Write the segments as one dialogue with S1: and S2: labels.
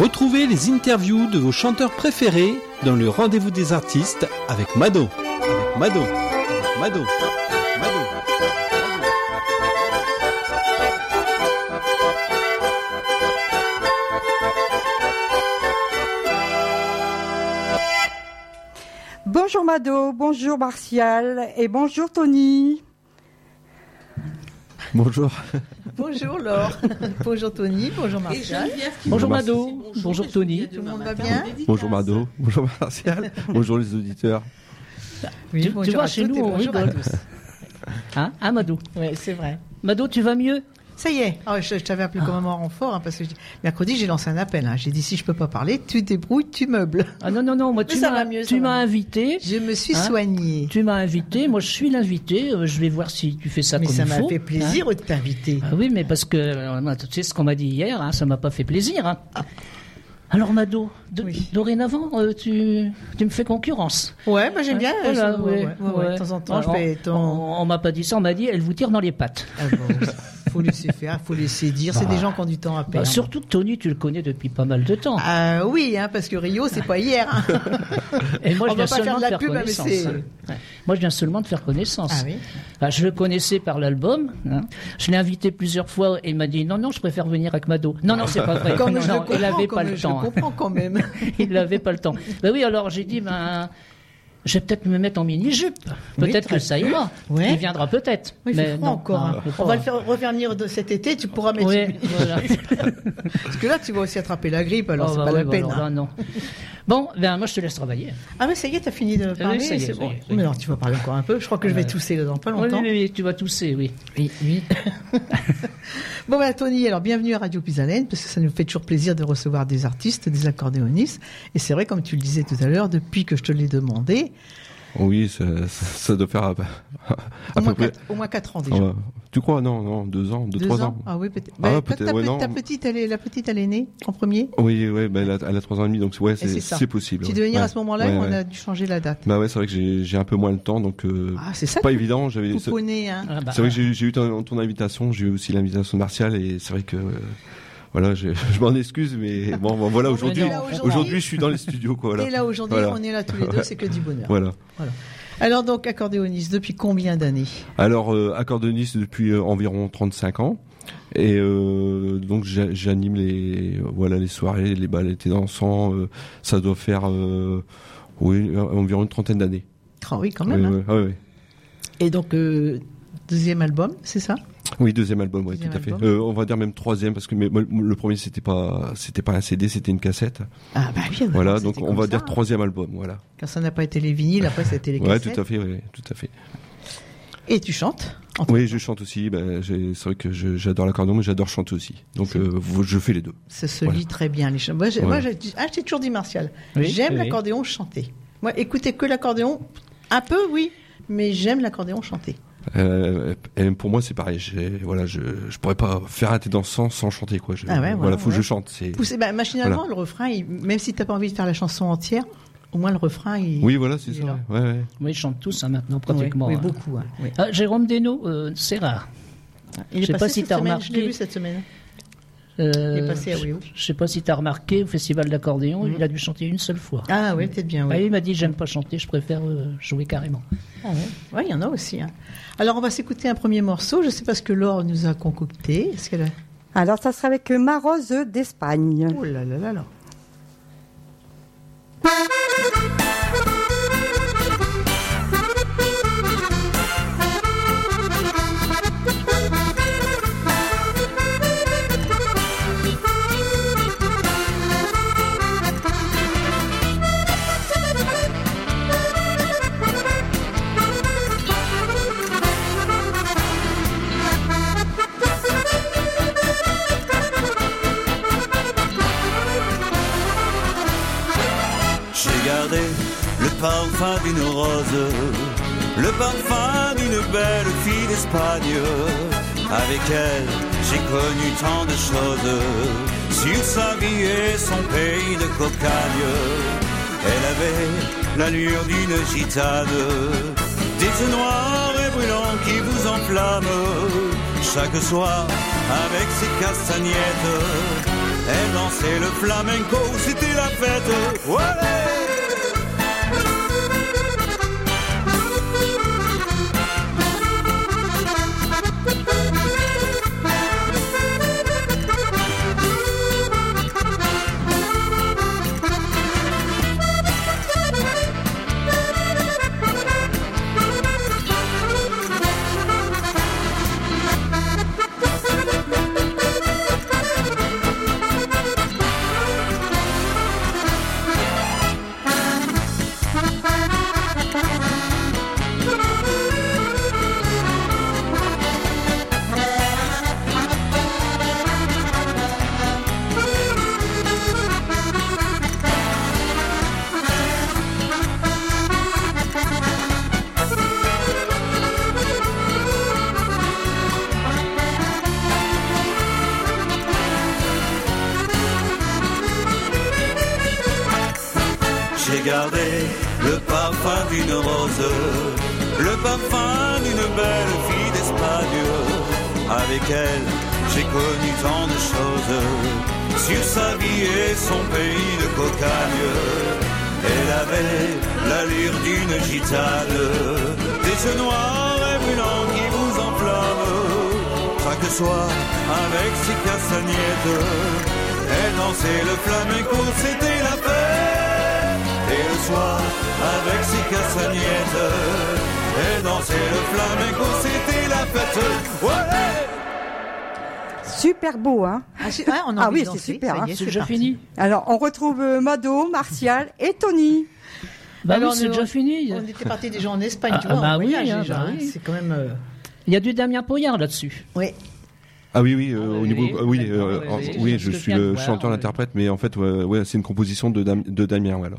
S1: Retrouvez les interviews de vos chanteurs préférés dans le rendez-vous des artistes avec Mado. Avec Mado. Avec Mado. Mado.
S2: Bonjour Mado, bonjour Martial et bonjour Tony.
S3: Bonjour.
S4: Bonjour Laure, bonjour Tony, bonjour Martial.
S5: Bonjour Mado, bonjour Tony.
S4: Tout le monde va bien
S3: Bonjour Mado. Bonjour Martial. bonjour les auditeurs.
S4: Oui,
S5: Tu- tu
S4: bonjour
S5: vois,
S4: à
S5: chez
S4: toutes
S5: nous,
S4: et
S5: on
S4: bonjour à
S5: rigole.
S4: tous.
S5: Hein ah Mado.
S4: Oui, c'est vrai.
S5: Mado, tu vas mieux
S4: Ça y est, Ah, je, je t'avais appelé comme un en renfort hein, parce que j'ai- mercredi j'ai lancé un appel. hein. J'ai dit si je peux pas parler, tu débrouilles, tu meubles.
S5: Ah non, non, non, moi
S4: Mais
S5: tu
S4: ça
S5: m'as
S4: va mieux, ça
S5: tu
S4: va
S5: m'as
S4: mieux.
S5: invité.
S4: Je me suis
S5: Hein
S4: soignée.
S5: Tu m'as invité, moi je suis l'invité, euh, je vais voir si tu fais ça
S4: Mais
S5: comme
S4: ça
S5: il
S4: m'a
S5: faut,
S4: fait plaisir
S5: hein.
S4: de t'inviter.
S5: Ah oui, mais parce que euh, moi, tu sais ce qu'on m'a dit hier, hein, ça m'a pas fait plaisir. hein. Alors Mado, de-
S4: Oui.
S5: dorénavant, euh, tu, tu me fais concurrence. Hein
S4: Ouais, bah, j'aime bien.
S5: Ah, Voilà,
S4: je-
S5: ouais,
S4: ouais, ouais,
S5: ouais. Ah, oh.
S4: De temps en temps, je
S5: On-
S4: fais ton.
S5: On, on m'a pas dit ça, on m'a dit elle vous tire dans les pattes.
S4: Ah bon, faut laisser faire, faut laisser dire. C'est des gens qui ont du temps à
S5: oh. Bah,
S4: perdre.
S5: surtout que Tony, tu le connais depuis pas mal de temps.
S4: Ah oui, hein, parce que Rio, c'est pas hier. hein.
S5: Et moi,
S4: On
S5: je viens
S4: va pas faire
S5: seulement
S4: de
S5: de
S4: la
S5: faire
S4: pub, mais
S5: connaissance.
S4: c'est-
S5: Ouais. Moi, je viens seulement de faire connaissance.
S4: Ah oui.
S5: Ah, je le connaissais par l'album. hein. Je l'ai invité plusieurs fois et il m'a dit non, non, je préfère venir avec Mado. Non, non, c'est pas vrai.
S4: Comme
S5: Non,
S4: je le
S5: non, il
S4: comprends,
S5: n'avait
S4: comme
S5: pas le
S4: je
S5: temps.
S4: le
S5: hein.
S4: comprends quand même.
S5: Il n'avait pas le temps. Ben oui, alors j'ai dit ben. Je vais peut-être me mettre en mini-jupe.
S4: Oui,
S5: Peut-être
S4: très
S5: que ça ira.
S4: Ouais.
S5: Il viendra peut-être.
S4: Oui, il fait froid
S5: non, Ah,
S4: encore.
S5: non,
S4: hein.
S5: il fait
S4: On
S5: froid.
S4: va le faire revenir de cet été, tu pourras mettre.
S5: Ouais, voilà.
S4: Parce que là, tu vas aussi attraper la grippe, alors
S5: Oh,
S4: c'est
S5: bah
S4: pas
S5: oui,
S4: la
S5: bah
S4: peine.
S5: alors
S4: hein.
S5: là, non. Bon, ben moi je te laisse travailler.
S4: Ah, mais ça y est, t'as fini de parler.
S5: ça y est,
S4: c'est
S5: ça y
S4: bon.
S5: est, ça y est.
S4: Mais alors, tu vas parler encore un peu. Je crois que je vais tousser dans pas
S5: Oui,
S4: longtemps.
S5: oui, oui, tu vas tousser, oui.
S4: Bon, ben, Tony, alors bienvenue à Radio Pisalène, parce que ça nous fait toujours plaisir de recevoir des artistes, des accordéonistes. Et c'est vrai, comme tu le disais tout à l'heure, depuis que je te l'ai demandé,
S3: Oui, ça, ça- ça doit faire à, à
S4: au moins,
S3: peu près.
S4: quatre, au moins quatre ans déjà.
S3: Ouais. tu crois Non, non, deux ans, Ah, deux,
S4: Deux
S3: trois
S4: ans.
S3: ans.
S4: Ah oui, peut-être.
S3: Ah,
S4: Ben,
S3: peut-être,
S4: ta,
S3: ouais,
S4: pe-
S3: non.
S4: ta petite, elle est, la petite, elle est née en premier
S3: Oui, ouais, bah, elle, a, elle a trois ans et demi, donc ouais,
S4: Et
S3: c'est
S4: c'est ça.
S3: c'est possible.
S4: Tu
S3: ouais.
S4: devais venir à
S3: Ouais.
S4: ce moment-là
S3: Ouais,
S4: et on
S3: ouais.
S4: a dû changer la date.
S3: Bah ouais, c'est vrai que j'ai- j'ai un peu moins le temps, donc euh,
S4: Ah, c'est ça
S3: pas évident. J'avais.
S4: Tout
S3: C'est
S4: poney, hein.
S5: Ah, bah,
S3: c'est vrai que j'ai j'ai eu ton, ton invitation, j'ai eu aussi l'invitation de Martial, et c'est vrai que. euh, voilà, je, je m'en excuse, mais bon, bon, voilà,
S4: On est
S3: aujourd'hui,
S4: là aujourd'hui.
S3: aujourd'hui, je suis dans les studios, quoi.
S4: Et là aujourd'hui,
S3: Voilà.
S4: on est là tous les deux, c'est que du bonheur.
S3: Voilà.
S4: Alors donc accordéoniste depuis combien d'années
S3: Alors, euh, accordéoniste depuis euh, environ 35 ans. Et euh, donc j'a- j'anime les euh, voilà les soirées, les bals étaient dansants. euh, ça doit faire euh, oui euh, environ une trentaine d'années.
S4: Ah oui, quand
S3: Oui,
S4: même. hein.
S3: oui, ah oui,
S4: Et donc euh, deuxième album, c'est ça
S3: oui, deuxième album, ouais,
S4: Deuxième
S3: tout à fait.
S4: album.
S3: Euh, on va dire même troisième parce que mais, moi, le premier c'était pas c'était pas un CD, c'était une cassette.
S4: Ah bah oui.
S3: Voilà,
S4: c'était
S3: donc on
S4: comme
S3: va
S4: ça,
S3: dire
S4: hein.
S3: troisième album, voilà.
S4: Quand ça n'a pas été les vinyles, après c'était les
S3: Ouais,
S4: cassettes.
S3: tout à fait, ouais, tout à fait.
S4: Et tu chantes en tout
S3: Oui, je chante aussi. Ben, j'ai- c'est vrai que je- j'adore l'accordéon, mais j'adore chanter aussi. Donc euh, je fais les deux.
S4: Ça se
S3: Voilà.
S4: lit très bien les chansons. Moi, j'ai, moi,
S3: Voilà.
S4: j'ai- ah, j'ai toujours dit Martial.
S5: Oui,
S4: j'aime
S5: oui.
S4: l'accordéon chanter. Moi, écoutez que l'accordéon, un peu oui, mais j'aime l'accordéon chanter.
S3: Euh, et pour moi, c'est pareil. J'ai- Voilà, je, je pourrais pas faire un thé dansant sans chanter, quoi. Je-
S4: Ah ouais,
S3: voilà,
S4: voilà,
S3: faut que
S4: ouais.
S3: je chante. C'est.
S4: Pousser, bah, machinalement, le refrain, il- même si t'as pas envie de faire la chanson entière, au moins le refrain, il.
S3: Oui, voilà, c'est
S4: il est
S3: ça.
S4: là.
S3: Ouais, ouais.
S5: Oui, ils chantent tous hein, maintenant,
S4: Ouais,
S5: pratiquement.
S4: oui,
S5: hein.
S4: beaucoup. hein, oui.
S5: Ah, Jérôme Deno, c'est rare.
S4: Il
S5: Je
S4: est
S5: sais
S4: passé
S5: pas si
S4: cette
S5: t'as
S4: semaine, Je l'ai
S5: remarqué.
S4: vu cette semaine.
S5: Euh,
S4: Il est passé à Wio.
S5: Je sais pas si tu as remarqué, au festival d'accordéon, il a dû chanter une seule fois.
S4: Ah oui, peut-être bien.
S5: Ah,
S4: Oui.
S5: il m'a dit j'aime pas chanter, je préfère euh, jouer carrément.
S4: Ah ouais. Ouais, il y en a aussi. hein. Alors on va s'écouter un premier morceau. Je sais pas ce que Laure nous a concocté. Est-ce qu'elle a...
S2: Alors ça sera avec Marose d'Espagne.
S4: Oh là là là là.
S6: J'ai gardé le parfum d'une rose, le parfum d'une belle fille d'Espagne. Avec elle, j'ai connu tant de choses sur sa vie et son pays de cocagne. Elle avait l'allure d'une gitane, des yeux noirs et brûlants qui vous enflamment. Chaque soir, avec ses castagnettes, Elle dansait le flamenco, c'était la fête. Ouais J'ai gardé le parfum d'une rose, le parfum d'une belle fille d'Espagne. Avec elle, j'ai connu tant de choses sur sa vie et son pays de cocagne. Elle avait l'allure d'une gitane, des yeux noirs et brûlants qui vous enflamment. Chaque soir, avec ses castagnettes, elle dansait le flamenco, c'était la paix. Et le soir, avec ses castagnettes, elle dansait le flamenco, c'était la fête. Ouais
S2: Super beau, hein
S4: Ah, si- ah, on a
S2: Ah
S4: envie
S2: oui,
S4: de
S2: c'est
S4: danser,
S2: super,
S4: ça y
S2: hein.
S4: est,
S5: C'est
S4: c'est
S5: déjà
S4: parti.
S5: fini.
S2: Alors, on retrouve euh, Mado, Martial et Tony.
S5: Bah
S4: Alors,
S5: oui, c'est
S4: nous-
S5: déjà fini.
S4: On était parti déjà en Espagne,
S5: Ah,
S4: tu vois,
S5: bah
S4: en
S5: oui,
S4: voyage
S5: hein,
S4: déjà.
S5: bah
S4: hein.
S5: oui.
S4: C'est quand même. euh,
S5: Il y a du Damien Poyard là-dessus.
S4: Oui.
S3: Ah oui, oui, euh,
S5: Ah,
S3: au
S5: oui,
S3: niveau,
S5: oui.
S3: ah oui,
S5: Ah,
S3: euh,
S5: oui,
S3: en-
S5: oui.
S3: oui,
S5: Je
S3: je
S5: te
S3: suis
S5: viens de
S3: le
S5: voir,
S3: chanteur,
S5: oui.
S3: l'interprète, mais en fait, ouais, ouais, c'est une composition de, Dam- de Damien, voilà.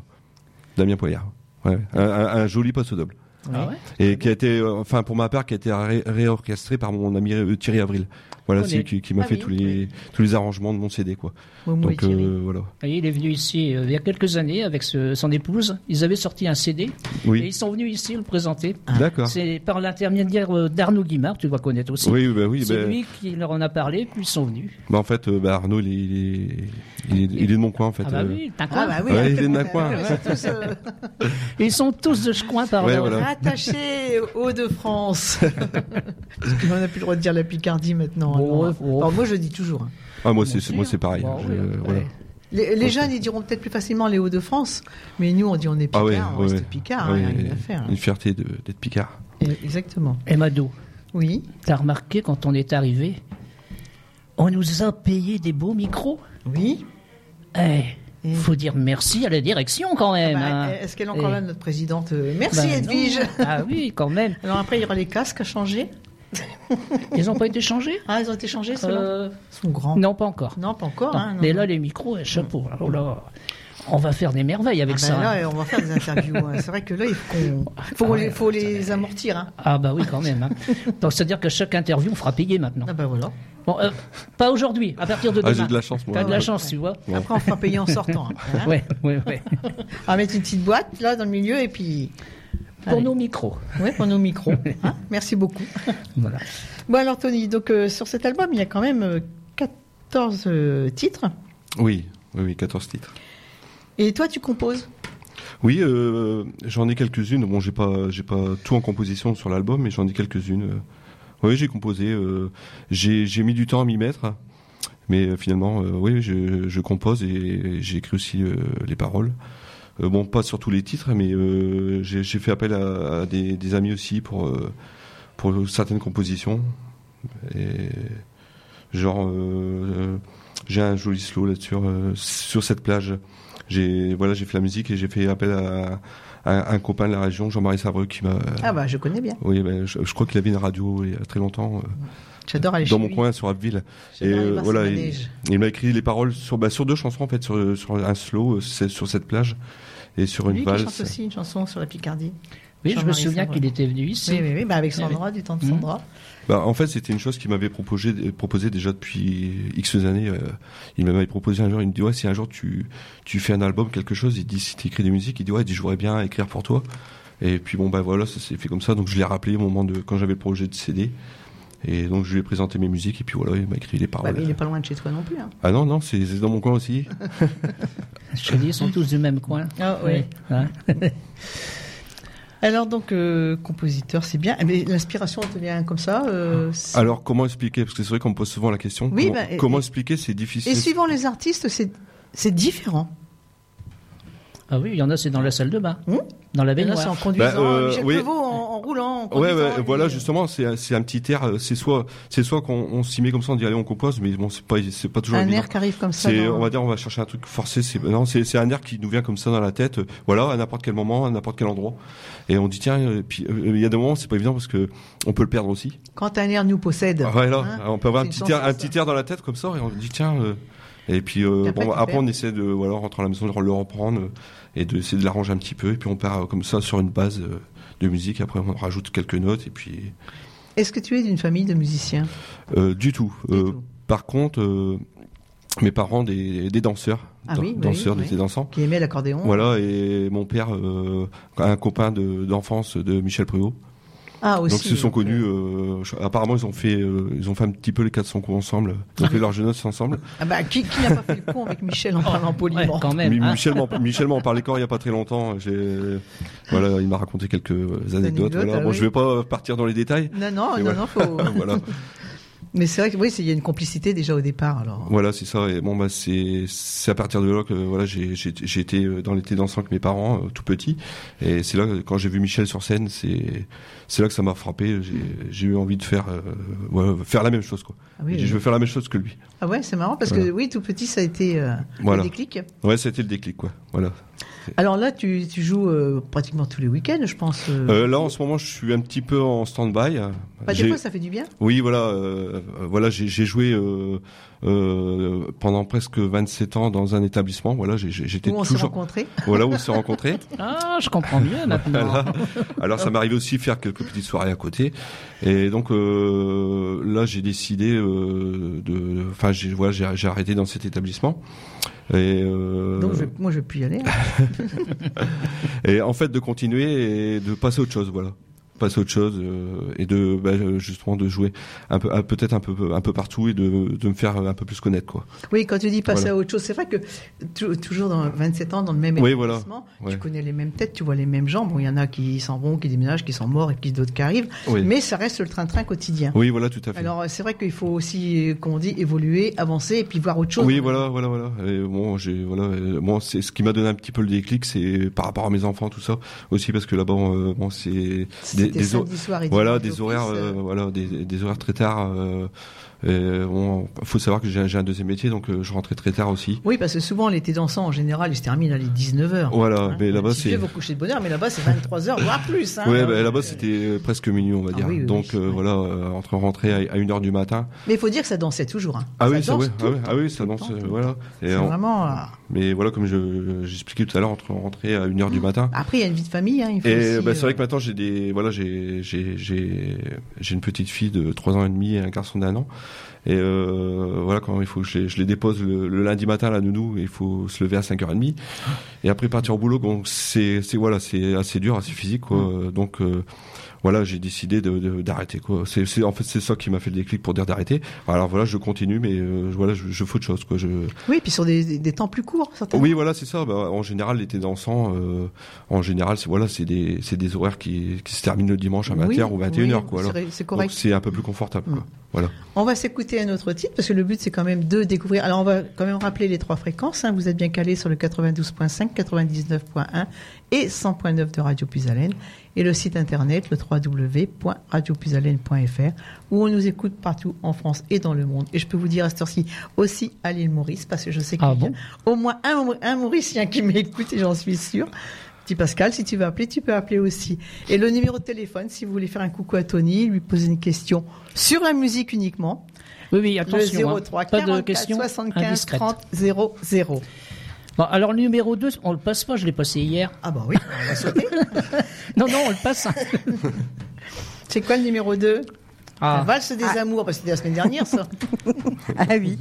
S3: Damien Poyard. Ouais, un, un- un joli poste double.
S5: Ah ouais
S3: Et qui a été, euh, enfin, pour ma part, qui a été ré- réorchestré par mon ami euh, Thierry Avril. Voilà,
S5: Olé.
S3: c'est qui, qui m'a
S4: Ah
S3: fait
S4: oui,
S3: tous les, tous les arrangements de mon CD, quoi.
S4: Momo et
S3: Donc,
S4: Thierry.
S3: euh, voilà.
S5: Et il est venu ici euh, il y a quelques années avec ce- son épouse. Ils avaient sorti un CD et
S3: Oui. Ah,
S5: ils sont venus ici le présenter.
S3: D'accord.
S5: C'est par l'intermédiaire euh, d'Arnaud Guimard, tu vas connaître aussi.
S3: Oui, bah oui,
S5: c'est
S3: bah,
S5: lui qui leur en a parlé, puis ils sont venus.
S3: bah, en fait, euh, bah, Arnaud, il est, il est, il est- il est de mon coin, en fait.
S5: Ah bah
S3: euh.
S5: oui, t'as
S4: Ah bah oui,
S3: Ouais,
S4: hein,
S3: il est de
S4: tout
S3: la
S4: le
S3: coin.
S4: monde, ouais, tous, euh,
S5: Ils sont tous de ce coin par
S3: Ouais,
S5: là.
S3: voilà.
S4: Attachés aux de France. Parce qu'on n'a plus le droit de dire la Picardie maintenant.
S5: Bon,
S4: alors.
S5: bon.
S4: Alors, moi, je dis toujours. hein.
S3: Ah, moi,
S5: Bien
S3: c'est,
S5: sûr.
S3: moi, c'est pareil. hein,
S5: Bah
S3: Je-
S5: oui, ouais.
S3: voilà.
S4: Les, les jeunes, ils diront peut-être plus facilement les Hauts-de-France, mais nous, on dit on est
S3: Ah
S4: Picard,
S3: ouais,
S4: on
S3: ouais,
S4: reste
S3: ouais.
S4: Picard, hein,
S3: Ouais,
S4: il n'y a rien à faire.
S3: Une fierté de- d'être Picard.
S4: Et- Exactement.
S5: Et Eh, Mado,
S4: Oui.
S5: t'as remarqué quand on est arrivé, on nous a payé des beaux micros.
S4: Oui.
S5: Eh,
S4: Et-
S5: faut dire merci à la direction quand même.
S4: Bah,
S5: hein.
S4: Est-ce qu'elle est encore
S5: Eh.
S4: là, notre présidente Euh,
S5: Bah,
S4: Merci,
S5: non.
S4: Edwige.
S5: Ah oui, quand même.
S4: Alors après, il y aura les casques à changer.
S5: Ils n'ont pas été changés
S4: Ah, ils ont été changés, ceux-là
S5: Euh,
S4: Ils sont grands.
S5: Non, pas encore.
S4: Non, pas encore.
S5: Non,
S4: hein, non,
S5: mais
S4: non.
S5: là, les micros, eh, chapeau. Oh là, on va faire des merveilles
S4: Ah
S5: avec
S4: ben
S5: ça. hein.
S4: là, on va faire des interviews. hein. C'est vrai que là, il faut, qu'on- faut,
S5: Ah ouais,
S4: les, faut les amortir. hein.
S5: Ah bah oui, quand même. hein. Donc c'est-à-dire que chaque interview, on fera payer maintenant.
S4: Ah ben voilà.
S5: Bon, euh, pas aujourd'hui, à partir de
S3: Ah,
S5: demain.
S3: j'ai de la chance, moi.
S5: T'as de la chance, tu vois.
S3: Bon.
S4: Après, on fera payer en sortant. hein. Hein.
S5: Ouais, ouais, ouais.
S4: On va mettre une petite boîte là dans le milieu et puis.
S5: Pour
S4: Allez.
S5: nos micros.
S4: Ouais, pour nos micros. hein. Merci beaucoup.
S5: Voilà.
S4: Bon, alors, Tony, donc, euh, sur cet album, il y a quand même euh, 14 euh, titres.
S3: Oui, oui, oui, 14 titres.
S4: Et toi, tu composes
S3: Oui, euh, j'en ai quelques-unes. Bon, j'ai pas, j'ai pas tout en composition sur l'album, mais j'en ai quelques-unes. euh. Oui, j'ai composé. euh, j'ai, j'ai mis du temps à m'y mettre, mais euh, finalement, euh, oui, je, je compose et j'ai écrit aussi euh, les paroles. Euh, bon, pas sur tous les titres, mais euh, j'ai, j'ai fait appel à, à des, des amis aussi pour euh, pour certaines compositions. Et genre, euh, euh, j'ai un joli slow là-dessus euh, sur cette plage. J'ai voilà, j'ai fait la musique et j'ai fait appel à, à un copain de la région, Jean-Marie Savreux, qui m'a.
S4: Ah, bah, je connais bien.
S3: Oui, ben, je, je crois qu'il avait une radio il y a très longtemps, euh,
S4: J'adore aller
S3: dans
S4: chez
S3: mon
S4: lui.
S3: coin, sur Abbeville. Et
S4: J'adore aller
S3: euh,
S4: voir son
S3: voilà, il,
S4: manège.
S3: il m'a écrit les paroles sur, bah, sur deux chansons en fait, sur, sur un slow, euh, c'est- sur cette plage et sur
S4: Lui
S3: une
S4: qui chante
S3: valse.
S4: aussi une chanson sur la Picardie.
S5: Oui, je me
S4: Jean-Marie
S5: souviens
S4: Sabre.
S5: qu'il était venu ici.
S4: Oui, oui, oui, bah, avec
S5: Oui, oui.
S4: Sandra, du temps de Sandra.
S3: Bah, en fait, c'était une chose qu'il m'avait proposé, euh, proposé déjà depuis X années. euh, il m'avait proposé un jour, il me dit ouais, si un jour tu, tu fais un album, quelque chose, il dit si t'écris des musiques, il dit ouais, il dit, je voudrais bien écrire pour toi. Et puis bon bah voilà, ça s'est fait comme ça. Donc je l'ai rappelé au moment de quand j'avais le projet de CD. Et donc je lui ai présenté mes musiques et puis voilà, il m'a écrit les
S4: Ouais,
S3: paroles.
S4: Bah, mais il n'est pas loin de chez toi non plus. hein.
S3: Ah non, non, c'est c'est dans mon coin aussi.
S5: Je te dis, ils sont tous du même coin.
S4: Ah, oui.
S5: Hein.
S4: Alors donc euh, compositeur, c'est bien. Eh, Mais l'inspiration elle te vient comme ça. euh, c'est-
S3: Ah. Alors comment expliquer Parce que c'est vrai qu'on me pose souvent la question.
S4: Oui,
S3: comment,
S4: bah, et-
S3: comment
S4: et-
S3: expliquer C'est difficile.
S4: et suivant les artistes, c'est c'est différent.
S5: Ah oui, il y en a, c'est dans la salle de bain.
S4: Hmm
S5: dans la
S4: Il y en a,
S5: baignoire.
S4: c'est en conduisant,
S3: Bah, euh,
S4: Michel
S3: oui.
S4: Prévost en, en roulant. en
S3: Ouais,
S4: conduisant,
S3: ouais,
S4: lui,
S3: voilà,
S4: euh,
S3: justement, c'est un- c'est un petit air. euh, C'est soit, c'est soit qu'on on s'y met comme ça, on dit allez, on compose, mais bon, c'est pas, c'est pas toujours
S4: Un
S3: évident.
S4: air qui hein. arrive comme ça.
S3: C'est,
S4: dans-
S3: on va dire, on va chercher un truc forcé. C'est non, c'est c'est un air qui nous vient comme ça dans la tête. euh, Voilà, à n'importe quel moment, à n'importe quel endroit. Et on dit tiens, euh, puis euh, il y a des moments, c'est pas évident parce que on peut le perdre aussi.
S4: Quand un air nous possède.
S3: Ah, voilà,
S4: hein,
S3: on peut avoir un
S4: c'est une
S3: petit air, un
S4: sensation,
S3: petit air dans la tête comme ça, et on dit tiens. euh, et puis euh,
S4: Et après,
S3: bon,
S4: tu
S3: après
S4: perds.
S3: on essaie de voilà rentrer à la maison, de le reprendre euh, et de essayer de l'arranger un petit peu. Et puis on part euh, comme ça sur une base euh, de musique. Après on rajoute quelques notes et puis
S4: Est-ce que tu es d'une famille de musiciens
S3: Euh, du tout.
S4: Du
S3: Euh,
S4: tout.
S3: Par contre, euh, mes parents des, des danseurs,
S4: Ah
S3: dan-
S4: oui, oui,
S3: danseurs,
S4: oui. Oh.
S3: des dansants.
S4: qui aimaient l'accordéon
S3: Voilà, et mon père, euh, un copain de- d'enfance de, Michel Prévost.
S4: Ah aussi.
S3: donc ils se sont
S4: donc,
S3: connus. euh, je- apparemment, ils ont fait, euh, ils ont fait un petit peu les 400 coups ensemble. Ils ont fait leur jeunesse ensemble.
S4: Ah bah, qui qui n'a pas fait le con avec Michel en parlant
S5: Ouais,
S4: poliment
S5: quand même.
S3: Mais
S5: hein.
S3: Michel m'en- Michel m'en parlait encore il y a pas très longtemps. J'ai- Voilà, il m'a raconté quelques anecdotes.
S4: anecdotes,
S3: Voilà.
S4: ah
S3: bon,
S4: oui.
S3: je vais pas partir dans les détails.
S4: Non, non,
S3: Et
S4: non,
S3: ouais.
S4: non, faut...
S3: voilà.
S4: Mais c'est vrai que oui, c'est- il y a une complicité déjà au départ. Alors,
S3: Voilà, c'est ça. Et bon, bah, c'est c'est à partir de là que voilà, j'ai j'ai- j'ai été euh, dans l'été dansant avec mes parents, euh, tout petit. Et c'est là que, quand j'ai vu Michel sur scène, c'est c'est là que ça m'a frappé. J'ai- J'ai eu envie de faire euh, ouais, faire la même chose quoi.
S4: ah, oui,
S3: J'ai dit,
S4: oui.
S3: Je veux faire la même chose que lui.
S4: Ah ouais, c'est marrant parce que
S3: Voilà.
S4: oui, tout petit, ça a été euh,
S3: Voilà.
S4: un déclic.
S3: Ouais, c'était le déclic quoi. Voilà.
S4: Alors là, tu, tu joues euh, pratiquement tous les week-ends, je pense. euh.
S3: Euh, là, en ce moment, je suis un petit peu en stand-by.
S4: Bah, des
S3: J'ai-
S4: fois, ça fait du bien.
S3: Oui, voilà, euh, euh, voilà, j'ai j'ai joué euh, euh, pendant presque 27 ans dans un établissement. Voilà, j'ai- j'ai- j'étais
S4: Où on s'est
S3: toujours,
S4: rencontrés.
S3: voilà où on s'est rencontrés.
S5: Ah, je comprends mieux maintenant.
S3: Voilà. Alors ça m'arrive aussi de faire quelques petites soirées à côté. Et donc euh, là j'ai décidé euh, de, enfin j'ai voilà, j'ai j'ai arrêté dans cet établissement. Et, euh,
S4: Donc je, moi, je puis y aller. hein.
S3: et en fait de continuer et de passer à autre chose, voilà passer à autre chose euh, et de bah, euh, justement de jouer un peu un- peut-être un peu un peu partout et de, de me faire un peu plus connaître quoi
S4: Oui, quand tu dis passer
S3: Voilà.
S4: à autre chose, c'est vrai que tu- toujours dans 27 ans, dans le même
S3: Oui,
S4: établissement,
S3: voilà. Ouais.
S4: tu connais les mêmes têtes, tu vois les mêmes gens. Bon, il y en a qui s'en vont, qui déménagent, qui sont morts et puis d'autres qui arrivent.
S3: oui
S4: Mais ça reste le train-train quotidien.
S3: oui voilà tout à fait
S4: Alors, euh, c'est vrai qu'il faut aussi, euh, comme on dit, évoluer, avancer et puis voir autre chose.
S3: Oui, voilà, voilà, voilà. Et bon, j'ai, voilà, euh, bon, c'est ce qui m'a donné un petit peu le déclic, c'est par rapport à mes enfants, tout ça, aussi parce que là-bas, euh, bon, c'est des,
S4: C'était
S3: des hor-
S4: samedi soir et
S3: voilà,
S4: dimanche
S3: des horaires,
S4: d'office,
S3: euh,
S4: euh,
S3: voilà, des, des horaires très tard. Euh, et bon, faut savoir que j'ai j'ai un deuxième métier, donc euh, je rentrais très tard aussi.
S4: Oui, parce que souvent, l'été dansant, en général, il se termine à les 19h.
S3: Voilà, mais là-bas,
S4: Ah, Si tu
S3: c'est-
S4: veux vous coucher de bonheur, mais là-bas, c'est 23h, voire plus. hein.
S3: Ouais, bah, là-bas c'était presque minuit, on va
S4: Ah
S3: dire.
S4: oui, oui,
S3: donc
S4: oui.
S3: euh, voilà, euh, entre rentrer à, à une heure du matin.
S4: Mais il faut dire que ça dansait toujours. hein.
S3: Ah
S4: ça
S3: oui, ça,
S4: danse
S3: ouais,
S4: tout
S3: ah,
S4: le
S3: oui,
S4: temps,
S3: ah oui,
S4: tout
S3: ça
S4: le
S3: danse.
S4: temps, tout
S3: euh,
S4: le
S3: voilà. Et
S4: C'est
S3: en-
S4: vraiment. euh,
S3: Mais voilà, comme je- j'expliquais tout à l'heure, entre rentrer à une heure du matin.
S4: Après, il y a une vie de famille. Hein, il faut
S3: Et
S4: Ah. aussi,
S3: bah, c'est
S4: euh,
S3: vrai que maintenant j'ai des voilà j'ai j'ai j'ai j'ai une petite fille de trois ans et demi et un garçon d'un an et euh, voilà quand il faut que je les, je les dépose le, le lundi matin la nounou et il faut se lever à 5h30 et après partir au boulot donc c'est c'est voilà c'est assez dur assez physique
S4: Mmh.
S3: quoi. donc euh, voilà j'ai décidé de de- d'arrêter quoi c'est c'est en fait c'est ça qui m'a fait le déclic pour dire d'arrêter alors voilà je continue mais euh, voilà je, je fais autre chose quoi je
S4: Oui, puis sur des, des- des temps plus courts, certainement.
S3: oui, voilà, c'est ça. Bah, en général, l'été dansant, euh, en général, c'est voilà, c'est des, c'est des horaires qui, qui se terminent le dimanche à 20h ou 21h,
S4: oui,
S3: quoi. alors.
S4: c'est- C'est
S3: Donc
S4: correct. Mm.
S3: c'est un peu plus confortable, quoi. Voilà.
S4: On va s'écouter un autre titre parce que le but c'est quand même de découvrir. Alors on va quand même rappeler les trois fréquences. hein. Vous êtes bien calés sur le 92.5, 99.1 et 100.9 de Radio Puisalène et le site internet le www.radiopuisalène.fr où on nous écoute partout en France et dans le monde. Et je peux vous dire à cette heure-ci aussi à l'île Maurice parce que je sais qu'il
S5: Ah
S4: y a
S5: bon
S4: au moins un, Mau- un Mauricien qui m'écoute et j'en suis sûre. Petit Pascal, si tu veux appeler, tu peux appeler aussi. Et le numéro de téléphone, si vous voulez faire un coucou à Tony, lui poser une question sur la musique uniquement,
S5: Oui, oui,
S4: le
S5: attention. hein.
S4: 03
S5: Pas de
S4: 44
S5: questions
S4: 75
S5: indiscrètes.
S4: 30 00.
S5: Bon, alors, le numéro 2, on le passe pas, je l'ai passé hier.
S4: Ah bah oui, on va sauter.
S5: Non, non, on le passe.
S4: C'est quoi le numéro 2 La
S5: Ah.
S4: valse des amours, parce que c'était la semaine dernière ça.
S2: Ah oui.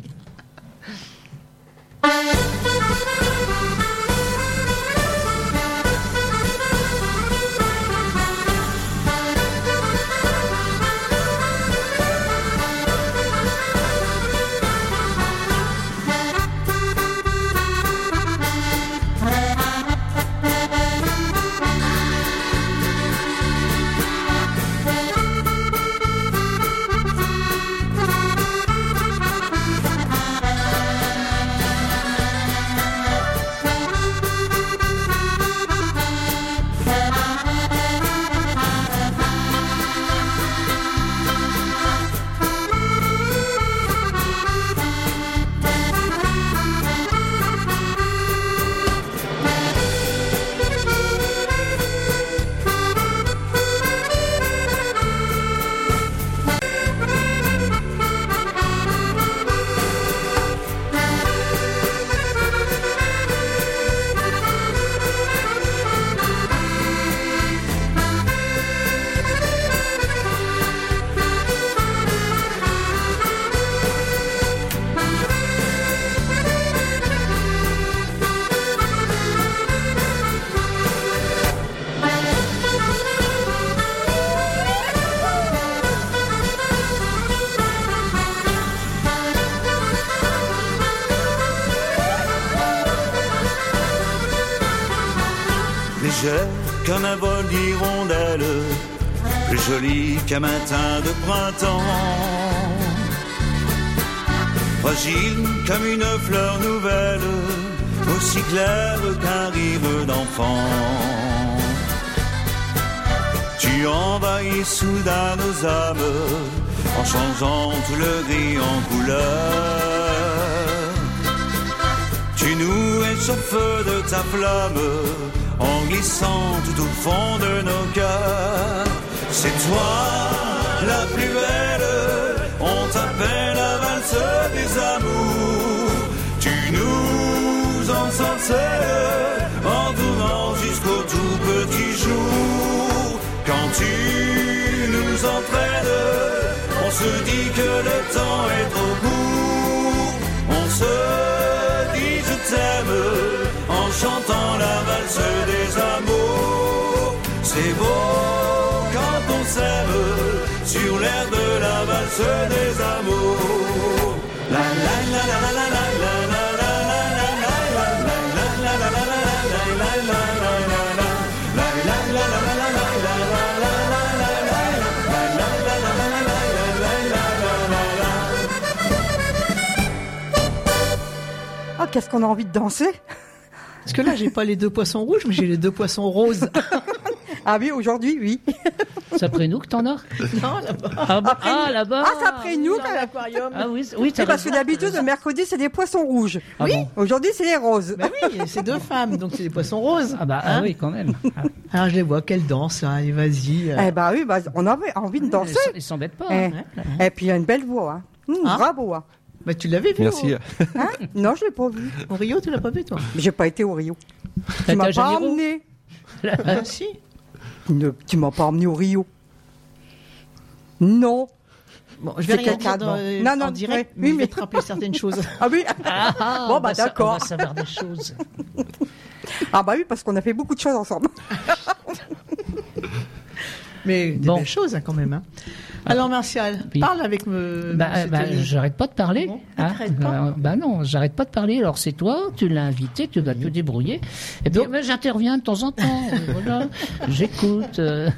S7: Thank
S6: légère qu'un avol d'hirondelle, plus jolie qu'un matin de printemps. Fragile comme une fleur nouvelle, aussi claire qu'un rive d'enfant. Tu envahis soudain nos âmes, en changeant tout le gris en couleur. Tu nous échauffes de ta flamme en glissant tout au fond de nos cœurs. C'est toi la plus belle, on t'appelle la valse des amours. Tu nous ensorcelles en tournant jusqu'au tout petit jour. Quand tu nous entraînes, on se dit que le temps est trop court. On se dit je t'aime en chantant la valse des amours. C'est beau quand on s'aime sur l'air de la valse des amours. La la la la la la la la la la la la la la la la la la la la la la la la
S2: Ah, qu'est-ce qu'on a envie de danser
S4: Parce que là, j'ai pas les deux poissons rouges, mais j'ai les deux poissons roses.
S2: Ah oui, aujourd'hui, oui.
S5: C'est après nous que t'en as
S4: non, là-bas.
S5: Ah, bah-
S2: Après
S5: ah,
S2: nous.
S5: là-bas
S2: Ah, c'est après nous.
S4: Dans l'aquarium.
S5: Ah oui, c'est- oui t'as
S2: C'est parce que
S5: raison.
S2: d'habitude, le mercredi, c'est des poissons rouges.
S5: Ah
S2: oui.
S5: bon
S2: Aujourd'hui, c'est les roses.
S4: Ben oui, c'est deux femmes, donc c'est des poissons roses.
S5: Ah bah ah
S4: Hein
S5: oui, quand même. Ah,
S4: Alors je les vois, qu'elles dansent, hein, allez, vas-y. euh.
S2: Eh ben oui, bah, on avait envie de danser.
S5: Ils s'embêtent pas.
S2: Eh.
S5: hein.
S2: Et puis, il y a une belle voix. hein. Mmh,
S4: Ah.
S2: Bravo. hein.
S4: Bah, tu l'avais vu
S3: Merci.
S4: Au,
S2: Hein non, je l'ai pas vu.
S4: au Rio, tu l'as pas vu, toi
S2: J'ai pas été au Rio.
S5: T'as
S2: Tu
S5: été à
S2: m'as pas
S5: Janeiro
S2: emmené.
S4: Ah, si.
S2: Ne- tu m'as pas emmené au Rio. Non.
S4: Bon, je vais
S2: C'est
S4: rien
S2: quelqu'un
S4: dire dans,
S2: de-
S4: euh,
S2: Non, non,
S4: en direct,
S2: ouais.
S4: mais
S2: Oui,
S4: je vais
S2: mais-
S4: te rappeler certaines choses.
S2: Ah oui.
S5: Ah, ah,
S2: Bon,
S5: on
S2: bah,
S5: va sa-
S2: d'accord.
S5: On va savoir des choses.
S2: Ah bah oui, parce qu'on a fait beaucoup de choses ensemble.
S4: Mais des
S5: Bon.
S4: belles choses, hein, quand même. hein. Alors, Martial,
S5: Oui.
S4: parle avec euh, me.
S5: Bah,
S4: cette-
S5: bah, j'arrête pas de parler.
S4: Ah Bon, t'arrêtes pas.
S5: Euh, bah non, j'arrête pas de parler. Alors c'est toi, tu l'as invité, tu vas te débrouiller. Et puis moi, j'interviens de temps en temps. Euh, voilà, j'écoute. euh.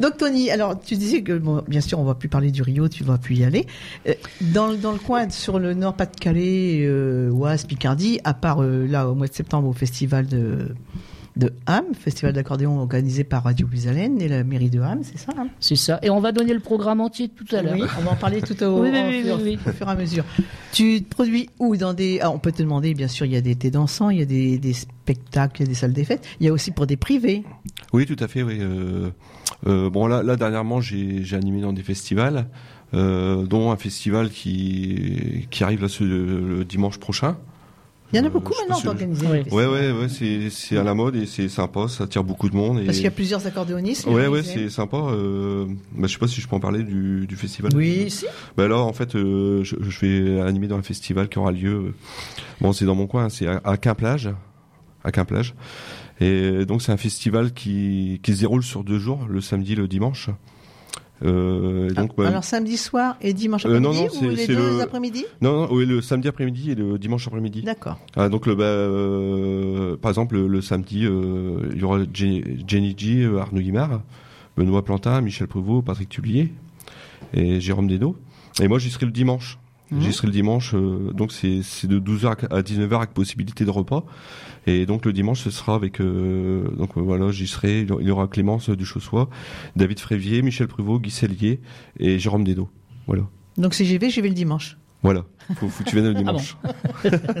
S4: Donc, Tony, alors, tu disais que, bon, bien sûr, on va plus parler du Rio, tu vas plus y aller. Euh, Dans, le- dans le coin, sur le Nord Pas-de-Calais, euh, Oise, Picardie, à part euh, là, au mois de septembre, au festival de, de Ham, festival d'accordéon organisé par Radio Busalène et la mairie de Ham, c'est ça hein
S5: C'est ça. Et on va donner le programme entier tout à l'heure.
S4: Oui, on va en parler tout au,
S5: Oui, oui,
S4: au
S5: oui,
S4: fur,
S5: oui, oui.
S4: au fur et à mesure. Tu te produis où dans des ah, On peut te demander, bien sûr, il y a des thés dansants, il y a des, des spectacles, il y a des salles des fêtes. Il y a aussi pour des privés.
S3: Oui, tout à fait. Oui. Euh, euh, bon, là, là dernièrement, j'ai j'ai animé dans des festivals, euh, dont un festival qui qui arrive là ce, le dimanche prochain.
S4: Il y en a
S3: Euh,
S4: beaucoup
S3: je sais
S4: maintenant
S3: pas si-
S4: d'organiser.
S5: Oui.
S4: des festivals.
S3: Ouais, ouais, ouais. C'est c'est à la mode et c'est sympa. Ça attire beaucoup de monde. Et...
S4: Parce qu'il y a plusieurs accordéonistes.
S3: Ouais,
S4: ils
S3: ouais,
S4: viennent.
S3: c'est sympa. Euh, bah, je sais pas si je peux en parler du, du festival.
S4: Oui, si.
S3: Bah alors en fait, euh, je, je vais animer dans un festival qui aura lieu. euh, Bon, c'est dans mon coin, c'est à, à Quimplage, à Quimplage. Et donc c'est un festival qui qui se déroule sur deux jours, le samedi, le dimanche. Euh, et donc, bah,
S4: Ah, Alors samedi soir et dimanche
S3: Euh,
S4: après-midi
S3: non, non,
S4: ou
S3: c'est-
S4: les
S3: c'est
S4: deux
S3: le-
S4: après-midi
S3: non, non, oui, le samedi après-midi et le dimanche après-midi.
S4: D'accord.
S3: Ah, donc le bah, euh, par exemple le, le samedi, euh, il y aura Jenny, Jenny G, euh, Arnaud Guimard, Benoît Plantin, Michel Prévost, Patrick Tublier et Jérôme Desnos. Et moi j'y serai le dimanche. J'y serai le dimanche, euh, donc c'est c'est de 12h à 19h avec possibilité de repas. Et donc le dimanche ce sera avec euh, donc euh, voilà, j'y serai, il y aura- il y aura Clémence Duchossois, David Frévier, Michel Prévost, Guy Sellier et Jérôme Desnos. Voilà.
S4: Donc si j'y vais, j'y vais le dimanche.
S3: Voilà, faut, faut que tu viennes
S4: Ah
S3: le dimanche.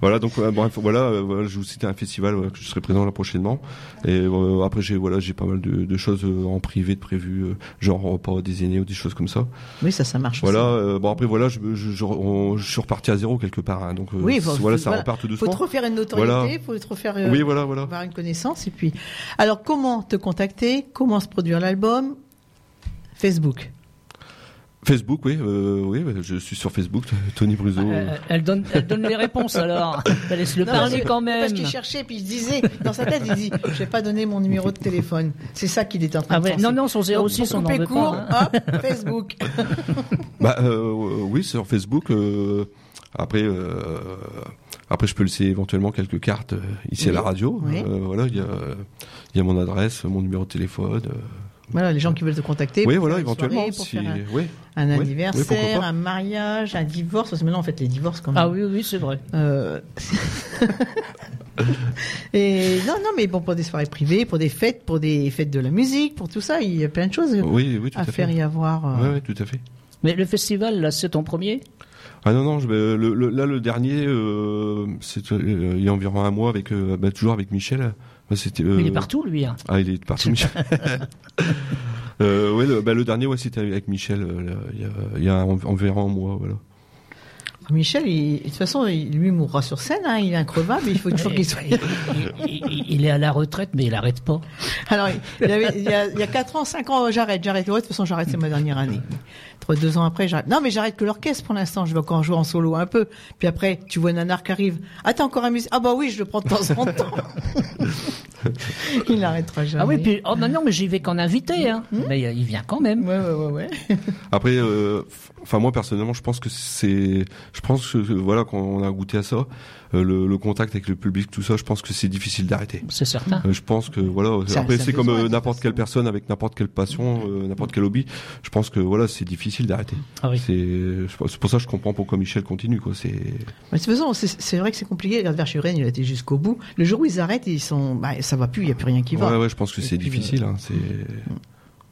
S3: voilà, donc euh, bref, voilà, euh, voilà, je vous citais un festival voilà, que je serai présent là prochainement. Et euh, après, j'ai voilà, j'ai pas mal de, de choses euh, en privé de prévues, euh, genre repas des aînés ou des choses comme ça.
S4: Oui, ça, ça marche.
S3: Voilà,
S4: aussi.
S3: euh, bon après voilà, je, je, je- on- je suis reparti à zéro quelque part, hein, donc euh,
S4: Oui, faut-
S3: voilà,
S4: faut-
S3: ça
S4: voilà.
S3: repart tout
S4: Faut
S3: doucement.
S4: te refaire une notoriété,
S3: Voilà.
S4: faut te refaire. euh,
S3: Oui, voilà, voilà.
S4: avoir une connaissance et puis alors comment te contacter comment se produire l'album Facebook
S3: Facebook, oui, euh, oui, bah, je suis sur Facebook, Tony Bruzo. euh.
S5: Euh, elle, donne, elle donne les réponses alors. Elle laisse le parler quand
S4: parce
S5: même.
S4: qu'il cherchait puis il se disait dans sa tête il dit je vais pas donner mon numéro de téléphone c'est ça qu'il était en train
S5: Ah
S4: de
S5: ouais,
S4: penser.
S5: non, non, son
S4: Donc,
S5: 06,
S4: pour
S5: on n'en
S4: couper
S5: veut
S4: court,
S5: pas. hein.
S4: hop, Facebook
S3: Bah euh, oui, sur Facebook. euh, après, euh, Après, je peux laisser éventuellement quelques cartes euh, ici à la
S4: Oui,
S3: radio.
S4: oui.
S3: Euh, voilà, il y, a, il y a mon adresse, mon numéro de téléphone. euh.
S4: Voilà, les gens qui veulent te contacter.
S3: Oui,
S4: pour
S3: voilà,
S4: faire une
S3: éventuellement.
S4: soirée, pour
S3: si-
S4: faire un-
S3: oui.
S4: un,
S3: Oui, oui,
S4: anniversaire,
S3: pourquoi pas.
S4: un mariage, un divorce. Parce que maintenant, en fait, les divorces, quand même.
S5: Ah oui, oui, c'est vrai.
S4: Euh, Et non, non, mais bon, pour des soirées privées, pour des fêtes, pour des fêtes de la musique, pour tout ça, il y a plein de choses
S3: oui, oui, tout à,
S4: euh, à
S3: fait.
S4: faire y avoir.
S3: Ouais,
S4: euh,
S3: ouais, tout à fait.
S5: Mais le festival, là, c'est ton premier
S3: Ah non, non, je, euh, le, le- là, le dernier, euh, c'est, euh, il y a environ un mois, avec, euh, bah, toujours avec Michel. Bah, c'était,
S5: Mais Il est
S3: euh,
S5: partout, lui. hein.
S3: Ah, il est partout, Michel. euh, ouais, le, bah, le dernier, ouais, c'était avec Michel, euh, là, il y a, il y a en- environ un mois, voilà.
S4: Michel, il- de toute façon, il- lui mourra sur scène, hein, il est increvable, il faut toujours qu'il soit.
S5: Il, il- il est à la retraite, mais il n'arrête pas.
S4: Alors, il, avait- il y a, il y a 4 ans, 5 ans, j'arrête, j'arrête. Ouais, de toute façon, j'arrête, c'est ma dernière année. Trois, deux ans après, j'arrête. Non, mais j'arrête que l'orchestre pour l'instant. Je vais encore jouer en solo un peu. Puis après, tu vois Nanar qui arrive. Ah, t'as encore un musicien Ah, bah oui, je le prends de temps en temps. il n'arrêtera jamais.
S5: Ah oui, puis oh, maintenant, mais j'y vais qu'en invité. Hein. Mais euh, il vient quand même.
S4: Ouais, ouais, ouais, ouais.
S3: Après, euh, f- enfin moi personnellement, je pense que c'est, je pense que euh, voilà, quand on a goûté à ça, euh, le, le contact avec le public, tout ça, je pense que c'est difficile d'arrêter.
S5: C'est certain.
S3: Euh, Je pense que voilà.
S4: Ça-
S3: après,
S4: ça
S3: c'est comme
S4: besoin,
S3: euh,
S4: de toute
S3: n'importe quelle personne avec n'importe quelle passion, euh, n'importe quel hobby. Je pense que voilà, c'est difficile d'arrêter.
S5: Ah oui.
S3: C'est, je pense- c'est pour ça que je comprends pourquoi Michel continue quoi. C'est,
S4: Mais de toute façon, c'est c'est vrai que c'est compliqué. Regarde, Verchuren, il a été jusqu'au bout. Le jour où ils arrêtent, ils sont. Bah, ça va plus, il n'y a plus rien qui va.
S3: ouais, ouais, je pense que
S4: Et
S3: c'est
S4: puis,
S3: difficile. Hein, c'est,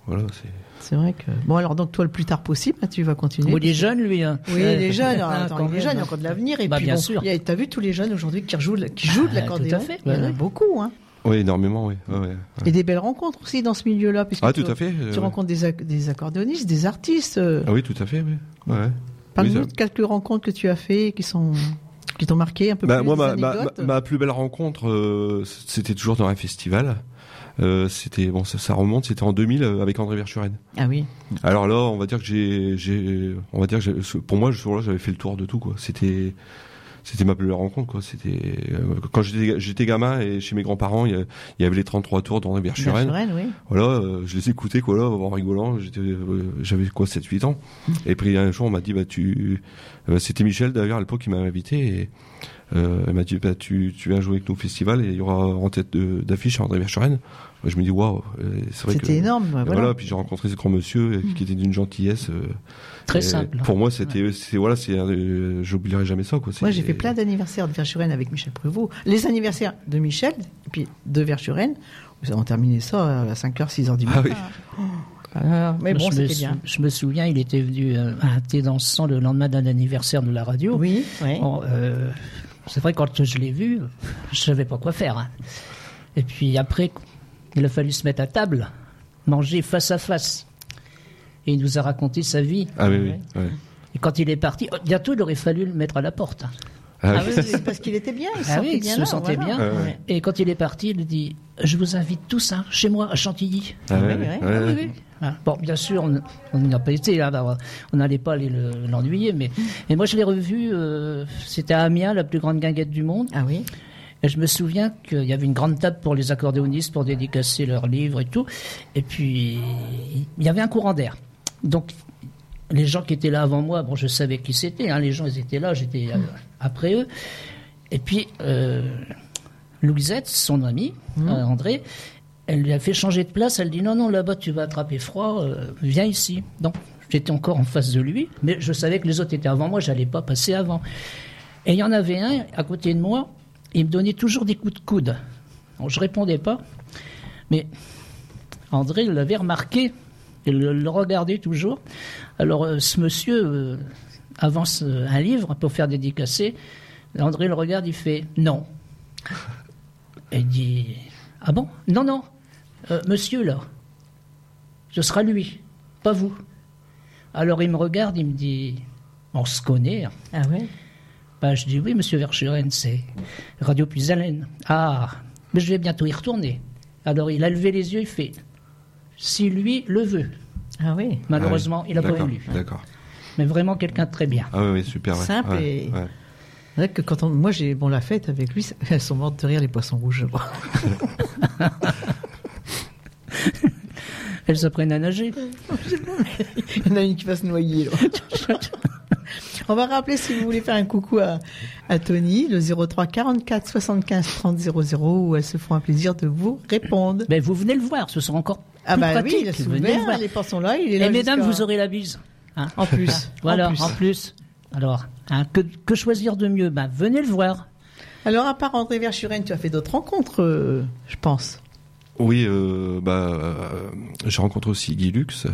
S3: voilà, c'est.
S4: C'est vrai que. Bon, alors, donc, toi, le plus tard possible, hein, tu vas continuer.
S5: Oh, il est jeune, lui. Hein.
S4: Oui, les jeunes,
S5: Ah,
S4: attends,
S5: quand
S4: les
S5: même,
S4: jeunes, il y
S5: hein.
S4: a encore de l'avenir. Et
S5: Bah,
S4: puis,
S5: bien
S4: bon,
S5: sûr.
S4: il y a- t'as vu tous les jeunes aujourd'hui qui rejouent, de- qui jouent de
S5: Ah,
S4: l'accordéon
S5: tout à fait.
S4: Il y en a
S5: Ouais.
S4: beaucoup. Hein.
S3: Oui, énormément, oui. Ouais, ouais.
S4: Et des belles rencontres aussi dans ce milieu-là. puisque
S3: Ah,
S4: tu,
S3: tout à fait. euh,
S4: Tu
S3: ouais.
S4: rencontres des, ac- des accordéonistes, des artistes. euh,
S3: Ah oui, tout à fait, oui. Ouais.
S4: Parle-nous
S3: Oui, ça-
S4: de quelques rencontres que tu as fait qui sont qui t'ont marqué un peu
S3: Bah,
S4: plus.
S3: moi,
S4: des
S3: ma, ma-
S4: anecdotes.
S3: ma- ma plus belle rencontre, euh, c'était toujours dans un festival. Euh, c'était bon, ça, ça remonte, c'était en 2000 euh, avec André Verchuren.
S4: Ah oui.
S3: Alors là, on va dire que j'ai, j'ai, on va dire que j'ai- ce- pour moi, ce jour-là, j'avais fait le tour de tout quoi. C'était, c'était ma plus belle rencontre quoi. C'était euh, quand j'étais, j'étais gamin et chez mes grands-parents, il y, a- il y avait les 33 tours d'André Verchuren.
S4: Verchuren, oui.
S3: Voilà, euh, je les écoutais quoi là en rigolant, j'étais euh, j'avais quoi 7 8 ans.
S4: Hmm.
S3: Et puis un jour on m'a dit bah tu euh, c'était Michel d'ailleurs à l'époque qui m'a invité et euh, elle m'a dit bah tu tu viens jouer avec nous au festival et il y aura en tête de- d'affiche André Vercheren. Je me dis waouh, euh, c'est vrai que
S4: C'était énorme. ouais,
S3: Et
S4: voilà. Hmm.
S3: Voilà. puis j'ai rencontré ce grand monsieur euh, qui était d'une gentillesse euh,
S5: Très
S3: et
S5: simple. hein.
S3: Pour moi, c'était c'est voilà, c'est euh, j'oublierai jamais ça
S4: Moi,
S3: quoi. C'est-
S4: j'ai fait plein d'anniversaires de Verchuren avec Michel Prévost. Les anniversaires de Michel, et puis de Verchuren. Nous avons terminé ça à 5h, 6h du matin.
S3: Ah oui.
S4: Ah, mais bon,
S5: je, me
S4: c'était
S5: sou-
S4: bien.
S5: je me souviens, il était venu euh, à Thé dansant le lendemain d'un anniversaire de la radio.
S4: Oui, oui.
S5: Bon, euh, c'est vrai, quand je l'ai vu, je savais pas quoi faire. hein. Et puis après, il a fallu se mettre à table, manger face à face. Et il nous a raconté sa vie.
S3: Ah oui, oui. ouais.
S5: Et quand il est parti, oh, bientôt il aurait fallu le mettre à la porte. hein.
S3: Ah
S4: Ah
S3: oui.
S4: oui, c'est parce qu'il était bien, il se
S5: Ah
S4: sentait
S5: oui, il
S4: bien
S5: se
S4: là,
S5: sentait
S4: voilà.
S5: bien.
S3: Ouais, ouais.
S5: Et quand il est parti, il dit Je vous invite tous hein, chez moi à Chantilly.
S3: Ah ouais,
S4: oui, oui.
S3: ouais, ouais.
S5: Ah, Bon, bien sûr, on- on n'y a pas été, hein, alors, on n'allait pas aller le- l'ennuyer, mais, mais moi je l'ai revu, euh, c'était à Amiens, la plus grande guinguette du monde,
S4: Ah oui.
S5: et je me souviens qu'il y avait une grande table pour les accordéonistes pour dédicacer leurs livres et tout, et puis il y avait un courant d'air. Donc les gens qui étaient là avant moi, bon, je savais qui c'était, hein, les gens ils étaient là, j'étais euh, après eux, et puis euh, Louisette, son amie, euh, André, elle lui a fait changer de place. Elle dit non, non, là-bas tu vas attraper froid, euh, viens ici. Donc j'étais encore en face de lui, mais je savais que les autres étaient avant moi, j'allais pas passer avant. Et il y en avait un à côté de moi, il me donnait toujours des coups de coude. Bon, je répondais pas, mais André l'avait remarqué, il le, le regardait toujours. Alors euh, ce monsieur euh, avance euh, un livre pour faire dédicacer. André le regarde, il fait non. Et il dit Ah bon Non, non, Euh, monsieur là, ce sera lui, pas vous. Alors il me regarde, il me dit On se connaît. hein.
S4: Ah oui.
S5: Ben, je dis Oui, monsieur Verschuren, c'est Radio Puisalène. Ah, mais je vais bientôt y retourner. Alors il a levé les yeux, il fait Si lui le veut.
S4: Ah oui.
S5: Malheureusement,
S3: Ah oui.
S5: il n'a pas
S3: D'accord,
S5: voulu.
S3: D'accord.
S5: Mais vraiment quelqu'un de très bien.
S3: Ah oui, oui, super. ouais.
S4: Simple
S3: Ouais,
S4: et-
S3: ouais.
S4: C'est vrai que quand on- moi j'ai bon la fête avec lui, c'est- elles sont mortes de rire les poissons rouges. je crois.
S5: Elles apprennent à nager.
S4: Mm. Il y en a une qui va se noyer. là. On va rappeler si vous voulez faire un coucou à, à Tony, le 03 44 75 30 00, où elles se feront un plaisir de vous répondre.
S5: Ben, vous venez le voir, ce sera encore
S4: Ah
S5: plus
S4: bah
S5: pratique.
S4: oui, il est
S5: Vous venez le
S4: ouvert,
S5: voir.
S4: les portes sont là, il est là
S5: Et mesdames,
S4: jusqu'à-
S5: vous aurez la bise. hein.
S4: En plus.
S5: Voilà,
S4: en
S5: en
S4: plus.
S5: plus. Alors, hein, que, que choisir de mieux ben, Venez le voir.
S4: Alors, à part André Verschuren, tu as fait d'autres rencontres, euh, je pense.
S3: Oui, euh, bah, euh, j'ai rencontré aussi Guy Lux.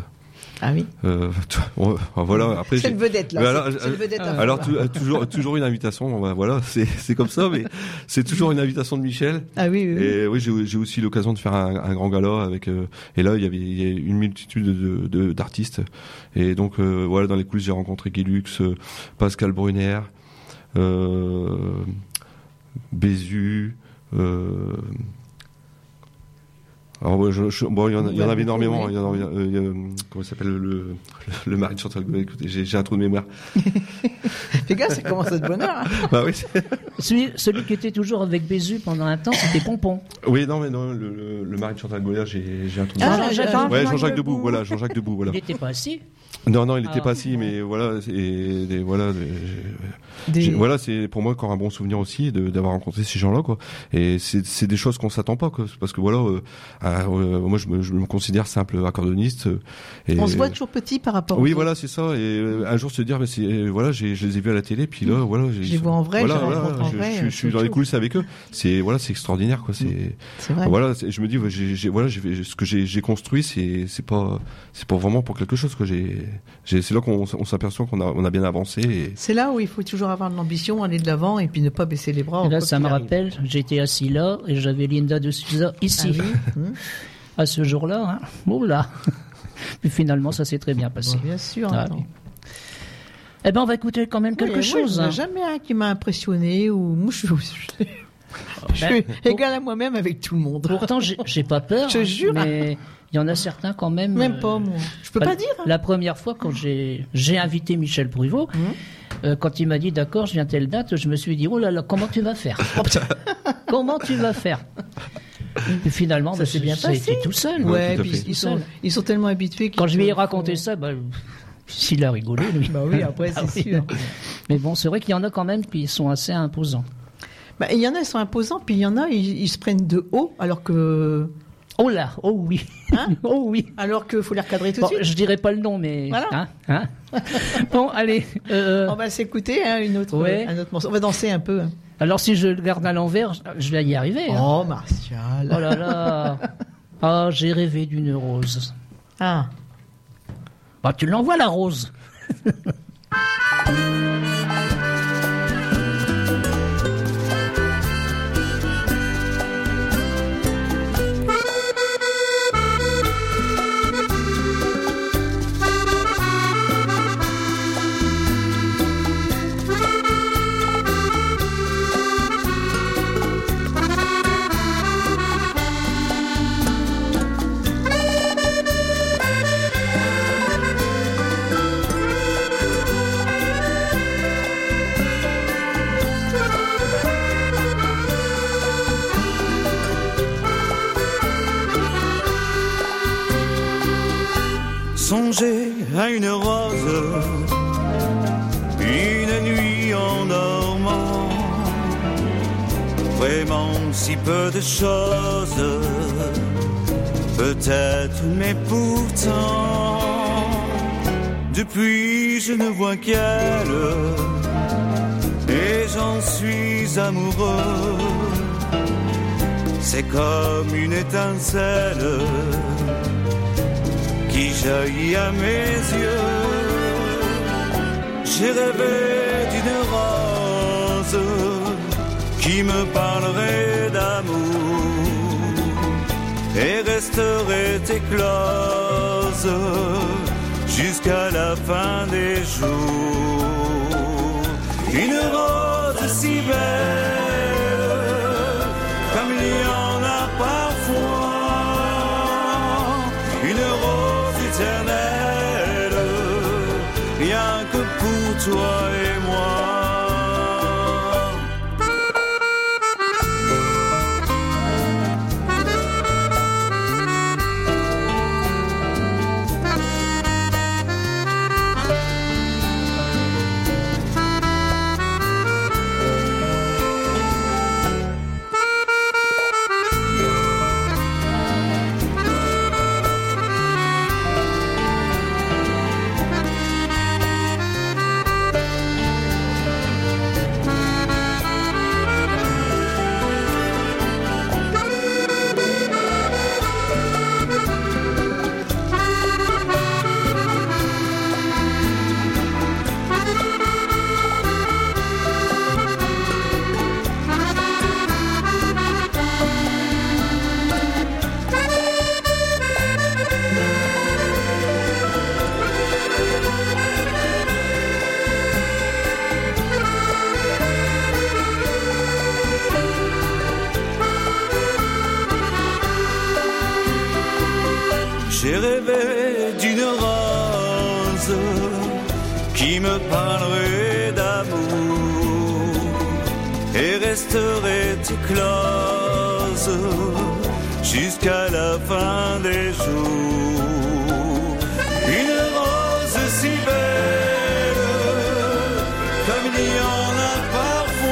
S4: Ah oui.
S3: Euh, on- voilà, après,
S4: C'est
S3: j'ai-
S4: le vedette, là.
S3: Mais
S4: C'est-
S3: alors,
S4: c'est le vedette à fond,
S3: Alors
S4: là.
S3: tu- euh, toujours toujours une invitation. Bon, bah, voilà, c'est c'est comme ça, mais c'est toujours une invitation de Michel.
S4: Ah oui, oui, oui.
S3: Et oui, j'ai j'ai aussi l'occasion de faire un, un grand gala avec. euh, et là, il y avait il y avait une multitude de- de d'artistes. et donc euh, voilà, dans les coulisses, j'ai rencontré Guy Lux, euh, Pascal Brunner, euh, Bézu. Euh, alors, ouais, je- je- bon, il y en a- il y en avait énormément. Il y en a- euh, il y a, euh, comment il s'appelle le, le, le mari de Chantal Goya Écoutez, j'ai j'ai un trou de mémoire.
S4: Fais gaffe, ça commence à être bonheur. hein.
S3: Bah oui, c'est-
S5: Celui, celui qui était toujours avec Bézu pendant un temps, c'était Pompon.
S3: Oui, non, mais non, le, le, le mari de Chantal Goya, j'ai j'ai un truc.
S4: Ah,
S3: de-
S2: Jean-Jacques
S3: ouais, Jean-Jacques
S2: Debout.
S3: Debout, voilà, Jean-Jacques Debout, voilà.
S5: Il n'était pas assis.
S3: Non, non, il n'était
S5: Ah.
S3: pas assis, mais voilà, c'est- et, et voilà, j'ai-
S4: Des-
S3: j'ai- voilà, c'est pour moi encore un bon souvenir aussi de- d'avoir rencontré ces gens-là, quoi. Et c'est c'est des choses qu'on s'attend pas, quoi, parce que voilà, euh, ah, euh, moi je me, je me considère simple accordoniste. euh, Et,
S4: On se voit toujours petit par rapport
S3: Oui,
S4: aux
S3: voilà, c'est ça. Et euh, un jour se dire, mais c'est euh, voilà, j'ai- je les ai vus à la télé, puis là, voilà,
S4: Mm. Je les vois en vrai,
S3: voilà,
S4: je les
S3: voilà,
S4: rencontre en
S3: je,
S4: vrai,
S3: je-
S4: c'est Mm.
S3: je suis dans
S4: autre
S3: les
S4: chose.
S3: coulisses avec eux. C'est voilà, c'est extraordinaire, quoi. C'est
S4: autres. C'est vrai.
S3: voilà, c'est- je me dis, ouais, j'ai- j'ai- voilà, j'ai- ce que j'ai j'ai construit, c'est c'est pas, c'est pas vraiment pour quelque chose que j'ai. j'ai- C'est là qu'on s- on s'aperçoit qu'on a, on a bien avancé. Et...
S4: C'est là où il faut toujours avoir de l'ambition, aller de l'avant et puis ne pas baisser les bras.
S5: Et là,
S4: Oh, quoi
S5: ça
S4: qu'il
S5: me
S4: arrive.
S5: rappelle, j'étais assis là et j'avais Linda de Souza
S4: Ah
S5: ici.
S4: oui, hum,
S5: À ce jour-là, hein. oh là Mais finalement, ça s'est très bien passé.
S4: bon, bien sûr.
S5: Ah,
S4: attends.
S5: oui. Eh ben, on va écouter quand même quelque
S4: Oui, Moi, il
S5: chose.
S4: y en a
S5: hein.
S4: jamais un qui m'a impressionné ou moi, je, je- je suis
S5: Ben,
S4: égal à moi-même avec tout le monde.
S5: Pourtant, j'ai j'ai pas peur.
S4: Je te
S5: hein,
S4: jure.
S5: Mais il y en a certains quand même.
S4: Même
S5: euh,
S4: pas moi. Je peux
S5: bah,
S4: pas dire. hein.
S5: La première fois, quand j'ai j'ai invité Michel Pruvot,
S4: Hmm.
S5: euh, quand il m'a dit d'accord, je viens telle date, je me suis dit oh là là, comment tu vas faire
S4: Oh,
S5: Comment tu vas faire Et Finalement, bah,
S4: s'est bien
S5: ça a
S4: passé.
S5: été tout seul.
S4: Ouais,
S3: tout à
S4: puis
S3: fait.
S4: ils, ils sont, ils sont tellement habitués. qu'ils
S5: Quand je lui ai
S4: font-
S5: raconté ça, bah, s'il a rigolé, lui.
S4: Euh, Bah oui, après,
S5: Ah
S4: c'est
S5: oui.
S4: sûr.
S5: Mais bon, c'est vrai qu'il y en a quand même qui sont assez imposants.
S4: Bah, Il y en a, ils sont imposants, puis il y en a, ils, ils se prennent de haut, alors que.
S5: Oh là, oh oui,
S4: Hein
S5: oh oui.
S4: Alors qu'il faut les recadrer tout
S5: Bon,
S4: de suite.
S5: je dirais pas le nom, mais
S4: Voilà.
S5: hein, hein. bon, allez. euh,
S4: On va s'écouter hein, une autre,
S5: Ouais.
S4: un autre morceau. On va danser un peu. hein.
S5: Alors si je le garde à l'envers, je- je vais y arriver. hein.
S4: Oh, Martial.
S5: Oh là là Ah, j'ai rêvé d'une rose.
S4: Ah.
S5: Bah, tu l'envoies la rose
S6: Songez à une rose, une nuit en dormant. Vraiment si peu de choses, peut-être, mais pourtant. Depuis, je ne vois qu'elle, et j'en suis amoureux. C'est comme une étincelle qui jaillit à mes yeux. J'ai rêvé d'une rose qui me parlerait d'amour et resterait éclose jusqu'à la fin des jours. Une rose si belle comme il y en a parfois. Une rose éternelle, rien que pour toi et moi. J'ai rêvé d'une rose qui me parlerait d'amour et resterait éclose jusqu'à la fin des jours. Une rose si belle comme il y en a parfois.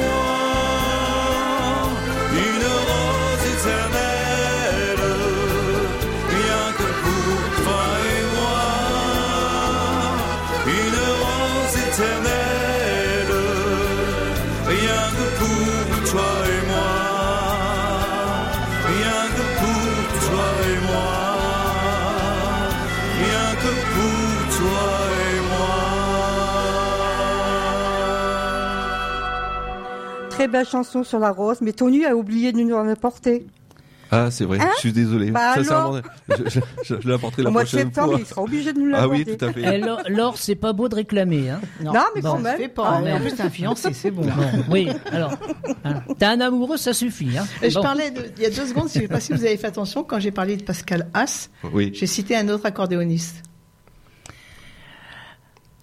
S6: Une rose éternelle, rien que pour toi et moi. Une rose éternelle, rien que pour toi et moi. Rien que pour toi et moi. Rien que pour toi et moi.
S2: Très belle chanson sur la rose, mais Tony a oublié de nous en apporter.
S3: Ah, c'est vrai,
S2: Hein
S3: je suis désolé.
S2: Bah
S3: ça, c'est
S2: alors
S3: un bordel. Je, je- je l'apporterai la
S2: Au mois de
S3: prochaine
S2: septembre,
S3: fois.
S2: il sera obligé de nous
S3: Ah
S2: l'apporter.
S3: oui, tout à
S5: Eh,
S3: fait.
S5: L'or, l'or, c'est pas beau de réclamer. Hein.
S2: Non, mais
S5: bon.
S2: quand même.
S4: Fais pas,
S5: Ah,
S4: mais en
S5: merde.
S4: plus, t'es un fiancé, c'est bon.
S5: Bon, oui, alors, hein, t'as un amoureux, ça suffit. Hein.
S4: Euh, Je
S5: Bon.
S4: parlais de- il y a deux secondes, je ne sais pas si vous avez fait attention, quand j'ai parlé de Pascal Haas,
S3: Oui.
S4: j'ai cité un autre accordéoniste.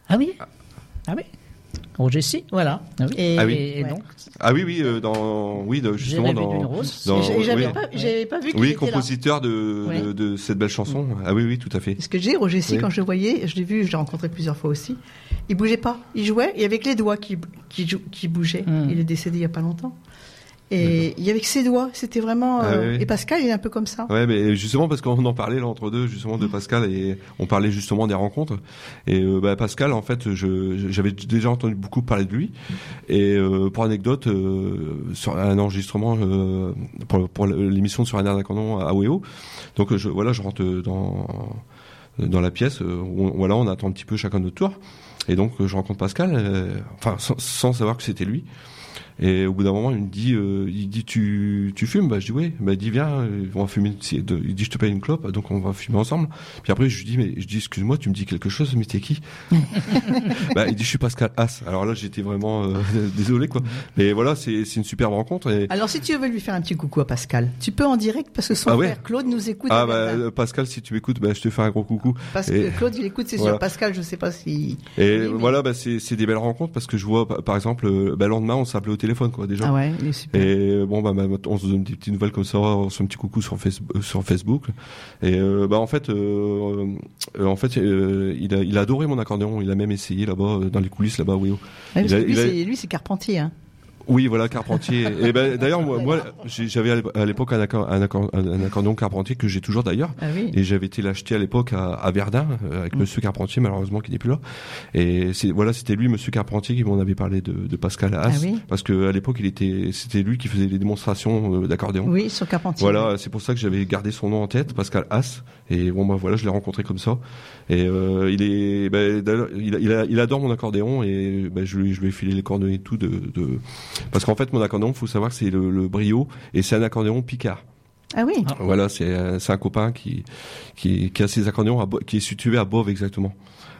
S5: Ah oui Ah oui Roger Si, voilà. Ah oui.
S4: Et-
S3: Ah oui.
S5: Et, et
S4: Ouais.
S5: donc,
S3: Ah oui, oui, euh, dans, oui, de- justement
S5: rêvé
S3: dans,
S5: d'une rose.
S3: dans-
S4: Et j'ai- J'avais
S3: oui,
S4: pas, j'avais pas vu qu'il
S3: oui,
S4: était là.
S3: compositeur de,
S4: Ouais.
S3: de, de cette belle chanson.
S5: Mm.
S3: Ah oui, oui, tout à fait.
S4: Parce que j'ai Roger Si,
S3: Oui.
S4: quand je le voyais, je l'ai vu, je l'ai rencontré plusieurs fois aussi, il bougeait pas, il jouait, et avec les doigts qui, qui, jou- qui bougeaient.
S5: Hmm.
S4: Il est décédé il y a pas longtemps. Et il y avait que ses doigts, c'était vraiment.
S3: Ah
S4: euh,
S3: oui, oui.
S4: Et Pascal, il est un peu comme ça.
S3: Ouais, mais justement parce qu'on en parlait là entre deux, justement de Pascal et on parlait justement des rencontres. Et euh, bah, Pascal, en fait, je- je- j'avais déjà entendu beaucoup parler de lui. Et euh, pour anecdote, euh, sur un enregistrement euh, pour, pour l'émission sur un air d'un canon à OEO, donc euh, je, voilà, je rentre euh, dans dans la pièce. euh, où on- voilà, on attend un petit peu chacun notre tour. Et donc euh, je rencontre Pascal, euh, enfin sans, sans savoir que c'était lui. Et au bout d'un moment, il me dit, euh, il dit tu, tu fumes Bah je dis oui. Bah il dit viens, euh, on va fumer. une ci- de- Il dit je te paye une clope, donc on va fumer ensemble. Puis après je lui dis mais je dis excuse-moi, tu me dis quelque chose, mais t'es qui Bah il dit je suis Pascal As. Alors là j'étais vraiment euh, désolé quoi. Mais voilà c'est c'est une superbe rencontre. Et,
S4: Alors, si tu veux lui faire un petit coucou à Pascal, tu peux en direct parce que son
S3: Ah ouais.
S4: frère Claude nous écoute. à
S3: ah bah
S4: Verdun.
S3: euh, Pascal si tu m'écoutes, bah je te fais un gros coucou.
S4: Parce
S3: Et-
S4: que Claude, il écoute, c'est
S3: Voilà.
S4: sûr. Pascal, je sais pas si.
S3: Et
S4: Oui, mais-
S3: voilà bah c'est c'est des belles rencontres parce que je vois pa- par exemple euh, bah, le lendemain on s'appelait au téléphone quoi déjà.
S4: Ah ouais, il est super.
S3: Et euh, bon, bah, bah, on se donne des petites nouvelles comme ça, on se fait un petit coucou sur, Face- euh, sur Facebook. Et euh, bah, en fait, euh, euh, en fait euh, il, a, il a adoré mon accordéon. Il a même essayé là-bas, euh, dans les coulisses là-bas, oui.
S4: Ouais, parce
S3: il a-
S4: que lui,
S3: il a-
S4: c'est- lui, c'est Carpentier. hein.
S3: Oui, voilà, Carpentier. Et ben, d'ailleurs, moi, moi j'ai- j'avais à l'ép- à l'époque un, accor- un, accor- un- un accordéon Carpentier que j'ai toujours d'ailleurs.
S4: Ah oui.
S3: Et j'avais été l'acheter à l'époque à, à Verdun euh,
S4: Mm.
S3: avec Monsieur Carpentier, malheureusement qui n'est plus là. Et c'est, voilà, c'était lui, Monsieur Carpentier, qui m'en avait parlé de, de Pascal Haas,
S4: Ah oui.
S3: parce que à l'époque, il était, c'était lui qui faisait les démonstrations euh, d'accordéon.
S4: Oui, sur Carpentier.
S3: Voilà, c'est pour ça que j'avais gardé son nom en tête, Pascal Haas. Et bon, bah voilà, je l'ai rencontré comme ça. Et euh, il est, bah, d'ailleurs, il, a- il, a- il adore mon accordéon et bah, je, lui, je lui ai filé les coordonnées et tout de, de... parce qu'en fait, mon accordéon, faut savoir que c'est le, le brio et c'est un accordéon Picard.
S4: Ah oui.
S5: Ah.
S3: Voilà, c'est un, c'est un copain qui, qui, qui a ses accordéons, à Bo- qui est situé à Bove exactement.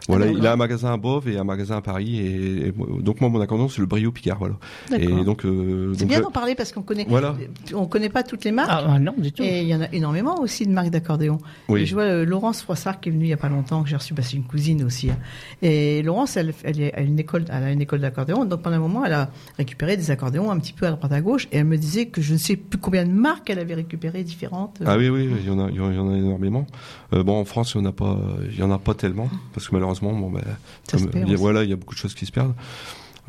S3: Voilà,
S4: Ah,
S3: il
S4: d'accord.
S3: a un magasin à Bove et un magasin à Paris. Et, et moi- donc moi, mon accordéon, c'est le brio Picard. Voilà. Et
S4: D'accord.
S3: donc, euh,
S4: C'est
S3: donc,
S4: bien
S3: je-
S4: d'en parler parce qu'on connaît.
S3: Voilà.
S4: On connaît pas toutes les marques.
S5: ah, ah, non, du tout.
S4: Et il y en a énormément aussi de marques d'accordéon.
S3: Oui.
S4: Et Je vois euh, Laurence Froissart qui est venue il y a pas longtemps, que j'ai reçue, bah, c'est une cousine aussi. hein. Et Laurence, elle, elle, est- elle a une école, elle a une école d'accordéon. Donc pendant un moment, elle a récupéré des accordéons un petit peu à droite à gauche. Et elle me disait que je ne sais plus combien de marques elle avait récupérées différentes. euh,
S3: Ah oui, oui, il y en a, il y en a- il y en a énormément. Euh, bon, en France, il n'y en a pas, il y en a pas tellement, parce que malheureusement, bon, ben,
S4: Ça se
S3: comme-
S4: perd
S3: il y a-
S4: aussi.
S3: voilà, il y a beaucoup de choses qui se perdent.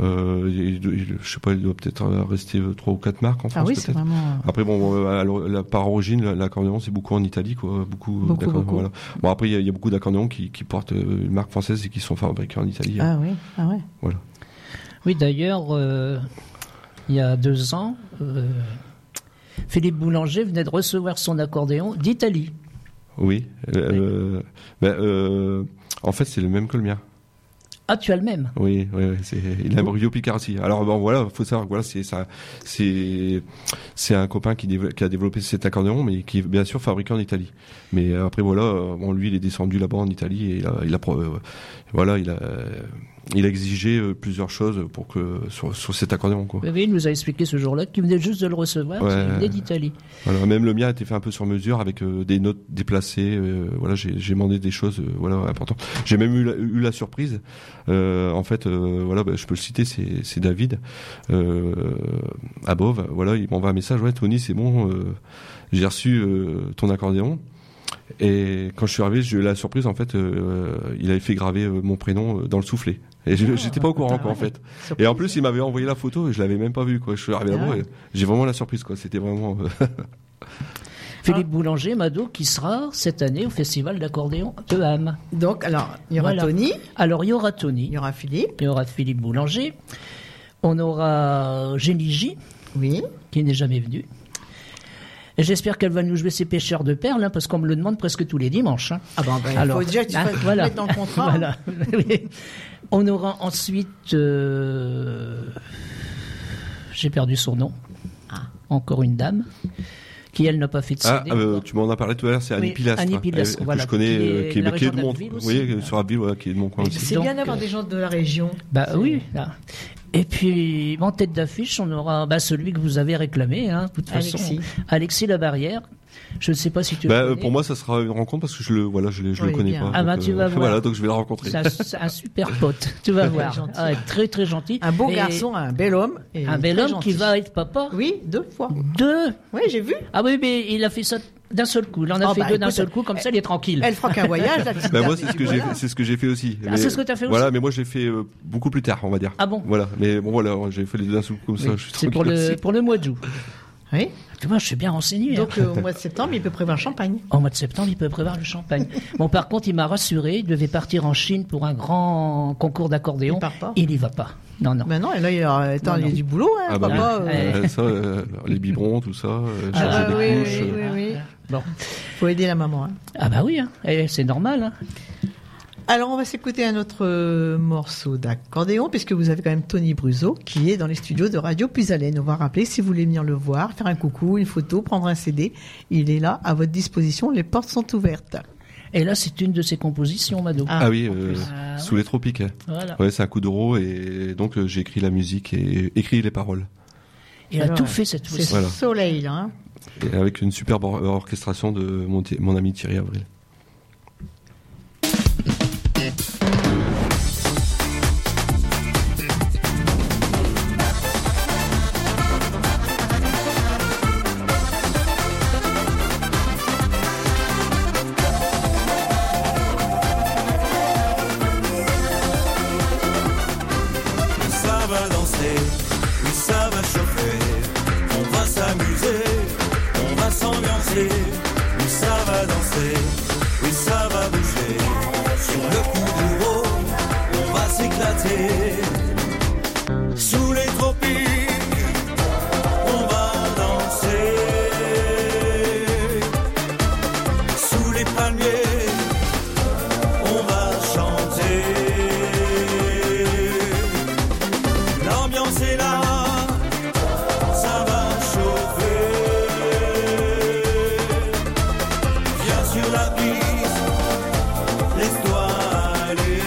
S3: Euh, il- il- je sais pas, il doit peut-être euh, rester euh, trois ou quatre marques en
S4: Ah
S3: France,
S4: oui, c'est
S3: peut-être.
S4: vraiment.
S3: Après, bon, euh, à l'or- la, par origine, la- l'accordéon, c'est beaucoup en Italie, quoi. Beaucoup, euh,
S4: Beaucoup,
S3: d'accordéons,
S4: beaucoup.
S3: voilà. Bon, après, il y, a- il y a beaucoup d'accordéons qui, qui portent euh, une marque française et qui sont fabriqués en Italie.
S4: Ah
S3: hein.
S4: oui, ah ouais.
S3: Voilà.
S5: Oui, d'ailleurs, euh, il y a deux ans, euh, Philippe Boulanger venait de recevoir son accordéon d'Italie.
S3: Oui. euh, ben, euh, en fait, c'est le même que le mien.
S5: Ah, tu as le même
S3: Oui, oui, oui, c'est il a Brio Picardi. Alors bon voilà, faut savoir que voilà, c'est ça c'est c'est un copain qui, déve- qui a développé cet accordéon mais qui est bien sûr fabriqué en Italie. Mais euh, après voilà, euh, bon lui il est descendu là-bas en Italie et il a, il a pro- euh, voilà, il a euh, il a exigé euh, plusieurs choses pour que sur, sur cet accordéon quoi.
S5: Oui, oui, il nous a expliqué ce jour-là qu'il venait juste de le recevoir, parce
S3: Ouais.
S5: qu'il venait d'Italie.
S3: Voilà, même le mien a été fait un peu sur mesure avec euh, des notes déplacées. euh, voilà, j'ai j'ai demandé des choses euh, voilà importantes. J'ai même eu la, eu la surprise. euh, en fait, euh, voilà, bah, je peux le citer, c'est c'est David euh, à Bove. Voilà, il m'envoie un message. Ouais, Tony, c'est bon, euh, j'ai reçu euh, ton accordéon. Et quand je suis arrivé, j'ai eu la surprise. En fait, euh, il avait fait graver euh, mon prénom euh, dans le soufflet. Et je- j'étais pas au courant quoi, en fait. Et en plus, il m'avait envoyé la photo et je l'avais même pas vue quoi. Je suis arrivé là-bas, et j'ai vraiment la surprise quoi. C'était vraiment. euh,
S5: Philippe Boulanger, Mado, qui sera cette année au Festival d'accordéon de Ham.
S4: Donc, alors, il y aura
S5: Voilà.
S4: Tony,
S5: Alors, il y aura
S4: il
S5: Tony,
S4: y aura Philippe,
S5: il y aura Philippe Boulanger, on aura Jenny J,
S4: oui.
S5: qui n'est jamais venue. Et J'espère qu'elle va nous jouer ses pêcheurs de perles, hein, parce qu'on me le demande presque tous les dimanches. hein.
S4: Ah ben, ben, il faut déjà que tu
S5: hein,
S4: fasses- tu mettes dans le contrat, hein.
S5: Voilà. Oui. On aura ensuite. euh, J'ai perdu son nom.
S4: Ah.
S5: Encore une dame qui, elle, n'a pas fait de
S3: Ah,
S5: CD.
S3: euh, tu m'en as parlé tout à l'heure, c'est Annie
S5: Oui,
S3: Pilastre.
S5: Annie Pilastre,
S3: euh, que
S5: voilà,
S3: je connais,
S5: qui est
S3: euh, qui
S5: la
S3: est, qui est
S5: région
S3: de
S5: de
S3: mon,
S5: Abbeville
S3: oui,
S5: aussi.
S3: euh, sur Abbeville, voilà, qui est de mon coin aussi.
S4: C'est
S5: Donc,
S4: bien d'avoir
S5: euh,
S4: des gens de la région.
S5: Bah
S4: C'est-
S5: oui. là. Et puis, en tête d'affiche, on aura bah, celui que vous avez réclamé, hein, de toute façon.
S4: Alexis.
S5: Alexis Labarrière. Je ne sais pas si tu le
S3: Bah, euh,
S5: connais.
S3: pour moi, ça sera une rencontre parce que je le, voilà, je, le- je
S4: Oui,
S3: le connais
S4: bien.
S3: pas.
S5: Ah, bah,
S3: donc, euh,
S5: tu vas voir.
S3: Voilà, donc je vais le rencontrer.
S5: C'est un, c'est un super pote, tu vas voir.
S4: Gentil.
S5: Ah, très très gentil.
S4: Un beau
S5: Et
S4: garçon, un bel homme. et
S5: Un bel
S4: très
S5: homme
S4: gentil.
S5: qui va être papa.
S4: Oui, deux fois.
S5: Deux.
S4: Oui, j'ai vu.
S5: Ah oui, mais il a fait ça d'un seul coup. Il en a
S4: Ah
S5: fait
S4: bah,
S5: deux d'un
S4: écoute,
S5: seul coup, comme ça il est tranquille.
S4: Elle fera qu'un voyage, la petite
S3: Bah,
S4: dame,
S3: moi,
S4: et
S3: c'est ce
S4: puis
S3: que j'ai,
S4: voilà.
S3: fait- c'est ce que j'ai fait aussi.
S5: Ah,
S3: Mais-
S5: c'est ce que t'as fait aussi
S3: Voilà, mais moi, j'ai fait euh, beaucoup plus tard, on va dire.
S5: Ah bon
S3: Voilà, mais bon, voilà, j'ai fait les deux d'un seul coup comme ça. je suis
S5: C'est pour
S3: tranquille
S5: le,
S3: aussi.
S5: pour le mois d'août.
S4: Oui.
S5: Tu vois, je suis bien renseigné. hein.
S4: Donc, euh, au mois de septembre, il peut prévoir le champagne.
S5: En mois de septembre, il peut prévoir le champagne. Bon, par contre, il m'a rassuré, il devait partir en Chine pour un grand concours d'accordéon.
S4: Il part pas.
S5: Il n'y va pas. Non, non.
S4: Maintenant, Ben et là, il y a, attends,
S5: Non,
S4: il y a
S5: Ben non.
S4: du boulot, hein,
S3: Ah, bah,
S4: papa,
S3: oui.
S4: euh,
S5: euh,
S3: Euh, ça, euh, les biberons, tout ça, euh,
S5: Ah,
S3: changer
S5: bah,
S3: des
S5: oui, oui,
S3: couches.
S5: oui, oui.
S3: euh.
S5: Bon.
S4: Faut aider la maman. hein.
S5: Ah bah oui, hein. Eh, c'est normal. hein.
S4: Alors, on va s'écouter un autre euh, morceau d'accordéon, puisque vous avez quand même Tony Bruzo, qui est dans les studios de Radio Puisalène. On va rappeler, si vous voulez venir le voir, faire un coucou, une photo, prendre un CD, il est là, à votre disposition, les portes sont ouvertes.
S5: Et là, c'est une de ses compositions, Mado.
S4: Ah,
S3: Ah oui, euh,
S5: Ah, ouais.
S3: sous les tropiques. hein.
S5: Voilà.
S3: Ouais, c'est un coup d'euro et donc euh, j'ai écrit la musique et écrit les paroles.
S5: Il a
S4: Alors,
S5: tout fait cette
S4: C'est
S5: fois-ci.
S3: Voilà.
S4: soleil, là. hein.
S3: Et avec une superbe or- orchestration de mon, Thi- mon ami Thierry Avril.
S6: Ça va danser, oui ça va chauffer, on va s'amuser, on va s'ambiancer, oui ça va danser, oui ça va bouger, sur le coup du haut, on va s'éclater, sous les tropiques, on va danser, sous les palmiers, on va chanter. L'ambiance est là, ça va chauffer. Viens sur la piste, laisse-toi aller.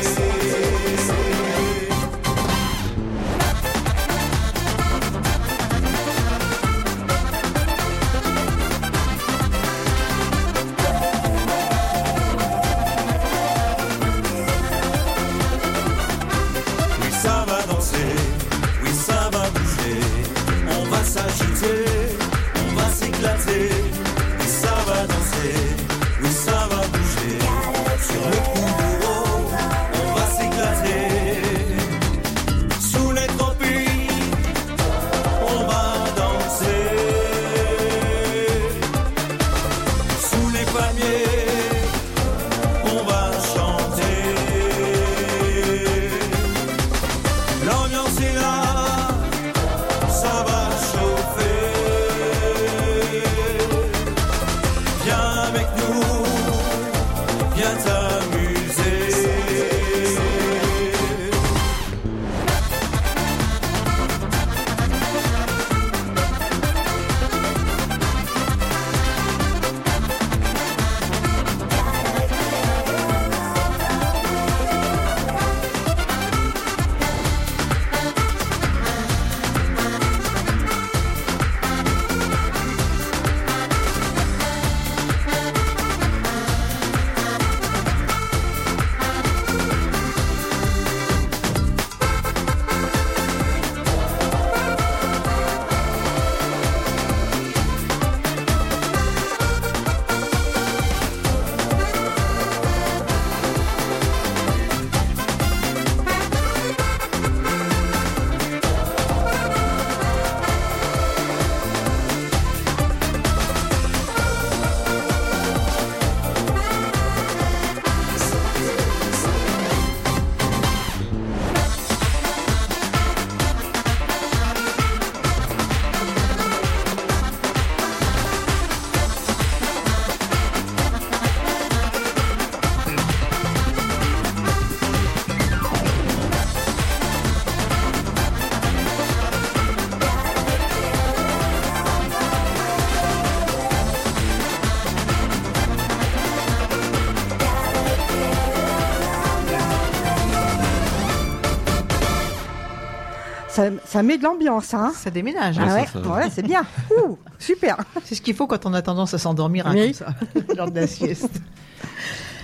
S2: ça, ça met de l'ambiance, hein.
S4: Ça déménage.
S3: Ouais,
S4: hein.
S2: Ah ouais,
S3: ça, ça.
S2: voilà, c'est bien. Ouh, super.
S4: C'est ce qu'il faut quand on a tendance à s'endormir hein,
S2: Oui.
S4: comme ça, lors de la sieste.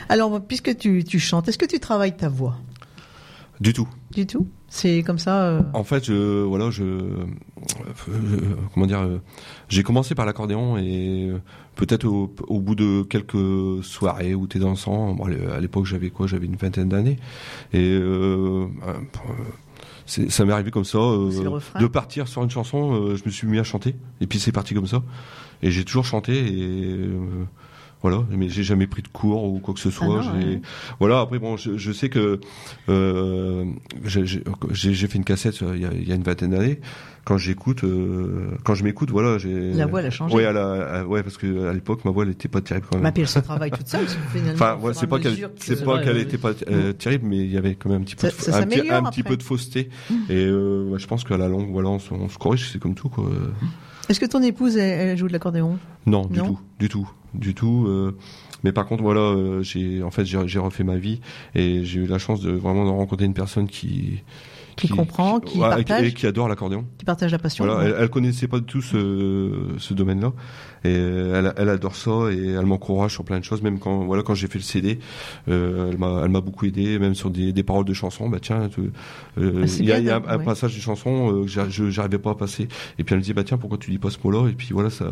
S4: Alors, bon, puisque tu, tu chantes, est-ce que tu travailles ta voix
S3: Du tout.
S4: Du tout C'est comme ça euh,
S3: En fait, je, voilà, je, euh, euh, comment dire, euh, j'ai commencé par l'accordéon et euh, peut-être au, au bout de quelques soirées où t'es dansant, bon, allez, à l'époque j'avais quoi, j'avais une vingtaine d'années et euh, euh, c'est- ça m'est arrivé comme ça, euh,
S4: C'est le refrain.
S3: de partir sur une chanson, euh, je me suis mis à chanter et puis c'est parti comme ça et j'ai toujours chanté et euh, voilà, mais j'ai jamais pris de cours ou quoi que ce soit.
S4: Ah non,
S3: j'ai-
S4: ouais.
S3: Voilà, après bon, je, je sais que euh, j'ai j'ai- j'ai- j'ai fait une cassette euh, il y a, il y a une vingtaine d'années. Quand j'écoute, euh, quand je m'écoute, voilà, j'ai
S4: La voix, elle a changé.
S3: Euh, Ouais, elle a- elle- ouais, parce que à l'époque ma voix elle était pas terrible quand même.
S4: Ma pire, se travaille toute seule, finalement.
S3: Enfin,
S4: au fur
S3: ouais,
S4: et
S3: c'est
S4: à
S3: pas qu'elle,
S4: mesure que-
S3: c'est
S5: c'est
S3: pas
S5: vrai,
S3: qu'elle
S5: oui.
S3: était pas euh, terrible, mais il y avait quand même un petit peu,
S4: Mm. Ça-
S3: de,
S4: ça
S3: un, petit,
S4: s'améliore
S3: un
S4: après.
S3: petit
S4: Mm.
S3: peu de fausseté. Et euh, ouais, je pense qu'à la longue, voilà, on, se- on se corrige, c'est comme tout quoi.
S4: Est-ce que ton épouse, elle, elle joue de l'accordéon
S3: Non, du
S4: Non.
S3: tout, du tout, du tout. euh, mais par contre, voilà, euh, j'ai en fait j'ai j'ai refait ma vie et j'ai eu la chance de vraiment de rencontrer une personne qui
S4: Qui comprend, qui
S3: ouais, et
S4: partage.
S3: et qui adore l'accordéon.
S4: Qui partage la passion
S3: Voilà,
S4: non
S3: elle, elle connaissait pas du tout ce, ce domaine-là et euh, elle, elle adore ça et elle m'encourage sur plein de choses. Même quand voilà quand j'ai fait le CD, euh, elle m'a elle m'a beaucoup aidé, même sur des, des paroles de chansons. Bah tiens, tu- euh,
S4: Ah, c'est
S3: il y a,
S4: bien,
S3: il y a un,
S4: donc,
S3: un
S4: ouais.
S3: passage d'une chanson euh, que j'a- je- j'arrivais pas à passer et puis elle me dit bah tiens pourquoi tu dis pas ce mot-là et puis voilà ça.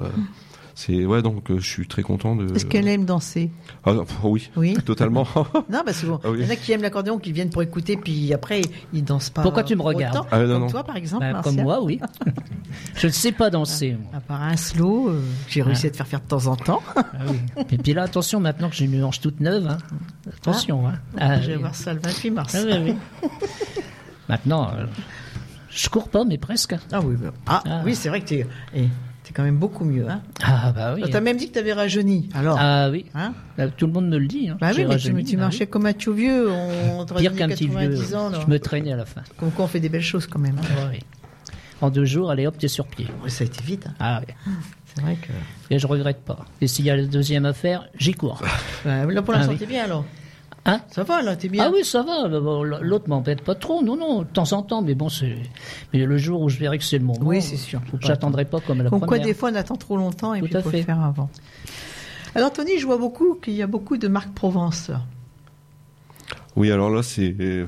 S3: C'est ouais donc euh, je suis très content de.
S4: Est-ce qu'elle aime danser
S3: Ah, pff, oui,
S4: Oui.
S3: totalement.
S4: Non, parce que bon,
S3: Ah oui.
S4: il y en a qui aiment l'accordéon, qui viennent pour écouter, puis après, ils dansent pas.
S5: Pourquoi tu me regardes
S4: autant.
S3: Ah, non,
S4: Comme
S3: non.
S4: toi, par exemple,
S5: Bah,
S4: Martial.
S5: comme moi, oui. je ne sais pas danser. moi.
S4: À part un slow, euh, que
S5: Ah.
S4: j'ai réussi à te faire faire de temps en temps.
S5: Et Ah puis là, attention, maintenant que j'ai une hanche toute neuve, hein. attention. hein. Ah,
S4: je vais
S5: oui.
S4: voir ça le 28 mars.
S5: Ah, oui, oui. maintenant, euh, je cours pas, mais presque.
S4: Ah oui, bah, ah,
S5: Ah.
S4: oui c'est vrai que tu es, quand même beaucoup mieux. Hein.
S5: Ah bah oui.
S4: T'as même dit que t'avais rajeuni. Alors,
S5: Ah oui.
S4: hein
S5: Bah, tout le monde me le dit. Hein.
S4: bah
S5: J'ai
S4: oui, mais tu,
S5: rajeuni,
S4: tu
S5: bah oui.
S4: marchais comme un tout vieux. On t'aurait
S5: Pire
S4: dit
S5: qu'un petit vieux.
S4: 90 ans. alors.
S5: Je me traînais à la fin.
S4: Comme quoi, on fait des belles choses quand même. hein.
S5: Ah, oui. En deux jours, allez hop, t'es sur pied.
S4: Ouais, ça a été vite. hein.
S5: Ah oui.
S4: C'est vrai que.
S5: Et je regrette pas. Et s'il y a le deuxième à faire, j'y cours.
S4: Ouais, là, pour l'instant,
S5: Ah oui.
S4: t'es bien alors.
S5: Hein
S4: Ça va, là, t'es bien.
S5: Ah oui, ça va. bah, bon, L'autre m'embête pas trop. Non, non, de temps en temps. Mais bon, c'est. Mais le jour où je verrai que c'est le moment.
S4: Oui, c'est sûr. Faut pas
S5: J'attendrai pas comme à la
S4: Comme quoi,
S5: première.
S4: des fois, on attend trop longtemps et
S5: Tout
S4: puis
S5: à
S4: il faut
S5: fait.
S4: le faire avant. Alors, Tony, je vois beaucoup qu'il y a beaucoup de marques Provence. là.
S3: Oui, alors là, c'est euh,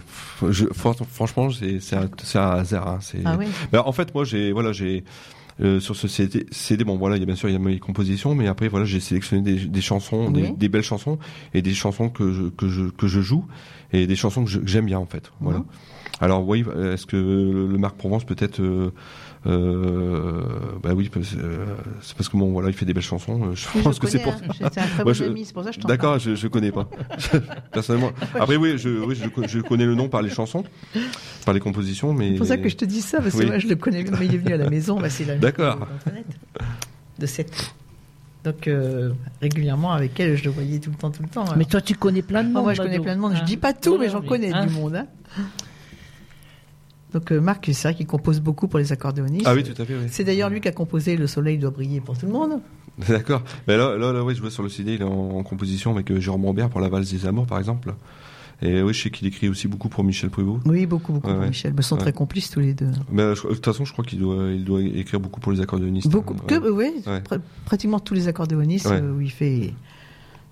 S3: je- fran- franchement, c'est c'est un, c'est un hasard. hein, c'est-
S4: Ah oui.
S3: Bah, en fait, moi, j'ai voilà, j'ai euh, sur ce CD, CD, bon voilà, il y a bien sûr il y a mes compositions, mais après voilà, j'ai sélectionné des, des chansons, des,
S4: Oui.
S3: des belles chansons et des chansons que je que je que je joue et des chansons que je- que j'aime bien en fait. Voilà.
S4: Mhm.
S3: Alors oui, euh, est-ce que le, le Marc Provence peut-être euh, euh, bah oui, parce- euh, c'est parce que bon voilà, il fait des belles chansons. euh, Je
S4: Oui,
S3: pense
S4: je
S3: que c'est
S4: connais,
S3: pour.
S4: hein. J'étais un très
S3: Moi,
S4: bon
S3: je-
S4: ami, c'est pour ça que je t'en
S3: D'accord,
S4: parle.
S3: je, je connais pas. Personnellement. Après, oui, je, oui je, co- je connais le nom par les chansons, par les compositions, mais.
S4: C'est pour ça que je te dis ça, parce que
S3: Oui.
S4: moi, je le connais, mais il est venu à la maison. Bah, c'est la
S3: D'accord.
S4: De cette. Donc, euh, régulièrement, avec elle, je le voyais tout le temps, tout le temps. hein. alors.
S5: Mais toi, tu connais plein de
S4: Ah,
S5: monde.
S4: moi, je connais
S5: Mado.
S4: plein de monde. Je
S5: Ah.
S4: dis pas tout, mais j'en
S5: Oui,
S4: connais
S5: hein.
S4: du monde. hein. Donc, euh, Marc, c'est vrai qu'il compose beaucoup pour les accordéonistes.
S3: Ah oui, tout à fait, oui.
S4: C'est d'ailleurs lui qui a composé Le soleil doit briller pour tout le monde.
S3: D'accord. Mais là, là, là, oui, je vois sur le CD, il est en, en composition avec euh, Jérôme Robert pour La valse des amours, par exemple. Et oui, je sais qu'il écrit aussi beaucoup pour Michel Pruvot.
S4: Oui, beaucoup, beaucoup
S3: Ouais,
S4: pour
S3: ouais.
S4: Michel. Ils sont
S3: Ouais.
S4: très complices tous les deux.
S3: Mais euh, je- de toute façon, je crois qu'il doit, il doit écrire beaucoup pour les accordéonistes.
S4: Beaucoup,
S3: Ouais.
S4: que, ouais,
S3: Ouais.
S4: pr- pratiquement tous les accordéonistes
S3: Ouais.
S4: euh, où il fait.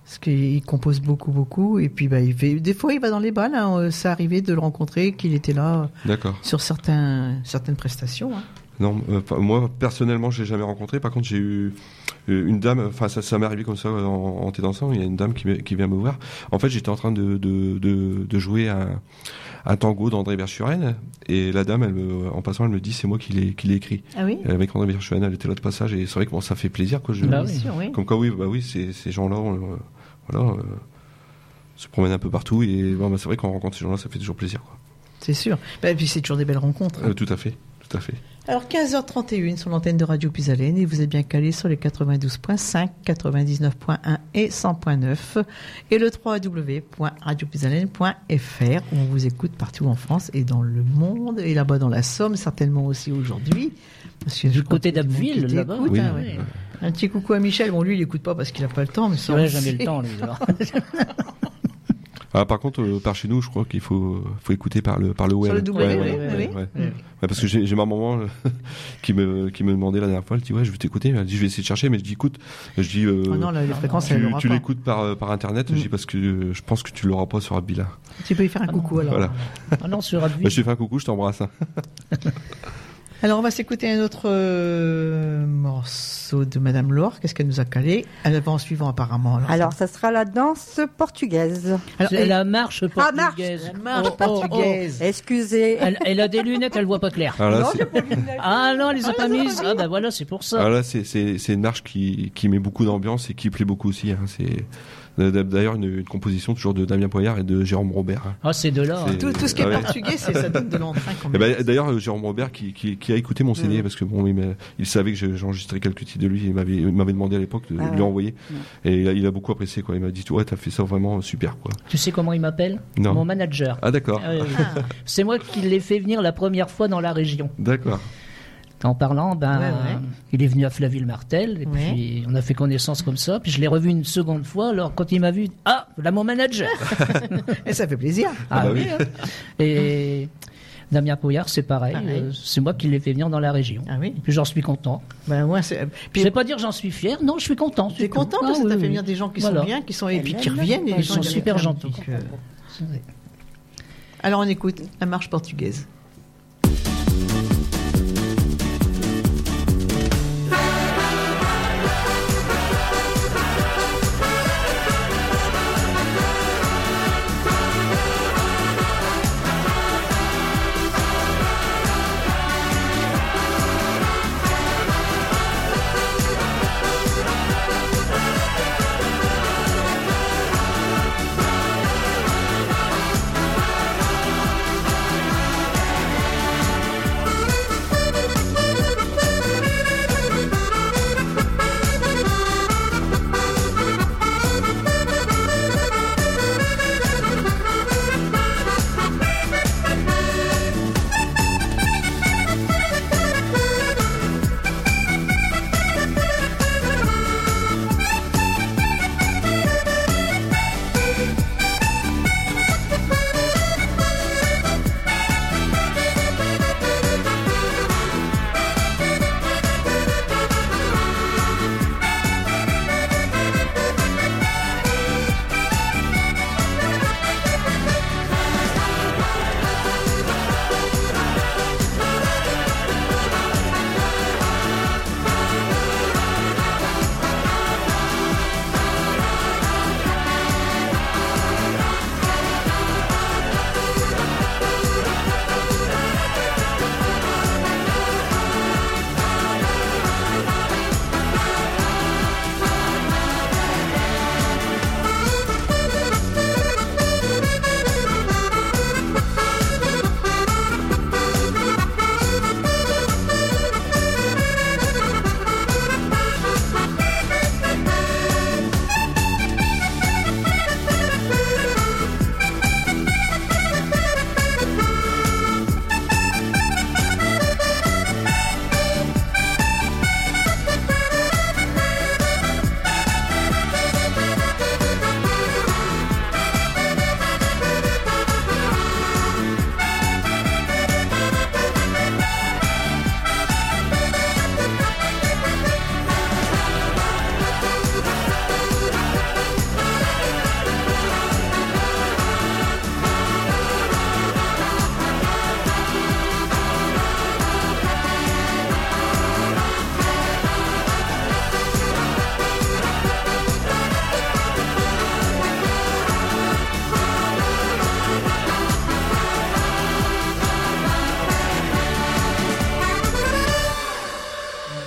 S4: Parce qu'il compose beaucoup, beaucoup. Et puis, bah, il fait. Des fois, il va dans les balles. hein. Euh, Ça arrivait de le rencontrer, qu'il était là euh,
S3: D'accord.
S4: sur certains, certaines prestations. hein.
S3: Non, euh, pas- moi personnellement, je l'ai jamais rencontré. Par contre, j'ai eu euh, une dame. Enfin, ça, ça m'est arrivé comme ça euh, en, en thé dansant. Il y a une dame qui, m'est- qui vient me voir. En fait, j'étais en train de, de, de, de jouer un, un tango d'André Berchuren, et la dame, elle me- en passant, elle me dit c'est moi qui l'ai qui l'ai écrit.
S4: Ah oui
S3: Euh, Avec André Berchuren, elle était là de passage, et c'est vrai que bon, ça fait plaisir quoi. Je,
S5: Bah
S4: Bien
S5: oui.
S4: sûr, oui.
S3: Comme quoi, oui, bah oui, ces, ces gens-là, on, euh, voilà, euh, se promènent un peu partout, et bon, bah, c'est vrai qu'on rencontre ces gens-là, ça fait toujours plaisir. Quoi.
S4: C'est sûr. Bah, et puis, c'est toujours des belles rencontres. hein.
S3: Euh, tout à fait, tout à fait.
S4: Alors 15h31 sur l'antenne de Radio Puisalène et vous êtes bien calé sur les 92.5, 99.1 et 100.9 et le www.radiopuisalène.fr où on vous écoute partout en France et dans le monde et là-bas dans la Somme certainement aussi aujourd'hui. Parce que je crois
S5: côté
S4: qu'il y a du monde qui
S5: d'Abbeville, là-bas.
S4: t'écoute,
S3: Oui,
S4: hein,
S3: oui.
S4: ouais. Un petit coucou à Michel. Bon lui il écoute pas parce qu'il n'a pas le temps mais ça
S5: Il
S4: on
S5: n'a
S4: le
S5: jamais
S4: sait.
S5: le temps, lui. alors.
S3: Ah, par contre, euh, par chez nous, je crois qu'il faut, euh, faut écouter par le, par le web.
S4: le W,
S3: Ouais,
S4: oui,
S3: ouais,
S4: oui,
S3: ouais,
S4: Eh oui.
S3: ouais.
S5: Oui.
S3: Ouais, parce que j'ai j'ai ma maman euh, qui, me, qui me demandait la dernière fois, elle dit Ouais, je vais t'écouter. Elle dit Je vais essayer de chercher, mais je dis Écoute, je dis. euh,
S4: Oh non, là, les fréquences, elle
S3: tu,
S4: l'aura
S3: tu
S4: pas. Mm.
S3: l'écoutes par, euh, par internet, je dis parce que euh, je pense que tu l'auras pas sur Abila.
S4: Tu peux y faire un coucou alors.
S3: Voilà.
S5: Ah non, sur Abby.
S3: Bah, je te fais un coucou, je t'embrasse. hein.
S4: Alors on va s'écouter un autre euh, morceau de Madame Laure. Qu'est-ce qu'elle nous a calé Elle va en suivant apparemment.
S2: Alors, ça sera la danse portugaise.
S4: Alors,
S5: C'est
S4: elle-
S5: la marche
S2: Ah, marche.
S5: portugaise.
S4: La marche
S5: Oh, oh, oh.
S4: portugaise.
S2: Excusez.
S5: Elle, elle a des lunettes, elle voit pas clair.
S3: Alors là,
S2: Non,
S3: c'est-
S2: j'ai pas vu de la-
S5: Ah non, elle les a pas mises. Ah bah voilà, c'est pour ça.
S3: alors là, c'est- c'est c'est une arche qui, qui met beaucoup d'ambiance et qui plaît beaucoup aussi. hein. C'est d'ailleurs une, une composition toujours de Damien Poyard et de Jérôme Robert. hein.
S5: Ah, c'est de là.
S3: C'est-
S4: tout, tout ce qui est
S3: Ah ouais.
S4: portugais, c'est ça donne de l'entrain quand
S3: Eh
S4: même.
S3: ben, D'ailleurs, euh, Jérôme Robert qui, qui, qui a écouté mon CD parce que bon, il, m'a- il savait que je- j'enregistrais quelques titres de lui. Il m'avait il m'avait demandé à l'époque de
S2: Ah ouais.
S3: lui envoyer et il a, il a beaucoup apprécié. Quoi. Il m'a dit ouais, t'as fait ça vraiment super quoi.
S5: Tu sais comment il m'appelle
S3: Non.
S5: Mon manager.
S3: Ah d'accord,
S5: Ah oui, oui. C'est moi qui l'ai fait venir la première fois dans la région.
S3: d'accord.
S5: En parlant, ben,
S4: Ouais, ouais.
S5: il est venu à Flaville-Martel, et
S4: Ouais.
S5: puis on a fait connaissance comme ça. Puis je l'ai revu une seconde fois, alors quand il m'a vu, ah, là mon manager
S4: Et ça fait plaisir.
S5: Ah
S3: bah
S5: oui,
S3: oui.
S5: hein. Et Damien Pouillard, c'est pareil,
S4: Pareil.
S5: euh, c'est moi qui l'ai fait venir dans la région.
S4: Ah oui.
S5: Puis j'en suis content.
S4: Ben moi, c'est.
S5: Puis
S4: Puis
S5: je vais pas dire j'en suis fier, non, je suis content.
S4: t'es
S5: c'est tout.
S4: content
S5: Ah
S4: parce que
S5: oui,
S4: ça fait
S5: oui.
S4: venir des gens qui
S5: Voilà.
S4: sont bien, qui sont et puis qui reviennent. Et les
S5: Ils
S4: gens
S5: sont
S4: qui
S5: super
S4: reviennent.
S5: gentils.
S4: Donc, euh, Alors on écoute la marche portugaise.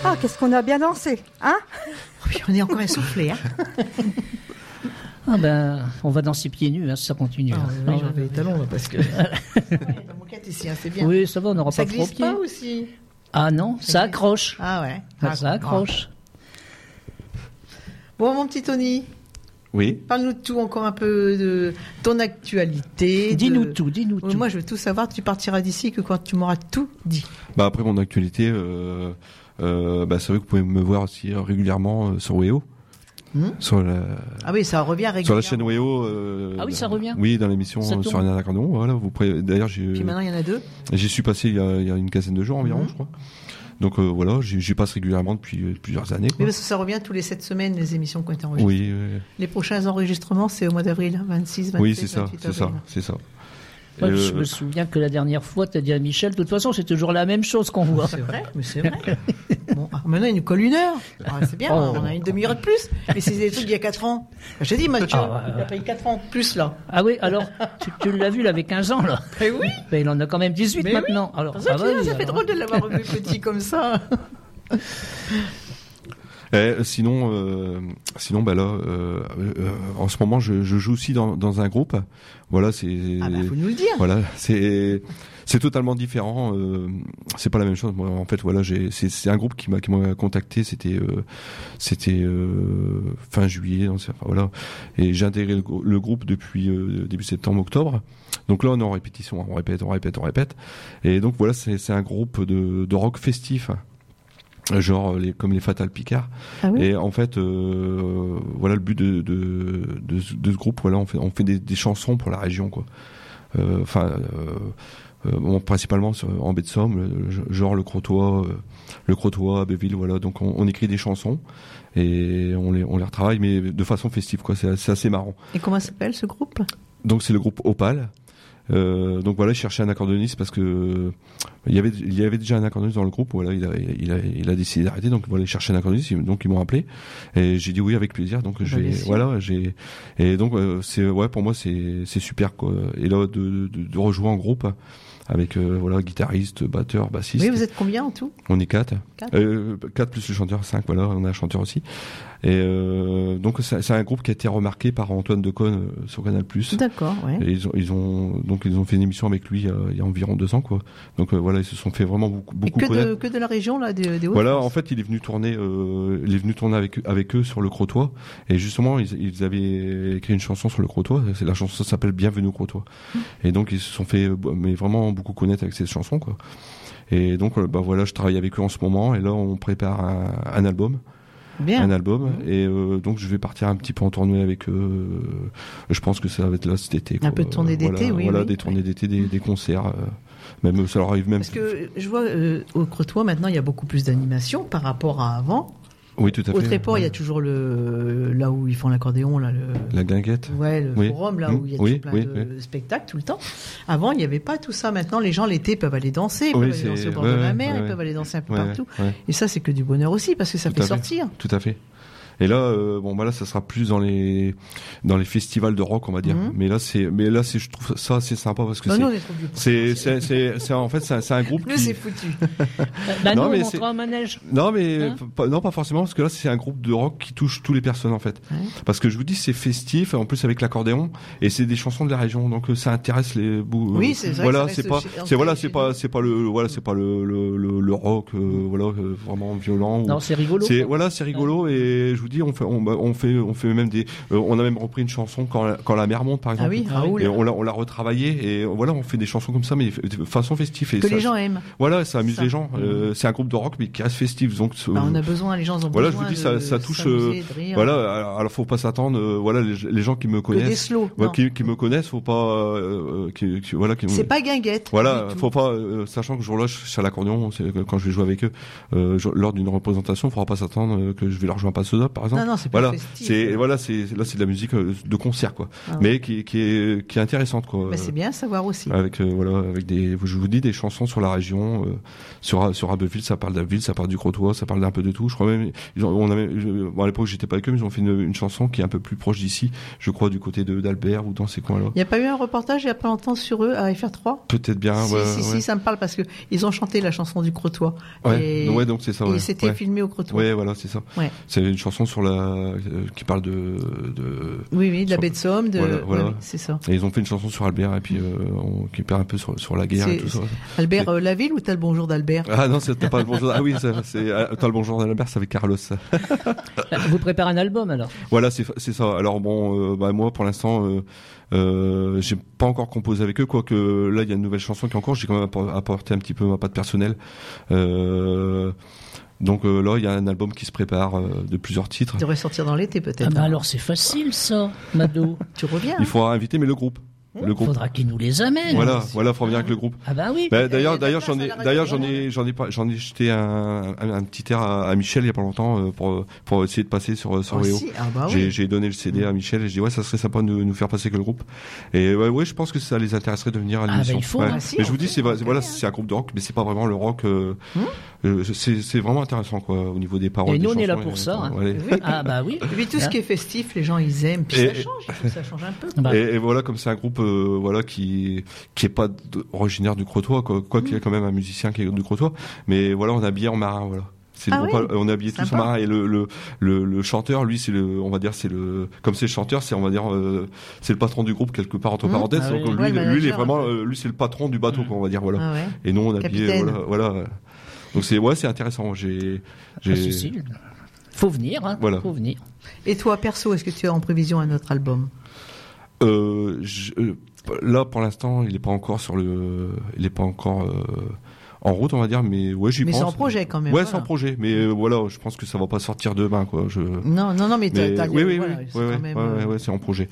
S2: Ah, qu'est-ce qu'on a bien dansé, hein
S4: Oh, puis on est encore essoufflé. Hein
S5: Ah ben, on va danser pieds nus, hein, si ça continue.
S4: Ah,
S5: hein.
S4: oui, j'avais les talons là, parce que. La moquette ici, hein, c'est bien.
S5: Oui, ça va, on n'aura
S4: ça
S5: pas trop
S4: glisse
S5: pied.
S4: pas aussi.
S5: Ah non, ça accroche.
S4: Ah ouais.
S5: Ah, ça accroche.
S4: Bon, mon petit Tony,
S3: Oui.
S4: parle-nous de tout encore un peu de ton actualité. de-
S5: Dis-nous tout, dis-nous
S4: Oui,
S5: tout.
S4: Moi, je veux tout savoir. Tu partiras d'ici que quand tu m'auras tout dit.
S3: Bah après mon actualité, euh, euh, bah, c'est vrai que vous pouvez me voir aussi euh, régulièrement euh, sur Weo.
S4: Hmm.
S3: sur la
S4: Ah oui, ça revient régulièrement.
S3: Euh, sur la chaîne Weo. euh,
S5: Ah oui, ça revient.
S3: Oui, dans l'émission
S5: Ça
S3: euh, sur
S5: tourne.
S3: Anna Cardon. Voilà, vous pourrez. D'ailleurs, j'ai-
S4: Puis maintenant, il y en a deux.
S3: j'y suis passé il y, a, il y a une quinzaine de jours environ,
S4: Mhm.
S3: je crois. Donc euh, voilà, j'y j'y passe régulièrement depuis euh, plusieurs années.
S4: Mais
S3: quoi.
S4: parce que ça revient tous les sept semaines, les émissions qui ont été enregistrées.
S3: Oui, euh,
S4: Les prochains enregistrements, c'est au mois d'avril, hein, 26, 27,
S3: oui, c'est ça,
S4: 28
S3: c'est ça,
S4: avril.
S3: c'est ça. Et,
S5: Moi, je
S3: euh,
S5: me souviens que la dernière fois, tu as dit à Michel, de toute façon, c'est toujours la même chose qu'on voit.
S4: C'est vrai, mais c'est vrai. Bon, ah, maintenant, il nous colle une heure. Ah, c'est bien,
S5: Oh.
S4: on a une demi-heure de plus. Mais c'est des trucs d'il y a 4 ans. Je te dis, Mathieu,
S5: Ah, ouais,
S4: il a pris 4 ans de plus, là.
S5: Ah oui, alors, tu, tu l'as vu, là, avec 15 ans, là.
S4: Mais oui
S5: Ben, il en a quand même 18
S4: Mais oui.
S5: maintenant. Alors,
S4: Pour ça,
S5: ah
S4: que
S5: oui,
S4: je dis, ah, ça fait
S5: alors,
S4: drôle de l'avoir revu petit comme ça.
S3: Eh, sinon, euh, sinon, bah là, euh, euh, en ce moment, je, je joue aussi dans, dans un groupe. Voilà, c'est.
S4: Ah bah, faut nous le dire.
S3: Voilà, c'est c'est totalement différent. euh, c'est pas la même chose. Moi, en fait, voilà, j'ai c'est c'est un groupe qui m'a qui m'a contacté. C'était euh, c'était euh, fin juillet. donc c'est- enfin, voilà, et j'ai intégré le, grou- le groupe depuis euh, début septembre octobre. Donc là, on est en répétition. hein, On répète, on répète, on répète. Et donc voilà, c'est c'est un groupe de de rock festif. hein, Genre euh, les, comme les Fatal Picard.
S4: Ah oui
S3: Et en fait, euh, voilà le but de, de, de, ce- de ce groupe. Voilà, on fait, on fait des, des chansons pour la région, quoi. Euh, Enfin, euh, euh, bon, principalement sur- en baie de Somme, le- le- genre le Crotoy, euh, le Crotoy, Abbeville, voilà. Donc, on, on écrit des chansons et on les, on les retravaille, mais de façon festive, quoi. C'est c'est assez marrant.
S4: Et comment s'appelle ce groupe
S3: Donc c'est le groupe Opal. Euh, donc voilà, je cherchais un accordoniste parce que euh, il y avait il y avait déjà un accordoniste dans le groupe. Voilà, il a il a, il a décidé d'arrêter. Donc voilà, je cherchais un accordoniste. ils- Donc ils m'ont appelé et j'ai dit oui avec plaisir. Donc j'ai
S4: bien sûr.
S3: voilà j'ai et donc euh, c'est ouais pour moi c'est c'est super quoi. Et là de de, de rejouer en groupe avec euh, voilà guitariste, batteur, bassiste.
S4: Oui, vous êtes combien en tout
S3: On est quatre.
S4: Quatre.
S3: Euh, quatre plus le chanteur, cinq, voilà, on a un chanteur aussi. Et euh, donc c'est c'est un groupe qui a été remarqué par Antoine Decaune euh, sur Canal+.
S4: D'accord, ouais.
S3: Et ils ont, ils ont donc ils ont fait une émission avec lui euh, il y a environ deux ans quoi. Donc euh, voilà ils se sont fait vraiment beaucoup,
S4: Et
S3: beaucoup
S4: que de,
S3: connaître.
S4: que de la région, là, des, des
S3: Voilà
S4: Hauts-de-France
S3: en fait il est venu tourner euh, il est venu tourner avec avec eux sur le Crotoy et justement ils, ils avaient écrit une chanson sur le Crotoy c'est la chanson s'appelle Bienvenue au Crotoy
S4: Mm.
S3: et donc ils se sont fait euh, mais vraiment beaucoup connaître avec cette chanson quoi. Et donc euh, bah voilà je travaille avec eux en ce moment et là on prépare un, un album
S4: Bien.
S3: un album
S4: Mm-hmm.
S3: et euh, donc je vais partir un petit peu en tournée avec eux. Je pense que ça va être là cet été.
S4: Un
S3: quoi.
S4: peu de tournée d'été,
S3: Voilà,
S4: oui,
S3: Voilà,
S4: oui.
S3: des tournées d'été, des, des concerts. euh, même ça leur arrive même.
S4: Parce que je vois euh, au Crotoy maintenant il y a beaucoup plus d'animation par rapport à avant.
S3: oui, tout à
S4: Au
S3: fait.
S4: Tréport il y a toujours le là où ils font l'accordéon là le
S3: la guinguette.
S4: ouais le
S3: Oui.
S4: forum là
S3: Mm.
S4: où il y a
S3: Oui,
S4: toujours plein
S3: oui,
S4: de spectacles tout le temps. Avant il n'y avait pas tout ça. Maintenant les gens l'été peuvent aller danser, ils
S3: Oui,
S4: peuvent aller
S3: c'est-
S4: danser au bord
S3: ouais,
S4: de la
S3: ouais,
S4: mer,
S3: ouais,
S4: ils peuvent
S3: ouais.
S4: aller danser un peu
S3: Ouais,
S4: partout.
S3: ouais,
S4: Et ça c'est que du bonheur aussi parce que ça
S3: Tout
S4: fait
S3: à fait.
S4: sortir.
S3: tout à fait. Et là, euh, bon, bah là, ça sera plus dans les dans les festivals de rock, on va dire.
S4: Mhm.
S3: Mais là, c'est, mais là, c'est, je trouve ça assez sympa parce que
S4: Non
S3: c'est,
S4: Bah non on est trop vieux. pour
S3: c'est,
S4: ça.
S3: c'est, c'est- c'est- en fait, c'est, un- c'est un groupe.
S4: Nous
S3: qui-
S4: c'est foutu.
S5: Bah,
S3: Non,
S5: non,
S3: mais
S5: on
S3: c'est-
S5: rentre en manège.
S3: Non, mais
S5: Hein
S3: p- pas- non, pas forcément, parce que là, c'est un groupe de rock qui touche tous les personnes en fait.
S4: Ouais.
S3: Parce que je vous dis, c'est festif, en plus avec l'accordéon, et c'est des chansons de la région, donc euh, ça intéresse les. bou-
S4: Oui,
S3: euh,
S4: c'est vrai
S3: Voilà,
S4: que ça
S3: c'est
S4: reste
S3: pas,
S4: chez-
S3: c'est voilà,
S4: ancré
S3: c'est
S4: chez
S3: pas,
S4: nous.
S3: c'est pas le, voilà, c'est pas le le, le, le rock, euh, voilà, euh, vraiment violent. ou-
S5: Non, c'est rigolo.
S3: c'est voilà, c'est rigolo et je vous dis, on fait, on, bah, on fait, on fait même des, euh, on a même repris une chanson quand la, quand la mer monte par
S4: Ah
S3: exemple.
S4: oui
S5: Ah oui.
S4: Raoul
S3: Et on l'a, on l'a retravaillé et voilà, on fait des chansons comme ça, mais f- de façon festive. Et
S4: que
S3: ça-
S4: les gens aiment.
S3: Voilà, ça amuse
S4: Ça. Mmh.
S3: les gens. Euh, c'est un groupe de rock, mais qui reste festif. Donc,
S4: Bah, on
S3: euh,
S4: a besoin les gens ont
S3: Voilà, je
S4: besoin
S3: vous dis,
S4: de
S3: ça- ça touche, euh,
S4: s'amuser, de rire.
S3: voilà. Alors, alors faut pas s'attendre. euh, voilà, les, les gens qui me
S4: que des
S3: connaissent,
S4: slows.
S3: ouais,
S4: non.
S3: qui, qui me connaissent, faut pas, euh, euh, qui, qui- voilà, qui,
S4: C'est pas guinguette.
S3: voilà,
S4: du tout.
S3: faut pas, euh, sachant que je relâche sur l'accordéon, c'est que quand je vais jouer avec eux, euh, je- lors d'une représentation, faudra pas s'attendre euh, que je vais leur jouer un passo d'op, par exemple.
S4: Non, non, c'est plus
S3: voilà,
S4: festif. Bah,
S3: c'est, voilà, c'est, là, c'est de la musique euh, de concert, quoi.
S4: Ah ouais.
S3: Mais qui, qui est, qui est intéressante, quoi.
S4: Bah, c'est bien à savoir aussi.
S3: Avec euh, voilà, avec des, je vous dis des chansons sur la région, euh, sur sur Abbeville, ça parle d'Abbeville, ça parle du Crotoy, ça parle d'un peu de tout. Je crois même, ils ont- on avait, je- bon, à l'époque j'étais pas avec eux, mais ils ont fait une, une chanson qui est un peu plus proche d'ici, je crois du côté de d'Albert ou dans ces coins-là.
S4: Il n'y a pas eu un reportage il n'y a pas longtemps sur eux à FR3
S3: Peut-être bien.
S4: si,
S3: Ah, ouais,
S4: si,
S3: ouais.
S4: si, ça me parle parce que ils ont chanté la chanson du Crotoy.
S3: Ouais,
S4: Et-
S3: donc, ouais, donc c'est ça.
S4: et
S3: Ouais.
S4: c'était
S3: Ouais.
S4: filmé au Crotoy.
S3: Ouais, voilà, c'est ça.
S4: Ouais.
S3: C'est une chanson sur la euh, qui parle de, de
S4: Oui, oui, de la baie de Somme. De...
S3: Voilà,
S4: ouais,
S3: voilà.
S4: oui, c'est ça.
S3: et ils ont fait une chanson sur Albert et puis euh, on, qui parle un peu sur, sur la guerre et
S4: C'est-
S3: tout ça.
S4: Albert
S3: C'est-
S4: euh, Laville ou t'as le bonjour d'Albert
S3: Ah non, c'est t'as pas le bonjour. Ah oui, ça, c'est ah, t'as le bonjour d'Albert, c'est avec Carlos. ça.
S5: Bah, Vous préparez un album, alors.
S3: Voilà, c'est c'est ça. Alors bon, euh, bah, moi pour l'instant, euh, euh, j'ai pas encore composé avec eux, quoique là il y a une nouvelle chanson qui est encore. J'ai quand même appor- apporté un petit peu ma patte personnelle. Euh, Donc euh, là, il y a un album qui se prépare euh, de plusieurs titres.
S4: Tu devrais sortir dans l'été
S5: Ah
S4: peut-être.
S5: bah alors c'est facile ça, Mado.
S4: Tu reviens.
S3: Il faudra inviter, mais le groupe.
S4: Mmh.
S3: Le groupe.
S5: Faudra qu'ils nous les amènent.
S3: Voilà, voilà, faut revenir avec le groupe.
S5: Ah bah oui.
S3: Bah,
S4: y a
S3: d'ailleurs,
S4: de la
S3: d'ailleurs,
S4: place
S3: j'en
S4: à
S3: ai,
S4: la radio, hein.
S3: d'ailleurs, j'en ai, j'en ai, pas- j'en ai jeté un, un, un petit air à, à Michel il y a pas longtemps euh, pour pour essayer de passer sur sur
S4: Ah,
S3: Léo.
S4: si, ah bah oui.
S3: J'ai j'ai donné le CD
S5: Mm.
S3: à Michel et je dis ouais ça serait sympa de nous nous faire passer que le groupe et euh, ouais, ouais je pense que ça les intéresserait de venir à
S5: bah,
S3: l'émission.
S5: il faut,
S3: Ouais.
S5: hein.
S4: Ah, si,
S3: mais
S4: on
S3: je vous dis
S4: peut,
S3: c'est
S4: on
S3: va-
S4: peut
S3: c'est- voilà
S4: bien.
S3: c'est un groupe de rock mais c'est pas vraiment le rock euh, euh, c'est c'est vraiment intéressant quoi au niveau des paroles.
S5: Et nous,
S3: des
S5: on est là
S3: chansons,
S5: pour
S3: et-
S5: ça, hein.
S3: ouais.
S4: Oui.
S5: Ah bah oui.
S4: Et puis tout ce
S5: Hein
S4: qui est festif, les gens ils aiment. Puis
S3: Et-
S4: ça change, il faut que ça change un peu.
S5: Bah,
S3: Et, et voilà, comme c'est un groupe, euh, voilà, qui qui est pas d- originaire du Crotoy, quoi, quoi
S5: Mm.
S3: qu'il y a quand même un musicien qui est du Crotoy, mais voilà, on est habillé en marin, voilà. C'est le
S4: Ah
S3: groupe, euh, on est habillé tous en
S4: Sympa.
S3: marin et le le, le le chanteur, lui, c'est le, on va dire, c'est le, comme c'est le chanteur, c'est on va dire, euh, c'est le patron du groupe quelque part entre
S4: Mhm.
S3: parenthèses.
S5: Ah
S3: donc
S5: oui.
S3: lui,
S4: Ouais,
S3: il-
S4: le
S3: lui, il est
S4: manager,
S3: vraiment,
S4: un peu.
S3: euh, lui, c'est le patron du
S5: Mm.
S3: bateau, quoi, on va dire, voilà.
S4: Ah ouais.
S3: Et nous, on est habillé,
S4: Capitaine.
S3: voilà, voilà. ouais. Donc c'est ouais, c'est intéressant. J'ai
S5: pas
S3: j'ai
S5: de souci. Faut venir, hein.
S3: Voilà.
S5: Faut venir.
S4: Et toi perso, est-ce que tu as en prévision un autre album
S3: Euh, je- euh, là, pour l'instant, il n'est pas encore sur le, il est pas encore euh, en route, on va dire. Mais ouais, j'y
S4: Mais
S3: pense.
S4: sans projet quand
S3: Ouais,
S4: même.
S3: sans
S4: voilà.
S3: projet. Mais euh, voilà, je pense que ça va pas sortir demain, quoi. Je.
S4: Non, non, non, mais, t'as-
S3: Mais-
S4: t'as-
S3: oui, oui,
S4: voilà,
S3: oui,
S4: c'est
S3: ouais,
S4: quand
S3: ouais,
S4: même,
S3: ouais,
S4: euh,
S3: ouais, ouais, c'est en projet,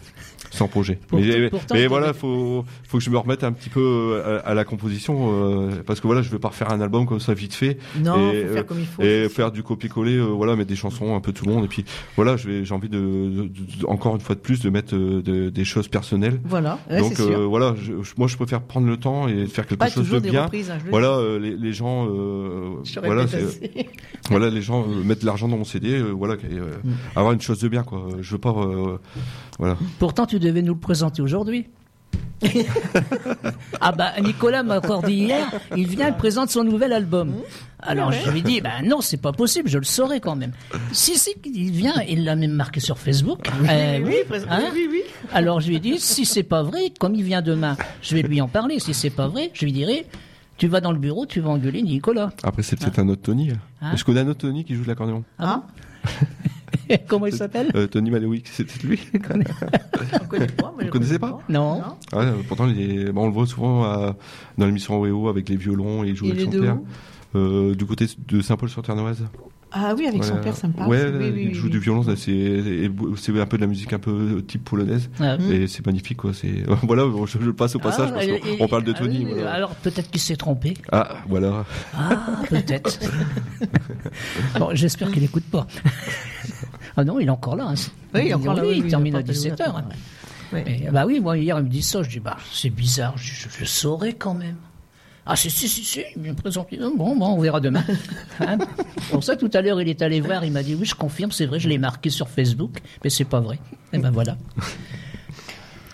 S3: c'est en projet.
S5: Pourtant-
S3: mais
S5: pourtant,
S3: mais
S5: t'avais-
S3: voilà, faut, faut que je me remette un petit peu euh, à, à la composition, euh, parce que voilà, je veux pas refaire un album comme ça vite fait
S4: Non,
S3: Et,
S4: faut
S3: euh,
S4: faire comme il faut.
S3: et faire du copier-coller, euh, voilà, mettre des chansons un peu tout le monde. Et puis voilà, je vais- j'ai envie de, de- de- encore une fois de plus de mettre euh, de- des choses personnelles.
S4: Voilà, ouais, c'est
S3: Donc euh,
S4: sûr.
S3: voilà, je- je- moi je préfère prendre le temps et faire quelque
S4: Pas
S3: chose
S4: toujours
S3: de
S4: des
S3: bien.
S4: reprises. hein, je le
S3: Voilà, euh, les, les gens, euh,
S4: dis. Je
S3: voilà,
S4: répète
S3: c'est-
S4: assez.
S3: voilà, les gens euh, mettent de l'argent dans mon CD, euh, voilà, et, euh,
S4: Mm.
S3: avoir une chose de bien quoi. Je veux pas, euh, voilà.
S5: Pourtant, tu devais nous le présenter aujourd'hui. ah bah Nicolas m'a encore dit hier, il vient, il présente son nouvel album.
S3: Mmh. Ah
S5: Alors je lui ai dit, bah non, c'est pas possible, je le saurais quand même. Si, si, il vient, il l'a même marqué sur Facebook. Euh,
S4: Oui, pres-
S5: hein
S4: oui, oui.
S5: Alors je lui ai dit, si c'est pas vrai, comme il vient demain, je vais lui en parler. Si c'est pas vrai, je lui dirai, tu vas dans le bureau, tu vas engueuler Nicolas.
S3: Après c'est peut-être un autre Tony.
S5: Hein
S3: Je connais un autre Tony qui joue de l'accordéon.
S4: Ah,
S5: Comment il s'appelle
S3: Euh, Tony Maléoui, c'était lui.
S4: on connaît pas. moi, je
S3: Vous
S4: connais
S3: connaissez pas
S5: Non.
S3: Ouais, euh, pourtant, il est- bah, on le voit souvent euh, dans l'émission OEO avec les violons et il joue
S4: Il
S3: avec
S4: est
S3: son
S4: de
S3: père.
S4: où
S3: Euh, du côté de Saint-Paul-sur-Ternoise.
S4: Ah oui, avec son
S3: Ouais.
S4: père, ça me parle.
S3: Ouais,
S4: Oui, oui,
S3: il
S4: oui,
S3: joue
S4: oui.
S3: du violon, ça, c'est et bo- c'est un peu de la musique un peu type polonaise.
S5: Ah,
S3: Et c'est magnifique, quoi. C'est voilà, bon, je, je le passe au passage
S5: Ah,
S3: parce
S5: et-
S3: qu'on
S5: et-
S3: on parle de
S5: ah
S3: Tony.
S5: oui,
S3: voilà.
S5: Alors peut-être qu'il s'est trompé.
S3: Ah, voilà.
S5: Ah, peut-être. bon, j'espère qu'il n'écoute pas. ah non, il est encore là. hein.
S4: Oui, il est encore là, oui, oui,
S5: il
S4: il
S5: termine
S4: est
S5: à hein.
S4: encore
S5: 17h.
S4: là, Ouais.
S5: bah oui, moi, hier, il me dit ça. Je dis, bah, c'est bizarre, je, je le saurais quand même. Ah, si, si, si, si, il me présente. Bon, bon, on verra demain. Hein Pour ça, tout à l'heure, il est allé voir, il m'a dit, oui, je confirme, c'est vrai, je l'ai marqué sur Facebook, mais c'est pas vrai. Et ben voilà.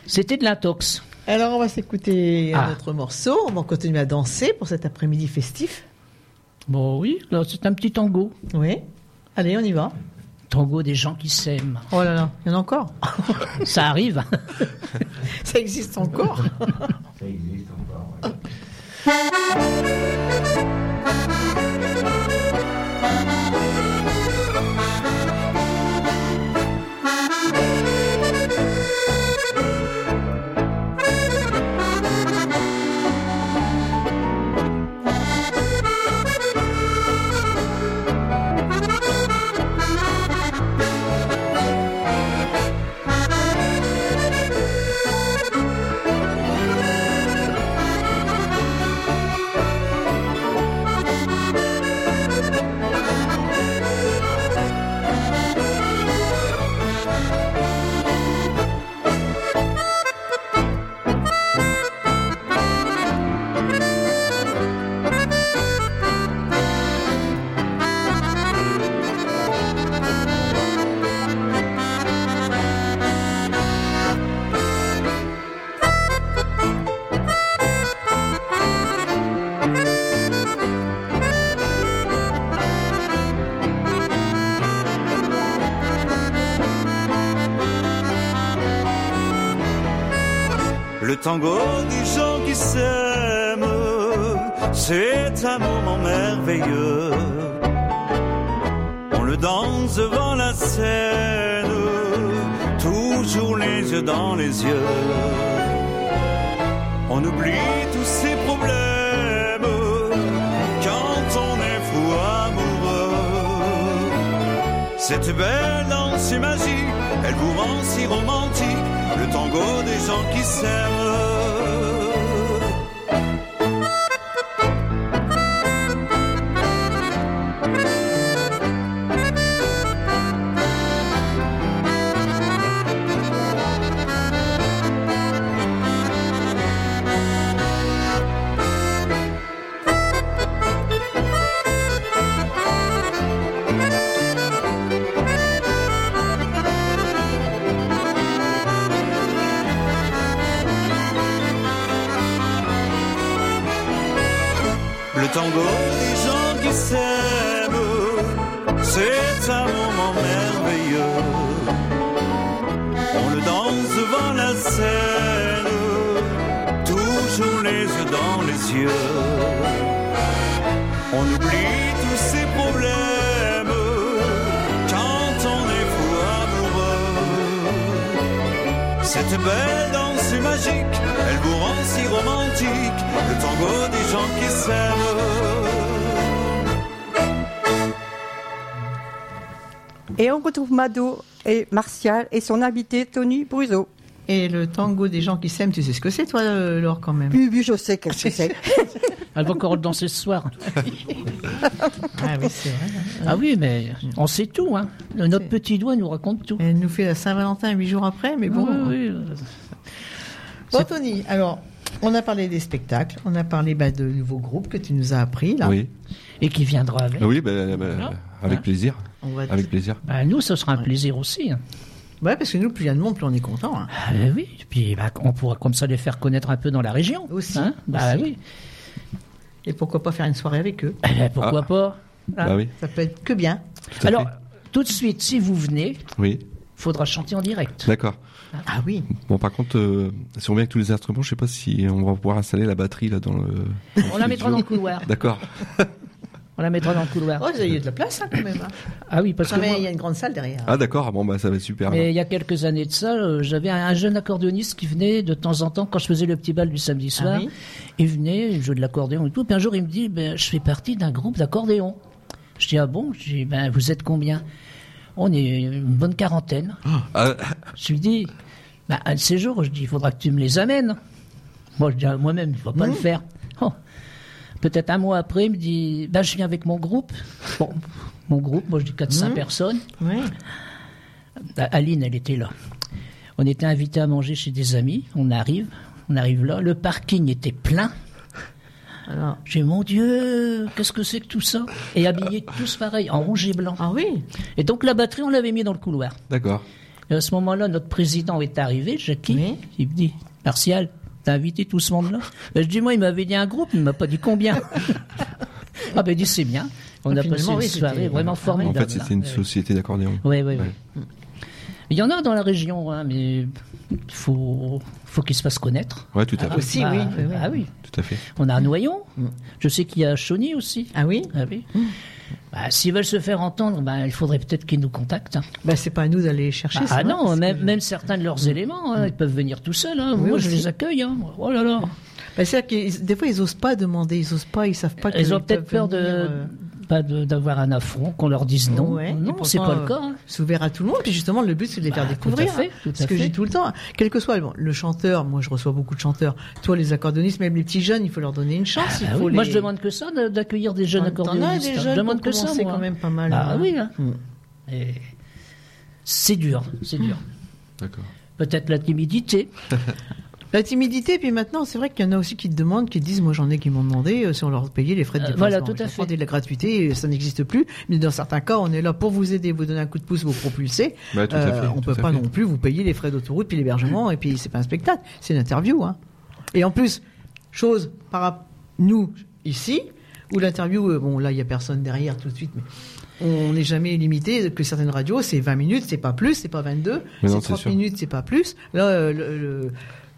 S5: C'était de l'intox.
S4: Alors, on va s'écouter
S5: Ah.
S4: un autre morceau. On va continuer à danser pour cet après-midi festif.
S5: Bon, oui, là, c'est un petit tango.
S4: Oui. Allez, on y va.
S5: Tango des gens qui s'aiment.
S4: Oh là là, il y en a encore.
S5: Ça arrive. hein.
S4: Ça existe encore.
S6: Le tango des gens qui s'aiment, c'est un moment merveilleux. On le danse devant la scène, toujours les yeux dans les yeux. On oublie tous ses problèmes quand on est fou amoureux. Cette belle danse est magique, elle vous rend si romantique, le tango des gens qui s'aiment. Le tango des gens qui s'aiment, c'est un moment merveilleux. On le danse devant la scène, toujours les yeux dans les yeux. On oublie tous ses problèmes quand on est fou amoureux. Cette belle danse est magique, elle vous rend si romantique, le tango des gens qui s'aiment.
S2: Et on retrouve Mado et Martial et son invité Tony Bruzo.
S4: Et le tango des gens qui s'aiment, tu sais ce que c'est, toi, euh, Laure, quand même
S2: Oui, oui, je sais qu'est-ce que c'est.
S5: Elle va encore danser ce soir.
S4: Ah oui, c'est vrai.
S5: Ah oui, mais on sait tout. Hein. Le- Notre petit doigt nous raconte tout.
S4: Elle nous fait la Saint-Valentin huit jours après, mais bon.
S5: Oui, oui.
S4: Bon, Tony, alors, on a parlé des spectacles, on a parlé bah, de nouveaux groupes que tu nous as appris, là.
S3: Oui,
S5: Et qui viendra avec.
S3: oui, bah, bah,
S5: Non. Ah.
S3: avec plaisir.
S4: On va
S3: Avec plaisir.
S5: Bah, nous, ce sera un plaisir aussi. hein.
S4: Ouais, parce que nous, plus il y a de monde, plus on est content. hein.
S5: Ah, euh, oui, et puis bah, on pourra comme ça les faire connaître un peu dans la région.
S4: Aussi,
S5: hein. Bah,
S4: aussi.
S5: oui.
S4: Et pourquoi pas faire une soirée avec eux
S5: Eh ben, pourquoi
S3: Ah.
S5: pas hein.
S3: Bah oui,
S4: Ça peut être que bien.
S3: tout à
S5: Alors,
S3: fait.
S5: tout de suite, si vous venez,
S3: oui,
S5: faudra chanter en direct.
S3: d'accord.
S4: Ah oui.
S3: Bon, par contre, euh, si on vient avec tous les instruments, je sais pas si on va pouvoir installer la batterie là dans le.
S5: On la mettra dans le couloir.
S3: D'accord.
S5: On la mettra dans le couloir.
S4: Oh, vous avez de la place, hein, quand même. hein.
S5: Ah oui, parce
S4: Ah,
S5: que
S4: mais
S5: moi-
S4: il y a une grande salle derrière.
S3: Ah d'accord. Bon bah ça va être super.
S5: Mais il y a quelques années de ça, euh, j'avais un, un jeune accordéoniste qui venait de temps en temps, quand je faisais le petit bal du samedi soir,
S4: oui
S5: il venait, il jouait de l'accordéon et tout. Puis un jour, il me dit, ben, je fais partie d'un groupe d'accordéon. Je dis, ah bon Je dis, ben, vous êtes combien On est une bonne quarantaine.
S3: Ah,
S5: Je lui dis, ben, un de ces jours, je dis, il faudra que tu me les amènes. Moi, je dis à moi-même, il ne faut pas
S4: Mmh.
S5: le faire. Oh. Peut-être un mois après, il me dit, ben, je viens avec mon groupe. Bon, mon groupe, moi, je dis 4-5
S4: Mmh.
S5: personnes.
S4: Oui.
S5: Ah, Aline, elle était là. On était invité à manger chez des amis. On arrive, on arrive là. Le parking était plein.
S4: Alors,
S5: J'ai dit, mon Dieu, qu'est-ce que c'est que tout ça Et habillés tous pareil, en rouge et blanc.
S4: ah oui.
S5: Et donc la batterie, on l'avait mis dans le couloir.
S3: d'accord.
S5: Et à ce moment-là, notre président est arrivé, Jackie.
S4: Oui.
S5: Il me dit, Martial, t'as invité tout ce monde-là Ben, Je dis, moi, il m'avait dit un groupe, il m'a pas dit combien. ah ben, il dit, c'est bien. On
S4: Ah,
S5: a passé
S4: finalement,
S5: une
S4: oui,
S5: soirée
S4: c'était-
S5: vraiment
S4: En
S5: formidable.
S3: en fait, c'était une
S5: là.
S3: société d'accordéon.
S5: Oui, oui,
S3: Ouais.
S5: oui. Il y en a dans la région, hein, mais il faut, faut qu'ils se fassent connaître.
S3: Ouais, tout à fait.
S4: aussi,
S5: Bah,
S4: oui, oui, oui.
S5: Ah oui.
S3: Tout à fait.
S5: On a un noyon. Je sais qu'il y a Chauny aussi.
S4: Ah oui
S5: Ah oui. Bah, S'ils veulent se faire entendre, bah, il faudrait peut-être qu'ils nous contactent. hein.
S4: Bah, c'est pas à nous d'aller chercher
S5: Ah,
S4: ça.
S5: ah
S4: hein,
S5: non,
S4: parce
S5: même,
S4: que-
S5: même certains de leurs éléments, hein, ils peuvent venir tout seuls. hein. Moi, je
S4: aussi.
S5: les accueille. hein. Oh là là.
S4: Bah, c'est-à-dire qu'ils- des fois, ils osent pas demander, ils osent pas, ils savent pas qu'ils euh,
S5: Ils ont peut-être peur de- pas de- d'avoir un affront, qu'on leur dise non.
S4: Ouais, et
S5: non,
S4: pourtant,
S5: c'est pas
S4: euh,
S5: le cas. hein.
S4: C'est ouvert à tout le monde. Puis justement, le but, c'est de les faire
S5: Bah,
S4: découvrir. hein.
S5: tout à fait, tout à
S4: ce que
S5: fait.
S4: je dis tout le temps. hein. Quel que soit bon, le chanteur, moi, je reçois beaucoup de chanteurs. Toi, les accordonnistes, même les petits jeunes, il faut leur donner une chance. il
S5: Ah
S4: faut
S5: oui. Moi,
S4: les-
S5: je demande que ça, de- d'accueillir des jeunes
S4: T'en- t'en as
S5: accordéonistes.
S4: des
S5: hein.
S4: jeunes
S5: je demande
S4: pour
S5: que ça,
S4: commencer
S5: moi.
S4: quand même pas mal,
S5: Ah
S4: hein.
S5: oui, hein.
S4: Mm.
S5: Et c'est dur, c'est dur.
S3: D'accord.
S5: Peut-être la timidité.
S4: La timidité, puis maintenant, c'est vrai qu'il y en a aussi qui te demandent, qui te disent, moi, j'en ai qui m'ont demandé euh, si on leur payait les frais de
S5: Euh,
S4: déplacement.
S5: voilà, tout à
S4: Je
S5: fait.
S4: comprends, De la gratuité, euh, ça n'existe plus. Mais dans certains cas, on est là pour vous aider, vous donner un coup de pouce, vous propulser. Euh,
S3: Bah, tout à fait,
S4: on
S3: tout
S4: peut
S3: à
S4: pas
S3: fait.
S4: non plus vous payer les frais d'autoroute, puis l'hébergement, et puis c'est pas un spectacle, c'est une interview. Hein. Et en plus, chose par rapport nous ici, où l'interview, euh, bon là, il y a personne derrière tout de suite, mais on n'est jamais limité que certaines radios, c'est 20 minutes, c'est pas plus, c'est pas 22,
S3: Mais non,
S4: c'est
S3: c'est
S4: 30
S3: sûr.
S4: minutes, c'est pas plus. Là, euh, le- le-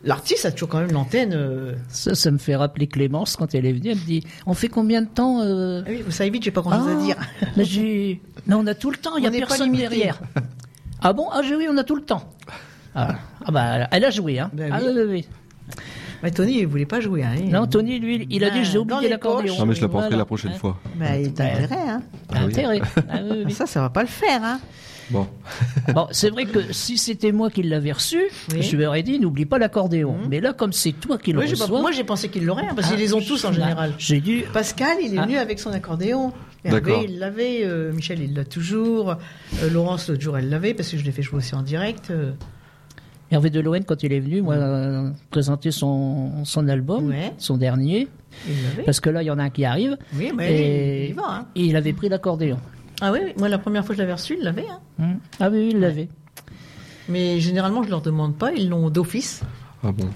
S4: l'artiste a toujours quand même l'antenne. euh.
S5: Ça, ça me fait rappeler Clémence quand elle est venue. Elle me dit On fait combien de temps euh
S4: Ah oui, vous savez vite, j'ai pas grand chose à
S5: Ah,
S4: dire.
S5: mais j'ai- Non, on a tout le temps, il n'y
S4: On
S5: a
S4: n'est pas
S5: personne
S4: limité.
S5: derrière. Ah bon Ah j'ai- oui, on a tout le temps. Ah, ah bah, elle a joué, hein
S4: Ben
S5: Ah
S4: oui.
S5: oui, oui, oui.
S4: Mais Tony, il voulait pas jouer. Hein, il-
S5: Non, Tony, lui, il a
S4: Ah,
S5: dit j'ai
S4: dans
S5: oublié
S4: les
S5: l'accordéon.
S4: poches.
S3: Non, Ah, mais je la porterai
S5: Voilà.
S3: la prochaine
S5: Ouais.
S3: fois.
S4: Bah, il t'a
S5: Ouais.
S4: intérêt, hein.
S5: Ah, Intérêt. Ah, oui, oui.
S4: Ça, ça va pas le faire, hein.
S3: Bon.
S5: Bon, c'est vrai que si c'était moi qui l'avais reçu,
S4: Oui. Mmh.
S5: je lui aurais dit n'oublie pas l'accordéon. Mais là, comme c'est toi qui le
S4: Oui, j'ai pas-
S5: reçois,
S4: moi, j'ai pensé qu'ils l'auraient, hein, parce
S5: ah,
S4: qu'ils les ont tous en
S5: je-
S4: général.
S5: J'ai dû.
S4: Pascal, il est
S5: Ah.
S4: venu avec son accordéon.
S3: D'accord.
S4: Hervé, il l'avait. euh, Michel, il l'a toujours. Euh, Laurence, l'autre jour, elle l'avait parce que je l'ai fait jouer aussi en direct. euh.
S5: Hervé Delohen, quand il est venu, moi, euh, présenter son, son album,
S4: Ouais.
S5: son dernier,
S4: il l'avait.
S5: parce que là, il y en a un qui arrive.
S4: Oui,
S5: et,
S4: mais il y va. Hein.
S5: et il avait pris l'accordéon.
S4: Ah oui, oui, moi, la première fois que je l'avais reçu, il l'avait. Hein.
S5: Hmm. Ah oui, oui, il l'avait.
S4: Mais généralement, je leur demande pas. Ils l'ont d'office.
S3: Ah bon.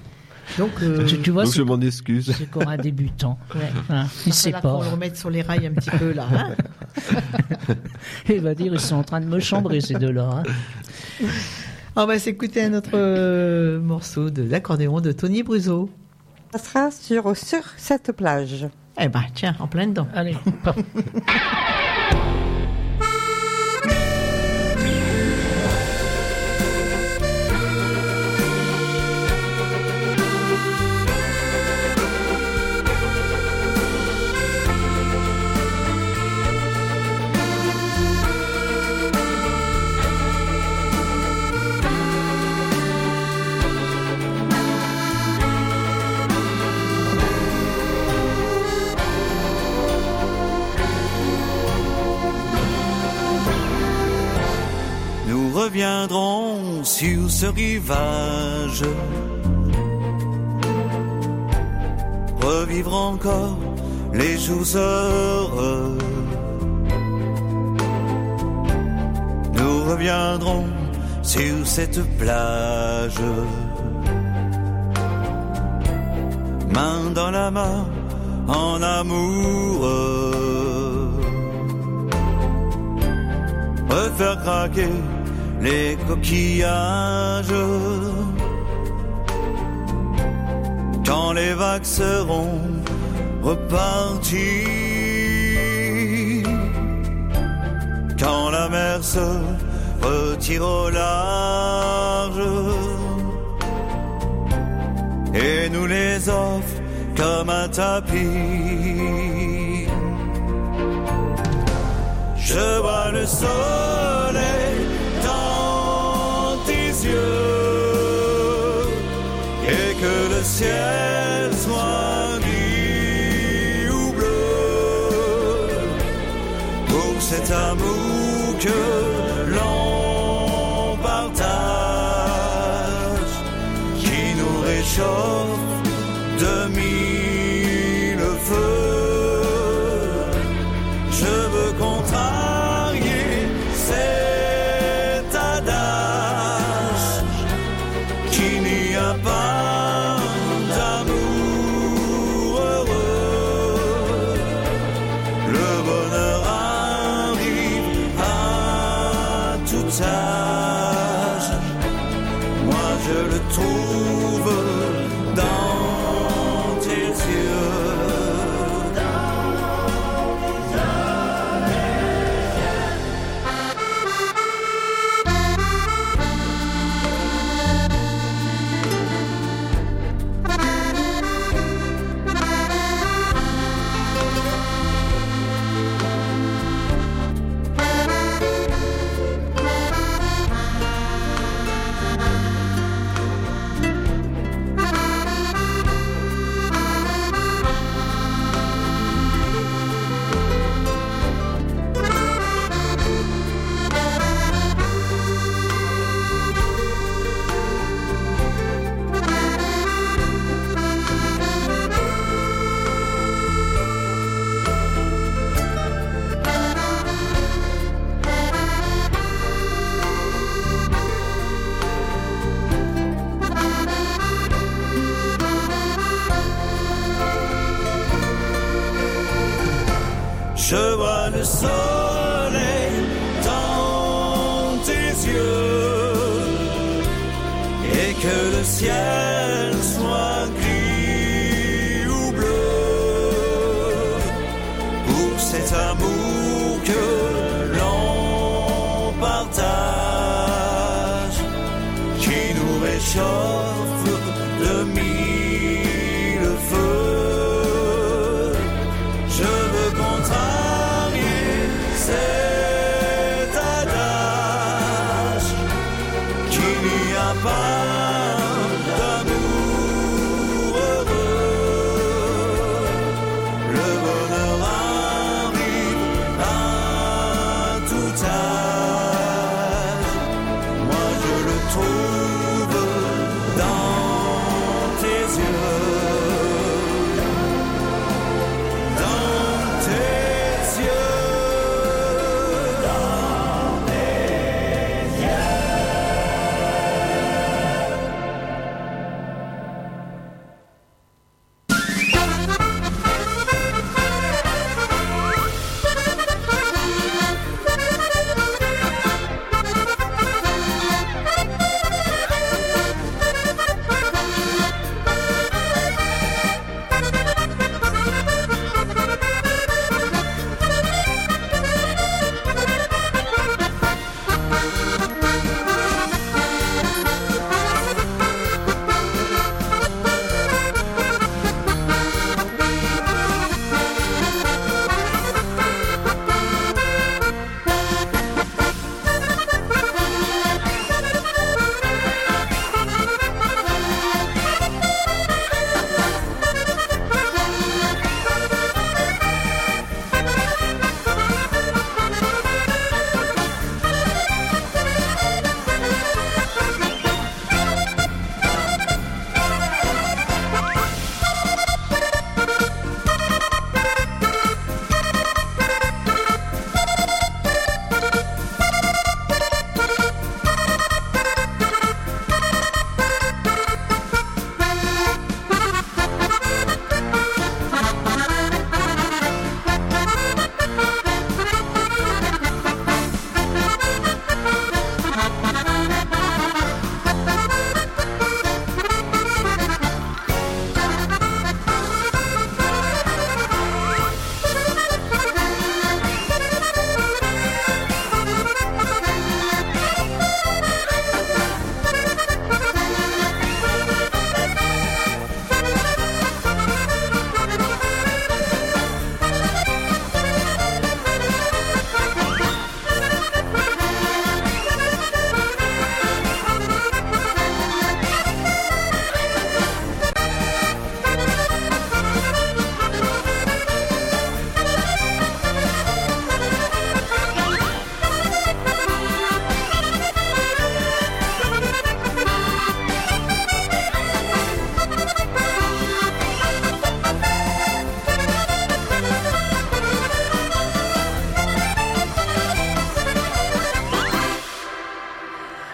S4: Donc,
S3: Bah,
S4: euh,
S5: Tu, tu vois,
S3: Donc
S5: c'est
S3: je m'en excuse.
S5: c'est encore un débutant.
S4: ouais. Ah,
S5: Hein, il
S4: Après,
S5: sait
S4: là,
S5: pas.
S4: qu'on le remette sur les rails un petit peu, là. hein.
S5: Il va dire ils sont en train de me chambrer, ces deux-là. hein.
S4: On va s'écouter un autre euh, morceau de l'accordéon de Tony Bruzo.
S2: Ça sera sur, sur cette plage.
S4: Eh ben, tiens, en plein dedans.
S5: Allez,
S6: Nous reviendrons sur ce rivage. Revivre encore les jours heureux. Nous reviendrons sur cette plage. Main dans la main, en amoureux refaire craquer les coquillages. Quand les vagues seront reparties, quand la mer se retire au large, et nous les offre comme un tapis. Je vois le soleil dans tes yeux et que le ciel soit gris ou bleu pour cet amour que l'on partage qui nous réchauffe de mille feux. Je veux contrarier cet adage qu'il n'y a pas d'amour heureux. Le bonheur arrive à tout âge. Moi je le trouve dans tes yeux. Je vois le soleil dans tes yeux et que le ciel soit gris ou bleu pour cet amour que l'on partage qui nous réchauffe de mille un pain d'amour heureux. Le bonheur arrive à tout âge. Moi je le trouve dans tes yeux. Dans tes yeux.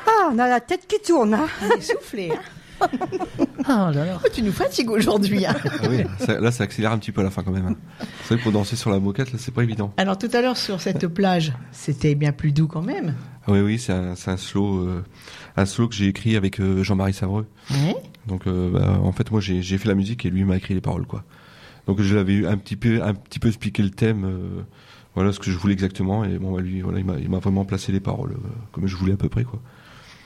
S2: Ah, on a la tête qui tourne. hein.
S4: On est soufflé. hein.
S5: Ah là là.
S4: Oh, tu nous fatigues aujourd'hui. hein.
S3: Ah oui, ça- là ça accélère un petit peu à la fin quand même. hein. C'est vrai que pour danser sur la moquette, là c'est pas évident.
S4: Alors tout à l'heure sur cette plage, c'était bien plus doux quand même.
S3: Ah oui, oui, c'est un, c'est un slow, euh, un slow que j'ai écrit avec euh, Jean-Marie Savreux.
S4: Ouais.
S3: Donc euh, bah, en fait moi j'ai j'ai fait la musique et lui m'a écrit les paroles quoi. Donc je l'avais eu un petit peu un petit peu expliqué le thème euh, voilà ce que je voulais exactement et bon bah, lui voilà il m'a il m'a vraiment placé les paroles euh, comme je voulais à peu près quoi.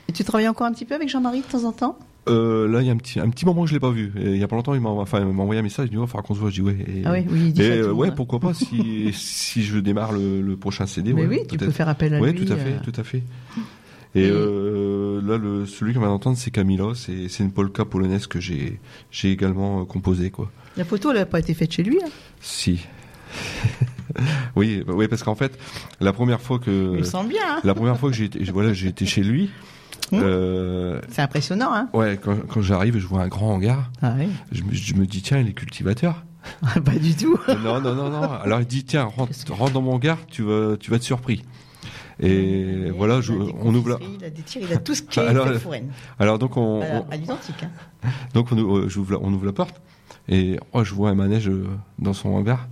S4: Et tu travailles encore un petit peu avec Jean-Marie de temps en temps
S3: Euh, là il y a un petit un petit moment que je l'ai pas vu Et il y a pas longtemps il m'a enfin, il m'a envoyé un message il dit oh, faudra qu'on se voit je dis ouais et,
S4: Ah oui, oui, il dit
S3: et,
S4: ça à tout
S3: euh,
S4: le
S3: ouais
S4: monde.
S3: pourquoi pas si si je démarre le, le prochain CD
S4: Mais oui,
S3: ouais,
S4: tu peux
S3: peut-être.
S4: faire appel à
S3: ouais,
S4: lui.
S3: tout à fait,
S4: euh,
S3: tout à fait. Et,
S4: Et-
S3: euh, là, le, celui qu'on va entendre, c'est Camilo. C'est c'est une polka polonaise que j'ai j'ai également euh, composée, quoi.
S4: La photo, elle n'a pas été faite chez lui. hein.
S3: Si. oui, bah oui, parce qu'en fait, la première fois
S4: Il
S3: que
S4: me semble bien. hein.
S3: la première fois que j'ai été, voilà, j'ai été chez lui.
S4: Hmm.
S3: euh,
S4: C'est impressionnant. Hein
S3: ouais, quand, quand j'arrive, je vois un grand hangar.
S4: ah oui.
S3: Je me, je me dis tiens, il est cultivateur.
S4: pas du tout.
S3: non, non, non, non. Alors il dit tiens, rentre, rentre dans mon hangar, tu vas, tu vas être surpris. Et voilà, je-
S4: Il a des
S3: on ouvre. la-
S4: confiseries, Il a des tirs, il a tout ce qui est
S3: Alors,
S4: fait foraine.
S3: Alors donc on,
S4: Voilà,
S3: on-
S4: à l'identique. hein.
S3: Donc on, ou- euh, j'ouvre la- on ouvre la porte et oh, je vois un manège euh, dans son hangar.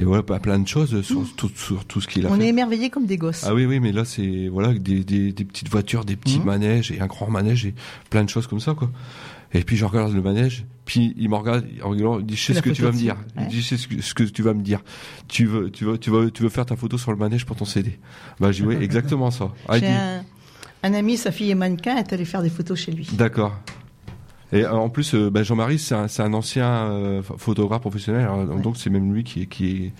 S3: Et voilà, pas plein de choses sur, tout, sur tout ce qu'il a
S4: Hmm. On est
S3: fait.
S4: émerveillés comme des gosses.
S3: Ah oui, oui, mais là, c'est voilà, des, des, des petites voitures, des
S4: Hmm.
S3: petits manèges et un grand manège et plein de choses comme ça, quoi. Et puis je regarde le manège, puis il me regarde en rigolant, il dit je sais
S4: La
S3: ce que tu
S4: photo
S3: vas me
S4: dessus,
S3: dire. Il
S4: ouais.
S3: dit je sais ce que, ce que tu vas me dire. Tu veux, tu veux, tu veux, tu veux faire ta photo sur le manège pour ton CD. Bah j'ai dit, ouais, exactement ça. Ah, il
S4: J'ai
S3: dit,
S4: un, un ami, sa fille est mannequin, elle est allée faire des photos chez lui.
S3: D'accord. Et euh, en plus, euh, bah, Jean-Marie, c'est un, c'est un ancien euh, ph- photographe professionnel, hein, donc c'est même lui qui, est- qui, est-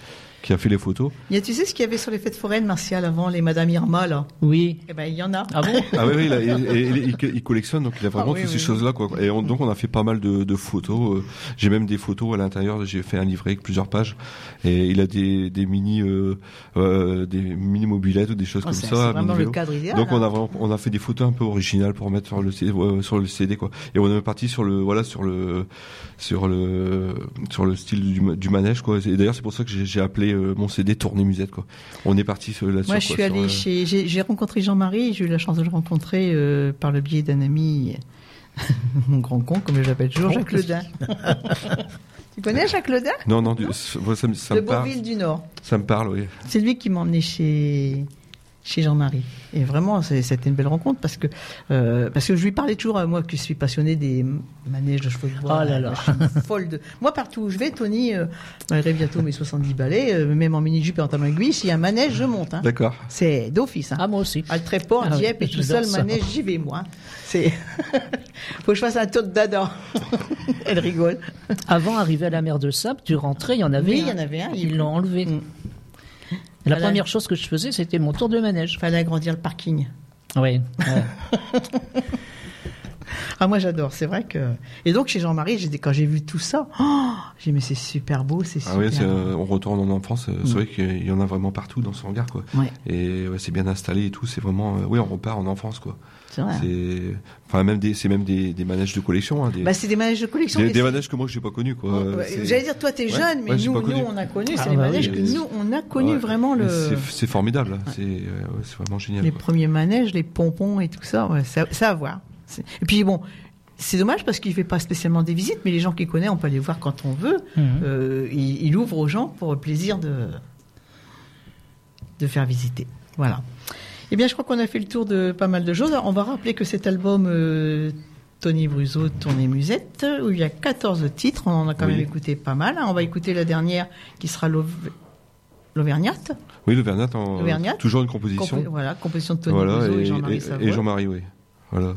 S3: qui a fait les photos.
S4: Il y a, tu sais ce qu'il y avait sur les fêtes foraines, Martial, avant les Madame Irma, là
S5: Oui.
S4: Eh ben, il y en a.
S5: Ah bon
S3: Ah oui, oui, il, a- il- il- il- il- il collectionne, donc il a vraiment
S4: Ah oui,
S3: toutes
S4: oui.
S3: ces choses-là. quoi. Et on- donc on a fait pas mal de, de photos. euh, J'ai même des photos à l'intérieur. J'ai fait un livret avec plusieurs pages. Et il a des, des mini, euh, euh, des mini mobilettes ou des choses
S4: Oh,
S3: comme
S4: c'est-
S3: ça.
S4: c'est
S3: à
S4: vraiment
S3: mon
S4: le
S3: vélo.
S4: cadre idéal.
S3: Donc on a
S4: hein.
S3: vraiment, on a fait des photos un peu originales pour mettre sur le CD, ouais, sur le CD quoi. Et on est parti sur le voilà sur le sur le sur le style du, ma- du manège quoi. Et d'ailleurs c'est pour ça que j'ai j'ai appelé euh, mon CD tournée musette quoi. On est parti sur- là-dessus.
S4: Moi, je
S3: quoi,
S4: suis
S3: sur,
S4: allée
S3: euh,
S4: chez. J'ai j'ai rencontré Jean-Marie, j'ai eu la chance de le rencontrer euh, par le biais d'un ami, mon grand con, comme je l'appelle toujours, Jacques Ledin. tu connais Jacques Ledin
S3: Non non, du- ça, me- ça
S4: De
S3: me parle.
S4: Beauville du Nord.
S3: Ça me parle oui.
S4: C'est lui qui m'a emmené chez, chez Jean-Marie. Et vraiment, c'est- c'était une belle rencontre parce que, euh, parce que je lui parlais toujours, à moi qui suis passionnée des manèges de chevaux de bois.
S5: Oh là là.
S4: Je suis folle de... Moi, partout où je vais, Tony, euh, malgré bientôt mes 70 balais, euh, même en mini-jupe et en talon aiguille, s'il y a un manège, je monte. hein.
S3: D'accord.
S4: C'est d'office. Hein.
S5: Ah, moi aussi.
S4: À le Tréport,
S5: Ah oui,
S4: Dieppe et tout ça,
S5: j'adore
S4: le
S5: ça.
S4: manège, j'y vais moi. hein. C'est. Faut que je fasse un tour de dada. Elle rigole.
S5: Avant, arrivé à la mer de Sable, tu rentrais, il y en avait
S4: Oui,
S5: un.
S4: il y en avait un, il-
S5: Ils l'ont enlevé.
S4: Mm.
S5: La
S4: Voilà.
S5: première chose que je faisais, c'était mon tour de manège.
S4: Fallait agrandir le parking.
S5: Oui.
S4: Ah moi j'adore, c'est vrai que. Et donc chez Jean-Marie, j'ai dit- quand j'ai vu tout ça, oh, j'ai dit, mais c'est super beau, c'est super. Mm.
S3: Ah oui, c'est, euh, on retourne en enfance. euh, C'est vrai qu'il y en a vraiment partout dans ce hangar quoi.
S4: Ouais,
S3: Et ouais, c'est bien installé et tout. C'est vraiment euh, oui, on repart en enfance quoi.
S4: c'est vrai.
S3: C'est enfin même des c'est même des, des manèges de collection. Hein, des...
S4: Bah, c'est des manèges de collection.
S3: Des,
S4: mais
S3: des
S4: c'est-
S3: manèges que moi j'ai pas connus quoi.
S4: Ouais,
S3: C'est-
S4: J'allais dire, toi t'es
S3: Ouais,
S4: jeune, mais
S3: ouais, j'ai
S4: nous,
S3: pas connu.
S4: nous on a connu, c'est
S5: Ah
S4: les
S5: bah
S4: manèges
S3: oui,
S4: que
S3: oui.
S4: nous on a connu
S3: Ouais.
S4: vraiment le.
S3: C'est- C'est formidable. C'est euh, ouais, c'est vraiment génial.
S4: Les
S3: quoi.
S4: premiers manèges, les pompons et tout ça, ouais, ça, ça à voir. C'est- Et puis bon, c'est dommage parce qu'il fait pas spécialement des visites, mais les gens qui connaissent, on peut les voir quand on veut.
S3: Mmh.
S5: Mhm.
S4: Euh, il, il ouvre aux gens pour le plaisir de, de faire visiter. Voilà. Eh bien, je crois qu'on a fait le tour de pas mal de choses. Alors, on va rappeler que cet album euh, Tony Bruzo, Tournée Musette, où il y a 14 titres, on en a quand
S3: Oui.
S4: même écouté pas mal. hein. On va écouter la dernière qui sera l'Auv- l'Auvergnate.
S3: Oui, l'Auvergnat, en-
S4: L'Auvergnat.
S3: toujours une
S4: Compos-
S3: composition.
S4: voilà, composition de Tony
S3: Voilà,
S4: Bruzo et,
S3: et,
S4: Jean-Marie
S3: et-
S4: Savoie.
S3: et Jean-Marie, oui. Voilà.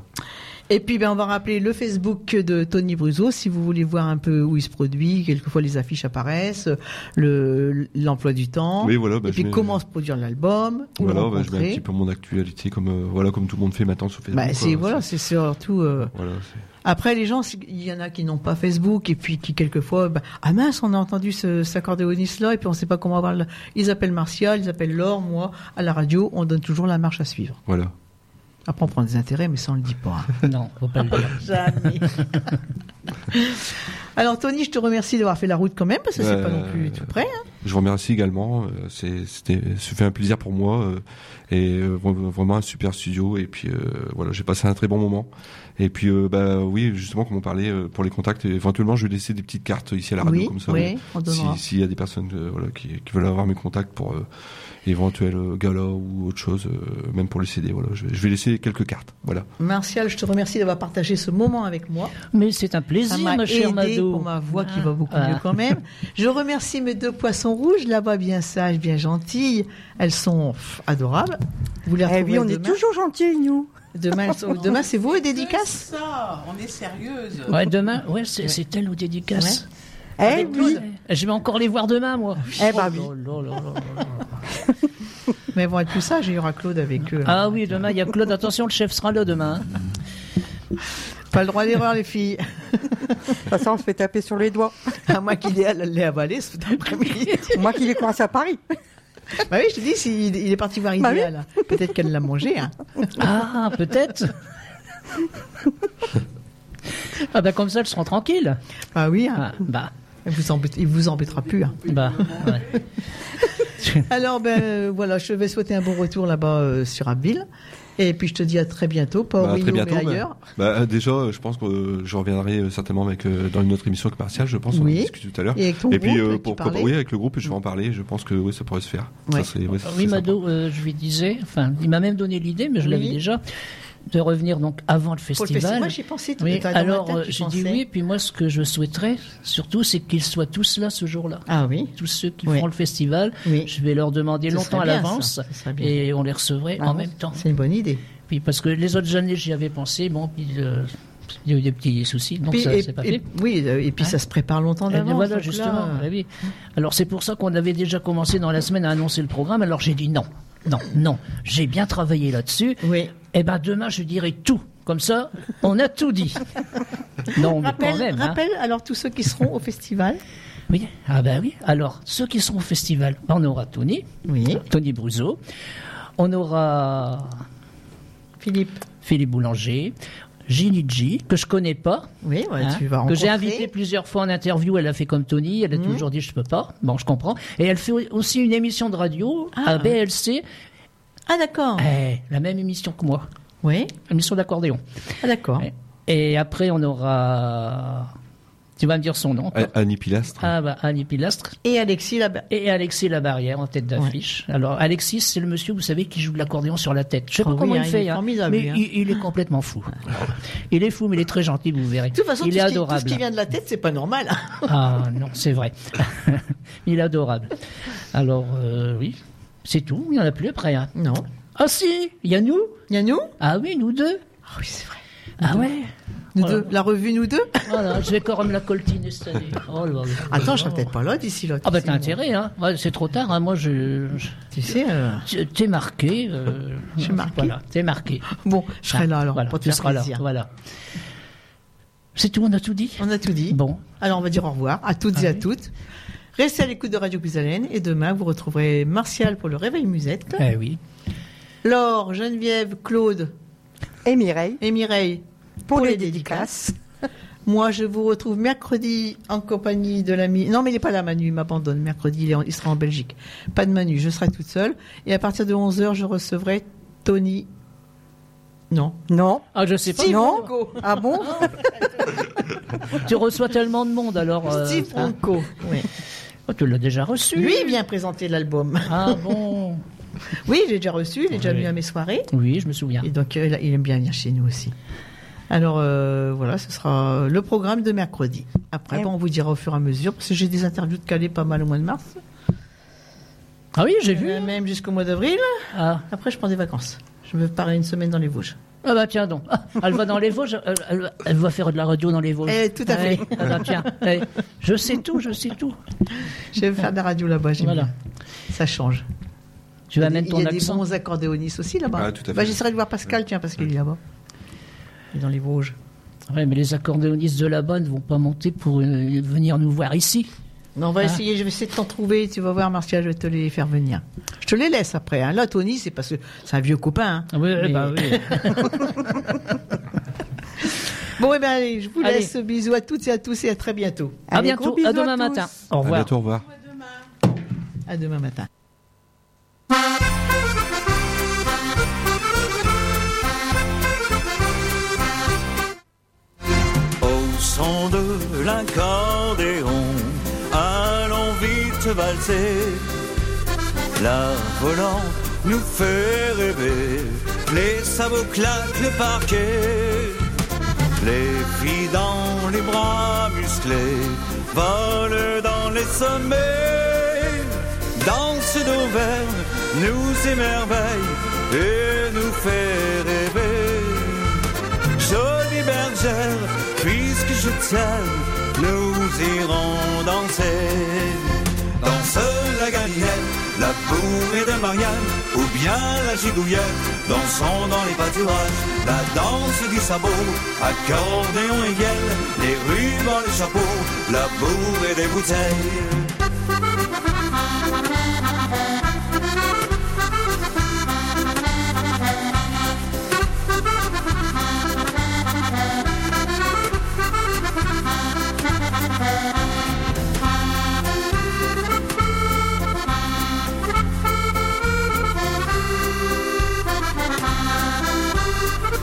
S4: Et puis, ben, on va rappeler le Facebook de Tony Bruzo si vous voulez voir un peu où il se produit. Quelquefois, les affiches apparaissent, le- l'emploi du temps.
S3: Oui, voilà. bah,
S4: et
S3: je
S4: puis,
S3: mets-
S4: comment se produire l'album où le
S3: Voilà, bah, je mets un
S4: rencontrer.
S3: petit peu mon actualité comme euh, voilà comme tout le monde fait maintenant sur Facebook.
S4: Bah,
S3: quoi.
S4: c'est voilà, c'est surtout. euh,
S3: Voilà, c'est-
S4: Après, les gens, c'est- il y en a qui n'ont pas Facebook et puis qui quelquefois, bah, ah mince, on a entendu ce, cet accordéoniste là et puis on sait pas comment avoir. le- Ils appellent Martial, ils appellent Laure, moi, à la radio, on donne toujours la marche à suivre.
S3: voilà.
S4: Après, on prend des intérêts, mais ça on le dit pas. hein.
S5: Non, faut pas le dire.
S4: Jamais. Alors Tony, je te remercie d'avoir fait la route quand même parce que c'est
S3: Euh,
S4: pas non plus tout près. hein.
S3: Je vous remercie également. euh, c'est- C'était, ça fait un plaisir pour moi euh, et euh, vra- vraiment un super studio. Et puis euh, voilà, j'ai passé un très bon moment. Et puis euh, bah oui, justement, comme on parlait euh, pour les contacts, éventuellement, je vais laisser des petites cartes ici à la radio
S4: oui,
S3: comme ça.
S4: oui, on
S3: Si-
S4: donnera.
S3: S'il y a des personnes euh, voilà, qui, qui veulent avoir mes contacts pour euh, éventuels euh, galas ou autre chose, euh, même pour le CD, voilà, je, vais, je vais laisser quelques cartes. Voilà.
S4: Martial, je te remercie d'avoir partagé ce moment avec moi.
S5: Mais c'est un
S4: Ça
S5: plaisir,
S4: m'a
S5: ma chère
S4: aidé
S5: Mado.
S4: pour ma voix qui va beaucoup
S5: Ah.
S4: mieux quand même. Je remercie mes deux poissons rouges, là-bas bien sages, bien gentilles. Elles sont pff, adorables. Vous les
S2: Eh
S4: retrouverez
S2: oui, on
S4: demain.
S2: est toujours gentils, nous.
S4: Demain, elles sont- demain, c'est vous et dédicace
S7: ça, on est sérieuse.
S5: Ouais, demain, ouais, c'est c'est elle aux dédicaces.
S2: Eh oui.
S5: Je vais encore les voir demain, moi. Oh
S2: Eh ben oui.
S5: là là là là là.
S4: Mais elles vont être plus sages, il y aura Claude avec eux.
S5: Ah oui, demain, il y a Claude. Attention, le chef sera là demain. hein.
S4: Pas le droit d'erreur, les filles.
S2: De toute façon, on se fait taper sur les doigts.
S4: À moins qu'il ait à les avaler cet après-midi.
S2: Moi qui l'ai commencé à Paris.
S4: bah oui, je te dis, si- il est parti voir
S2: Bah oui.
S4: Idéal. Peut-être qu'elle l'a mangé. hein.
S5: Ah, peut-être. Ah bah comme ça, elle sera tranquille.
S4: Ah oui,
S5: Ah,
S4: hein.
S5: bah,
S4: il vous embête- il vous embêtera plus. hein.
S5: bah. ouais.
S4: Alors ben euh, voilà, je vais souhaiter un bon retour là-bas euh, sur Abbeville. Et puis je te dis à très bientôt, pas au
S3: Bah, à
S4: Wino,
S3: très bientôt.
S4: mais
S3: bah.
S4: ailleurs.
S3: Bah, euh, déjà, euh, je pense que euh, je reviendrai euh, certainement avec euh, dans une autre émission avec Martial. Je pense on en
S4: Oui.
S3: discute tout à l'heure.
S4: Et avec ton
S3: Et puis
S4: groupe,
S3: euh,
S4: tu
S3: pour,
S4: parlais. Mm.
S3: oui, avec le groupe, je vais en parler. Je pense que oui, ça pourrait se faire. Ça
S4: Ouais.
S3: serait- ouais, ça
S5: Oui,
S3: serait
S5: Mado, euh, je lui disais, enfin, il m'a même donné l'idée, mais je l'avais
S4: Oui.
S5: déjà, de revenir donc avant le
S4: Pour
S5: festival.
S4: le festival, j'y pensais. tu-
S5: Oui,
S4: t'as dans la
S5: alors
S4: tête,
S5: euh,
S4: tu
S5: j'ai
S4: pensais.
S5: dit oui, puis moi ce que je souhaiterais surtout c'est qu'ils soient tous là ce jour-là.
S4: Ah oui.
S5: Tous ceux qui
S4: Oui.
S5: feront le festival,
S4: Oui.
S5: je vais leur demander
S4: Ce
S5: longtemps
S4: serait
S5: à
S4: bien,
S5: l'avance
S4: ça. Ce serait bien.
S5: et on les recevrait en même temps.
S4: C'est une bonne idée.
S5: Puis parce que les autres années j'y avais pensé, bon, puis euh, il y a eu des petits soucis, donc
S4: Puis-
S5: ça
S4: et-
S5: c'est pas
S4: et-
S5: fait.
S4: oui, euh, et puis
S5: Hein
S4: ça se prépare longtemps
S5: Eh bien,
S4: d'avance.
S5: voilà,
S4: donc là,
S5: justement.
S4: euh,
S5: eh oui. Alors, c'est pour ça qu'on avait déjà commencé dans la semaine à annoncer le programme. Alors, j'ai dit non, non, non. J'ai bien travaillé là-dessus.
S4: Oui.
S5: Eh bien, demain, je dirai tout. Comme ça, on a tout dit. non, mais
S4: Rappel,
S5: quand même. hein.
S4: rappel, alors tous ceux qui seront au festival.
S5: Oui, ah ben oui. Alors, ceux qui sont au festival, on aura Tony,
S4: Oui.
S5: Tony Bruzo. On aura
S4: Philippe.
S5: Philippe Boulanger, Ginny G, que je connais pas.
S4: Oui, ouais,
S5: Hein,
S4: tu vas
S5: que
S4: rencontrer. Mhm.
S5: j'ai invité plusieurs fois en interview, elle a fait comme Tony, elle a toujours dit je peux pas. Bon, je comprends. Et elle fait aussi une émission de radio à BLC,
S4: Ah d'accord.
S5: eh, la même émission que moi,
S4: Oui.
S5: émission d'accordéon.
S4: Ah d'accord.
S5: Eh, Et après on aura, tu vas me dire son nom.
S3: A- Annie Pilastre.
S5: Ah bah Annie Pilastre
S4: Et Alexis ben, là-bas.
S5: et Alexis Labarrière en tête d'affiche. Alors Alexis, c'est le monsieur, vous savez, qui joue de l'accordéon sur la tête. Je sais
S4: Ah
S5: pas
S4: oui,
S5: comment
S4: hein,
S5: il
S4: il
S5: fait,
S4: est
S5: hein,
S4: formidable,
S5: mais
S4: hein.
S5: il, il est complètement fou. Il est fou, mais il est très gentil, vous verrez.
S4: De toute façon,
S5: il
S4: tout,
S5: est
S4: ce qui, tout ce
S5: adorable.
S4: qui vient de la tête, c'est pas normal.
S5: Ah non, c'est vrai. Il est adorable. Alors, euh, oui, c'est tout. Il n'y en a plus après. hein.
S4: non.
S5: Ah si, il y a nous.
S4: Il y a nous.
S5: Ah oui, nous deux.
S4: Ah oui, c'est vrai.
S5: Ah ouais.
S4: Nous
S5: Oh là
S4: deux. La revue, nous deux.
S5: Oh là, je vais quand même la coltiner cette année. Oh là là.
S4: Attends, je serai peut-être pas là d'ici l'autre.
S5: Ah bah t'as intérêt, hein. Ouais, c'est trop tard. hein. Moi, je, je-
S4: Tu sais. euh,
S5: t'es marqué. euh,
S4: Je suis marqué.
S5: Voilà, t'es marqué.
S4: Bon, je serai là alors
S5: Voilà,
S4: pour te
S5: tu
S4: faire
S5: seras là.
S4: plaisir.
S5: Voilà. C'est tout. On a tout dit.
S4: On a tout dit.
S5: Bon. Ah
S4: Alors on va dire au revoir à toutes et à toutes. Restez à l'écoute de Radio Cusalène et demain vous retrouverez Martial pour le réveil musette,
S5: Eh oui.
S4: Laure, Geneviève, Claude
S2: Et Mireille,
S4: et Mireille
S2: pour, les, dédicaces.
S4: Moi je vous retrouve mercredi en compagnie de l'ami. Non mais il n'est pas là Manu, il m'abandonne. Mercredi il, est en- il sera en Belgique. Pas de Manu, je serai toute seule. Et à partir de 11h je recevrai Tony. Non.
S2: Non.
S5: Ah je sais pas.
S2: non. Ah bon
S5: Tu reçois tellement de monde alors. euh,
S4: Steve
S5: hein.
S4: Franco. Oui.
S5: Oh, tu l'as déjà reçu.
S4: Lui il vient présenter l'album.
S5: Ah bon
S4: Oui, j'ai déjà reçu, il est déjà
S5: Oui. Ah.
S4: venu à mes soirées.
S5: Oui, je me souviens.
S4: Et donc, euh, il aime bien venir chez nous aussi. Alors, euh, voilà, ce sera le programme de mercredi. Après,
S2: Et-
S4: bon, on vous dira au fur et à mesure, parce que j'ai des interviews de Calais pas mal au mois de mars,
S5: Ah oui, j'ai vu.
S4: euh, même jusqu'au mois d'avril.
S5: Ah.
S4: Après, je prends des vacances. Je me pars une semaine dans les Vosges.
S5: Ah bah tiens donc. Ah, elle va dans les Vosges. Elle, elle- elle va faire de la radio dans les Vosges.
S4: Eh, tout à
S5: Ah oui.
S4: fait.
S5: Ah bah tiens. Eh, je sais tout, je sais tout.
S4: Je vais faire de la radio là-bas, j'aime
S5: Voilà.
S4: bien. Ça change.
S5: Tu amènes
S4: il
S5: ton
S4: y a des
S5: accent.
S4: bons accordéonistes aussi là-bas.
S3: Ah, tout à fait.
S4: Bah, J'essaierai de voir Pascal, tiens, parce qu'il est là-bas. Il est dans les Vosges.
S5: Ouais, mais les accordéonistes de là-bas ne vont pas monter pour euh, venir nous voir ici.
S4: Non, on va
S5: Ah.
S4: essayer, je vais essayer de t'en trouver, tu vas voir, Martial, je vais te les faire venir. Je te les laisse après. hein. Là, Tony, c'est parce que c'est un vieux copain. hein.
S5: Ah oui,
S4: Mais-
S5: bah oui.
S4: Bon, eh ben, allez, je vous
S5: Allez.
S4: laisse. Bisous à toutes et à tous et à très bientôt.
S5: à
S2: Allez,
S5: bientôt.
S2: gros bisous
S5: À demain
S2: à tous.
S5: matin. Au
S3: À
S5: revoir.
S3: bientôt, au revoir.
S4: À demain matin.
S6: Au son de l'accordéon, allons vite valser. La volante nous fait rêver, les sabots claquent le parquet. Les filles dans les bras musclés volent dans les sommets. Danse d'auvergne nous émerveille et nous fait rêver. Jolie bergère, puisque je t'aime, nous irons danser. Danse la gallinette, la bourrée de Marianne, ou bien la gigouillette, dansons dans les pâturages. La danse du sabot, accordéon et guêle, les rubans, les chapeaux, la bourrée des bouteilles.
S8: Thank you.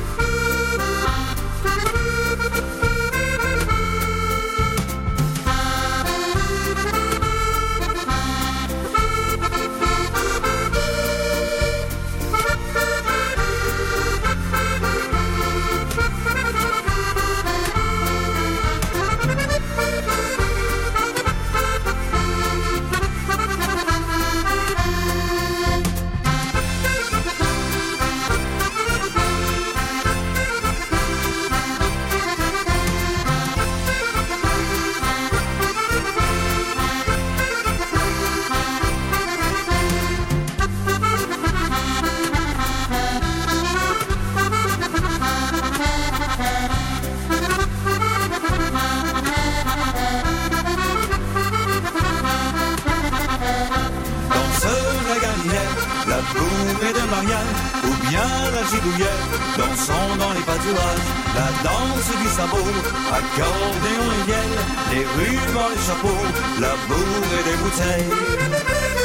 S6: Bourré de mariage, ou bien la gigouillette, dansons dans les pâturages, la danse du sabot, accordéon et vielle, les rubans, les chapeaux, la bourre et les bouteilles.